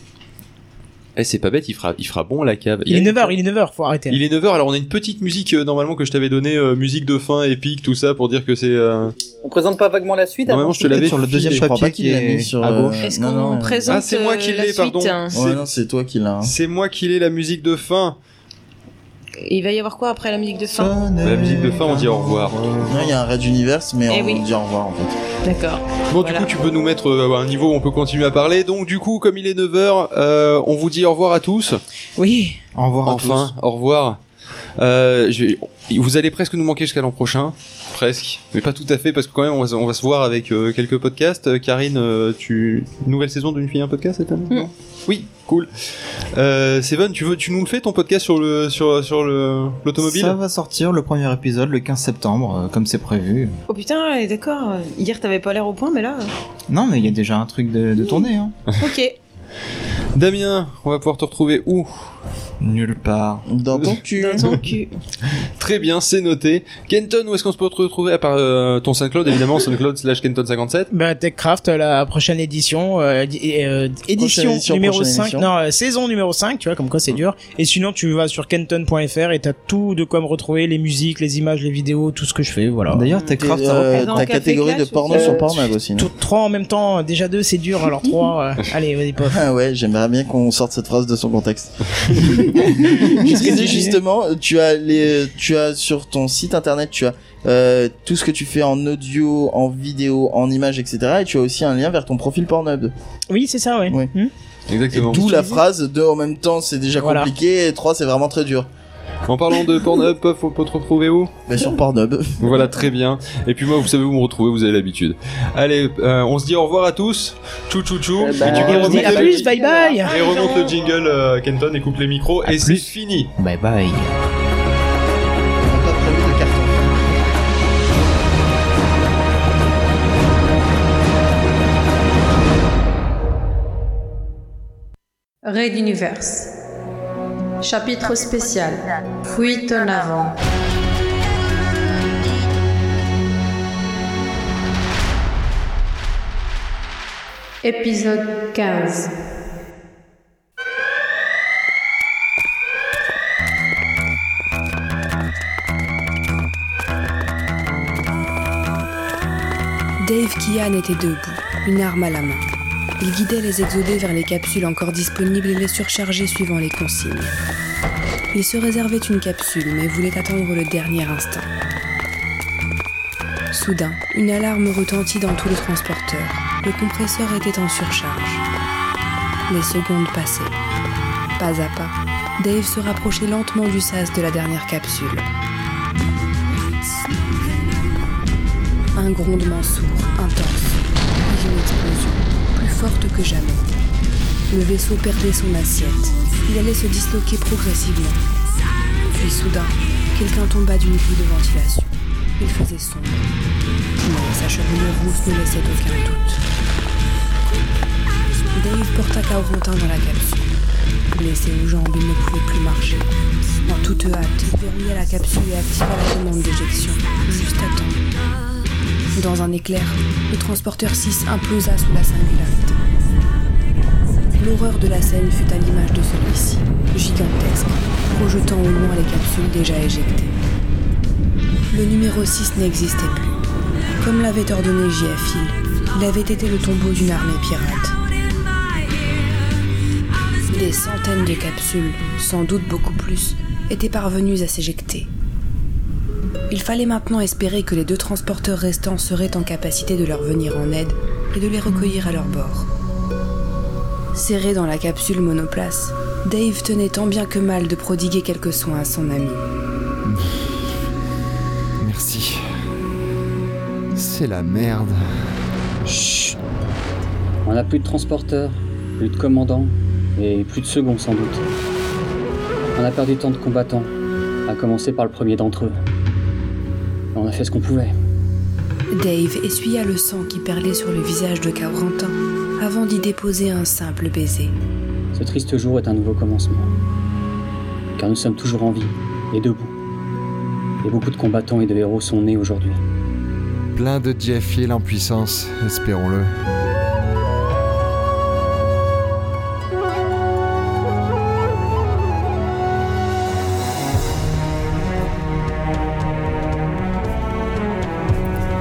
Speaker 1: eh, c'est pas bête, il fera, il fera bon à la cave.
Speaker 2: Il est
Speaker 1: y a-
Speaker 2: 9h, il est 9h, faut arrêter.
Speaker 1: Il est 9h, alors on a une petite musique euh, normalement que je t'avais donnée, euh, musique de fin, épique, tout ça, pour dire que c'est... euh,
Speaker 7: On présente pas vaguement la suite.
Speaker 1: Normalement,
Speaker 7: avant
Speaker 1: je te l'avais
Speaker 9: sur le deuxième
Speaker 1: filé.
Speaker 9: je crois pas
Speaker 5: papier
Speaker 9: qu'il l'a
Speaker 5: qui est
Speaker 9: mis sur
Speaker 5: à
Speaker 9: euh,
Speaker 5: gauche.
Speaker 3: Est-ce
Speaker 9: non,
Speaker 3: qu'on
Speaker 9: non.
Speaker 3: présente
Speaker 1: Ah, c'est moi
Speaker 3: euh,
Speaker 1: qui
Speaker 3: la
Speaker 1: l'ai,
Speaker 3: suite,
Speaker 1: pardon.
Speaker 3: hein
Speaker 9: Ouais non c'est toi qui l'as. hein.
Speaker 1: C'est moi qui l'ai, la musique de fin.
Speaker 3: Il va y avoir quoi après la musique de fin
Speaker 1: La musique de fin, on dit au revoir.
Speaker 9: Non il y a un Red Universe mais
Speaker 3: Eh
Speaker 9: on
Speaker 3: oui.
Speaker 9: dit au revoir en fait.
Speaker 3: D'accord.
Speaker 1: Bon,
Speaker 3: Voilà.
Speaker 1: du coup, tu peux nous mettre euh, à un niveau où on peut continuer à parler. Donc, du coup, comme il est 9h, euh, on vous dit au revoir à tous.
Speaker 2: Oui.
Speaker 5: Au revoir à
Speaker 1: enfin, au revoir. Euh, je vais- Vous allez presque nous manquer jusqu'à l'an prochain. Presque. Mais pas tout à fait, parce que quand même, on va, se- on va se voir avec euh, quelques podcasts. Euh, Karine, euh, tu... Nouvelle saison d'une fille, un podcast cette année
Speaker 3: Mm.
Speaker 1: non Oui, cool. Euh, Seven, tu, veux, tu nous le fais ton podcast sur le sur, sur le-
Speaker 5: tous.
Speaker 1: l'automobile
Speaker 5: Ça va sortir le premier épisode le 15 septembre, euh, comme c'est prévu.
Speaker 3: Oh putain, ouais, d'accord. Hier t'avais pas l'air au point, mais là. euh,
Speaker 5: Non, mais il y a déjà un truc de, de tourné. Hein.
Speaker 3: Ok.
Speaker 1: Damien, on va pouvoir te retrouver où
Speaker 5: Nulle part.
Speaker 9: Dans ton cul.
Speaker 3: Dans ton cul.
Speaker 1: Très bien, c'est noté. Kenton, où est-ce qu'on se peut te retrouver à part euh, ton SoundCloud évidemment SoundCloud slash Kenton57
Speaker 2: Bah, TechCraft, euh, la prochaine édition, euh, di- et, euh, édition,
Speaker 9: édition,
Speaker 2: numéro
Speaker 9: prochaine
Speaker 2: 5,
Speaker 9: édition. Mm.
Speaker 2: non, euh, saison numéro 5, tu vois, comme quoi c'est dur. Et sinon, tu vas sur kenton.fr et t'as tout de quoi me retrouver, les musiques, les images, les vidéos, tout ce que je fais, voilà.
Speaker 5: D'ailleurs, Techcraft,
Speaker 9: T'es,
Speaker 5: ça
Speaker 9: euh,
Speaker 3: Mm. Dans
Speaker 9: ta
Speaker 3: Café
Speaker 9: catégorie de
Speaker 3: Clash
Speaker 9: porno
Speaker 3: aussi.
Speaker 9: sur
Speaker 7: Euh,
Speaker 9: Pornhub aussi. non
Speaker 2: Tout, trois en même temps, euh, déjà deux, c'est dur, alors trois, euh, allez, vas-y, pof.
Speaker 9: Ah ouais, j'aimerais bien qu'on sorte cette phrase de son contexte. Je
Speaker 2: Qu'est-ce que tu
Speaker 9: disais
Speaker 2: disais
Speaker 9: justement, tu as les, tu as sur ton site internet, tu as euh, tout ce que tu fais en audio, en vidéo, en images, etc. Et tu as aussi un lien vers ton profil Pornhub.
Speaker 2: Oui, c'est ça, ouais.
Speaker 9: Ouais.
Speaker 2: Hmm
Speaker 9: Et
Speaker 1: Exactement.
Speaker 9: d'où la phrase de en même temps c'est déjà
Speaker 2: Voilà.
Speaker 9: compliqué et trois c'est vraiment très dur.
Speaker 1: En parlant de Pornhub, Puff, on peut te retrouver où
Speaker 9: Mais sur Pornhub.
Speaker 1: Voilà, très bien. Et puis moi, vous savez où me retrouver, vous avez l'habitude. Allez, euh, on se dit au revoir à tous. Tchou tchou tchou.
Speaker 7: Eh
Speaker 1: Et
Speaker 7: ben,
Speaker 1: du coup,
Speaker 2: Et Bah, on se dit
Speaker 1: remonte
Speaker 2: à
Speaker 1: le-
Speaker 2: plus, bye bye!
Speaker 1: Et remonte le jingle, euh, Kenton, et coupe les micros.
Speaker 5: À
Speaker 1: et c'est
Speaker 5: plus.
Speaker 1: fini.
Speaker 5: Bye bye.
Speaker 9: On n'a pas prévu de carton.
Speaker 10: Raid Universe. Chapitre spécial. Fuite en avant. Épisode 15.
Speaker 11: Dave Kian était debout, une arme à la main. Il guidait les exodés vers les capsules encore disponibles et les surchargeait suivant les consignes. Il se réservait une capsule, mais voulait attendre le dernier instant. Soudain, une alarme retentit dans tout le transporteur. Le compresseur était en surcharge. Les secondes passaient. Pas à pas, Dave se rapprochait lentement du sas de la dernière capsule. Un grondement sourd, intense, puis une explosion, plus forte que jamais. Le vaisseau perdait son assiette. Il allait se disloquer progressivement. Puis soudain, quelqu'un tomba d'une grille de ventilation. Il faisait sombre. Mais sa chevelure rousse ne laissait aucun doute. Dave porta Carotin dans la capsule. Blessé aux jambes, il ne pouvait plus marcher. En toute hâte, il verrouilla la capsule et activa la commande d'éjection, juste à temps. Dans un éclair, le transporteur 6 implosa sous la singularité. L'horreur de la scène fut à l'image de celui-ci, gigantesque, projetant au loin les capsules déjà éjectées. Le numéro 6 n'existait plus. Comme l'avait ordonné JFI, il avait été le tombeau d'une armée pirate. Des centaines de capsules, sans doute beaucoup plus, étaient parvenues à s'éjecter. Il fallait maintenant espérer que les deux transporteurs restants seraient en capacité de leur venir en aide et de les recueillir à leur bord. Serré dans la capsule monoplace, Dave tenait tant bien que mal de prodiguer quelques soins à son ami.
Speaker 12: Merci. C'est la merde.
Speaker 8: On n'a plus de transporteur, plus de commandant, et plus de secondes sans doute. On a perdu tant de combattants, à commencer par le premier d'entre eux. Mais on a fait ce qu'on pouvait.
Speaker 11: Dave essuya le sang qui perlait sur le visage de Cabrantin avant d'y déposer un simple baiser.
Speaker 8: Ce triste jour est un nouveau commencement. Car nous sommes toujours en vie et debout. Et beaucoup de combattants et de héros sont nés aujourd'hui.
Speaker 12: Plein de Jeff Hill en puissance, espérons-le.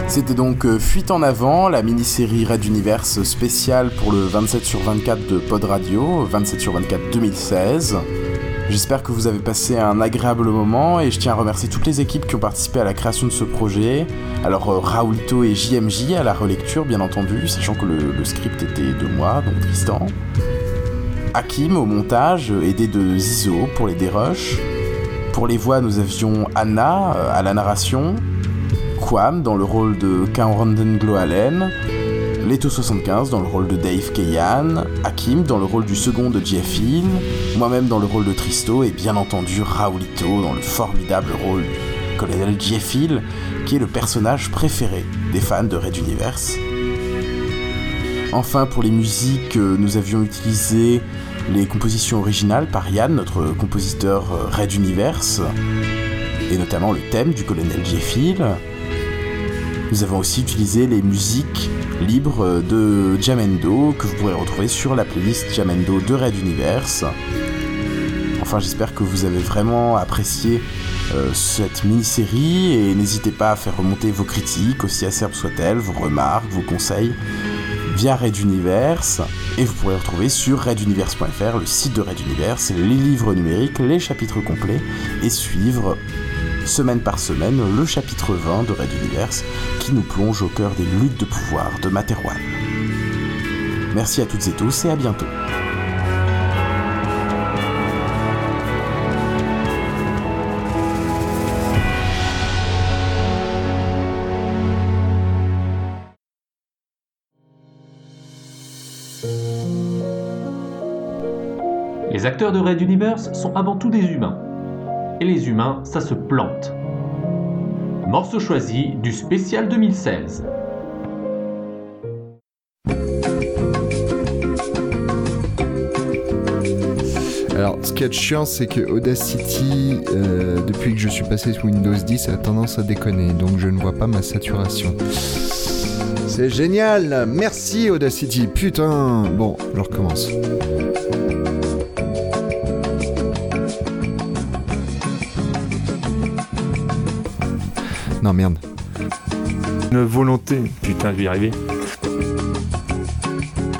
Speaker 13: C'était donc euh, Fuite en avant, la mini-série Red Universe spéciale pour le 27 sur 24 de Pod Radio, 27 sur 24 2016. J'espère que vous avez passé un agréable moment et je tiens à remercier toutes les équipes qui ont participé à la création de ce projet. Alors euh, Raoulto et JMJ à la relecture bien entendu, sachant que le, le script était de moi, donc Tristan. Hakim au montage, euh, aidé de Zizo pour les déroches. Pour les voix, nous avions Anna euh, à la narration, Kwam dans le rôle de Kaoranden Gloalen, Leto75 dans le rôle de Dave Kayan, Hakim dans le rôle du second de Jeff Hill, moi-même dans le rôle de Tristo et bien entendu Raoulito dans le formidable rôle du colonel Jeff Hill, qui est le personnage préféré des fans de Red Universe. Enfin, pour les musiques, euh, nous avions utilisé les compositions originales par Yann, notre compositeur euh, Red Universe, et notamment le thème du colonel Jeff Hill. Nous avons aussi utilisé les musiques libres euh, de Jamendo, que vous pourrez retrouver sur la playlist Jamendo de Red Universe. Enfin, j'espère que vous avez vraiment apprécié euh, cette mini-série et n'hésitez pas à faire remonter vos critiques, aussi acerbes soient-elles, vos remarques, vos conseils via Red Universe et vous pourrez retrouver sur reduniverse.fr le site de Red Universe, les livres numériques, les chapitres complets et suivre semaine par semaine le chapitre 20 de Red Universe qui nous plonge au cœur des luttes de pouvoir de Materwan. Merci à toutes et tous et à bientôt.
Speaker 14: Les acteurs de Red Universe sont avant tout des humains. Et les humains, ça se plante. Morceau choisi du spécial 2016.
Speaker 12: Alors, ce qui est chiant, c'est que Audacity, euh, depuis que je suis passé sous Windows 10, a tendance à déconner, donc je ne vois pas ma saturation. C'est génial Merci Audacity, putain Bon, je recommence. Non, merde.
Speaker 15: Une volonté. Putain, je vais y arriver.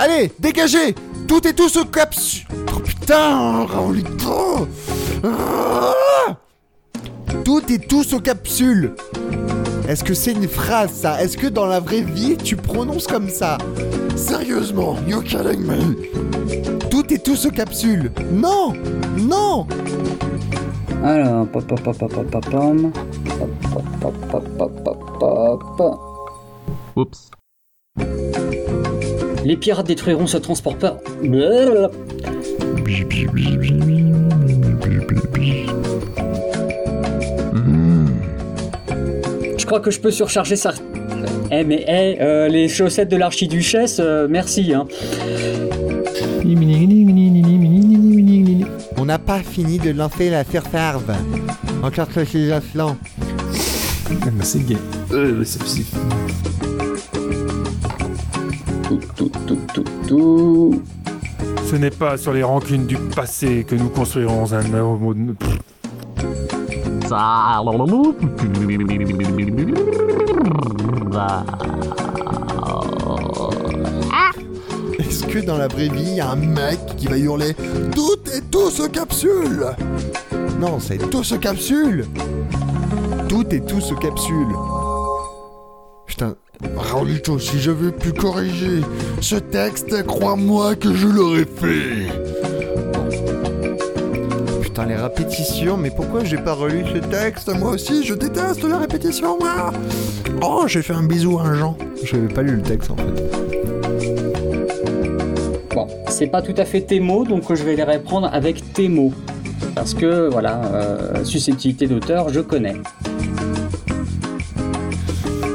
Speaker 12: Allez, dégagez Tout et tous au capsule Oh putain Raoulito Ah Tout et tous aux capsules Est-ce que c'est une phrase ça Est-ce que dans la vraie vie tu prononces comme ça Sérieusement, you kidding me Tout et tous aux capsules Non Non
Speaker 8: Alors, pop, pop, pop, pop, pop, pop, pom. Pop, pop, pop, pop, pop, pop, pop.
Speaker 14: Oups.
Speaker 8: Les pirates détruiront ce transport par... Je crois que je peux surcharger ça. Eh mais eh, euh, les chaussettes de l'archiduchesse, euh, merci. Hein.
Speaker 12: On n'a pas fini de lancer la surfarve. Encore que c'est lent.
Speaker 15: Ah, c'est gay. Ce n'est pas sur les rancunes du passé que nous construirons un nouveau monde. Pff.
Speaker 12: Est-ce que dans la vraie vie, il y a un mec qui va hurler Tout et tous aux capsules Non, c'est tous aux capsules Tout et tous aux capsules Putain, Raoulito, si j'avais pu corriger ce texte, crois-moi que je l'aurais fait Putain, les répétitions, mais pourquoi j'ai pas relu ce texte Moi aussi, je déteste la répétition, moi Oh, j'ai fait un bisou à un Jean. J'avais pas lu le texte en fait.
Speaker 8: Bon, c'est pas tout à fait tes mots, donc je vais les reprendre avec tes mots. Parce que, voilà, euh, susceptibilité d'auteur, je connais.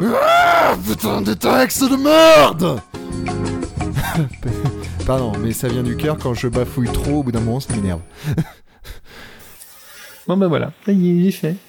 Speaker 12: Ah, putain de texte de merde Pardon, mais ça vient du cœur quand je bafouille trop, au bout d'un moment ça m'énerve.
Speaker 16: Bon ben voilà, ça y est, j'ai fait.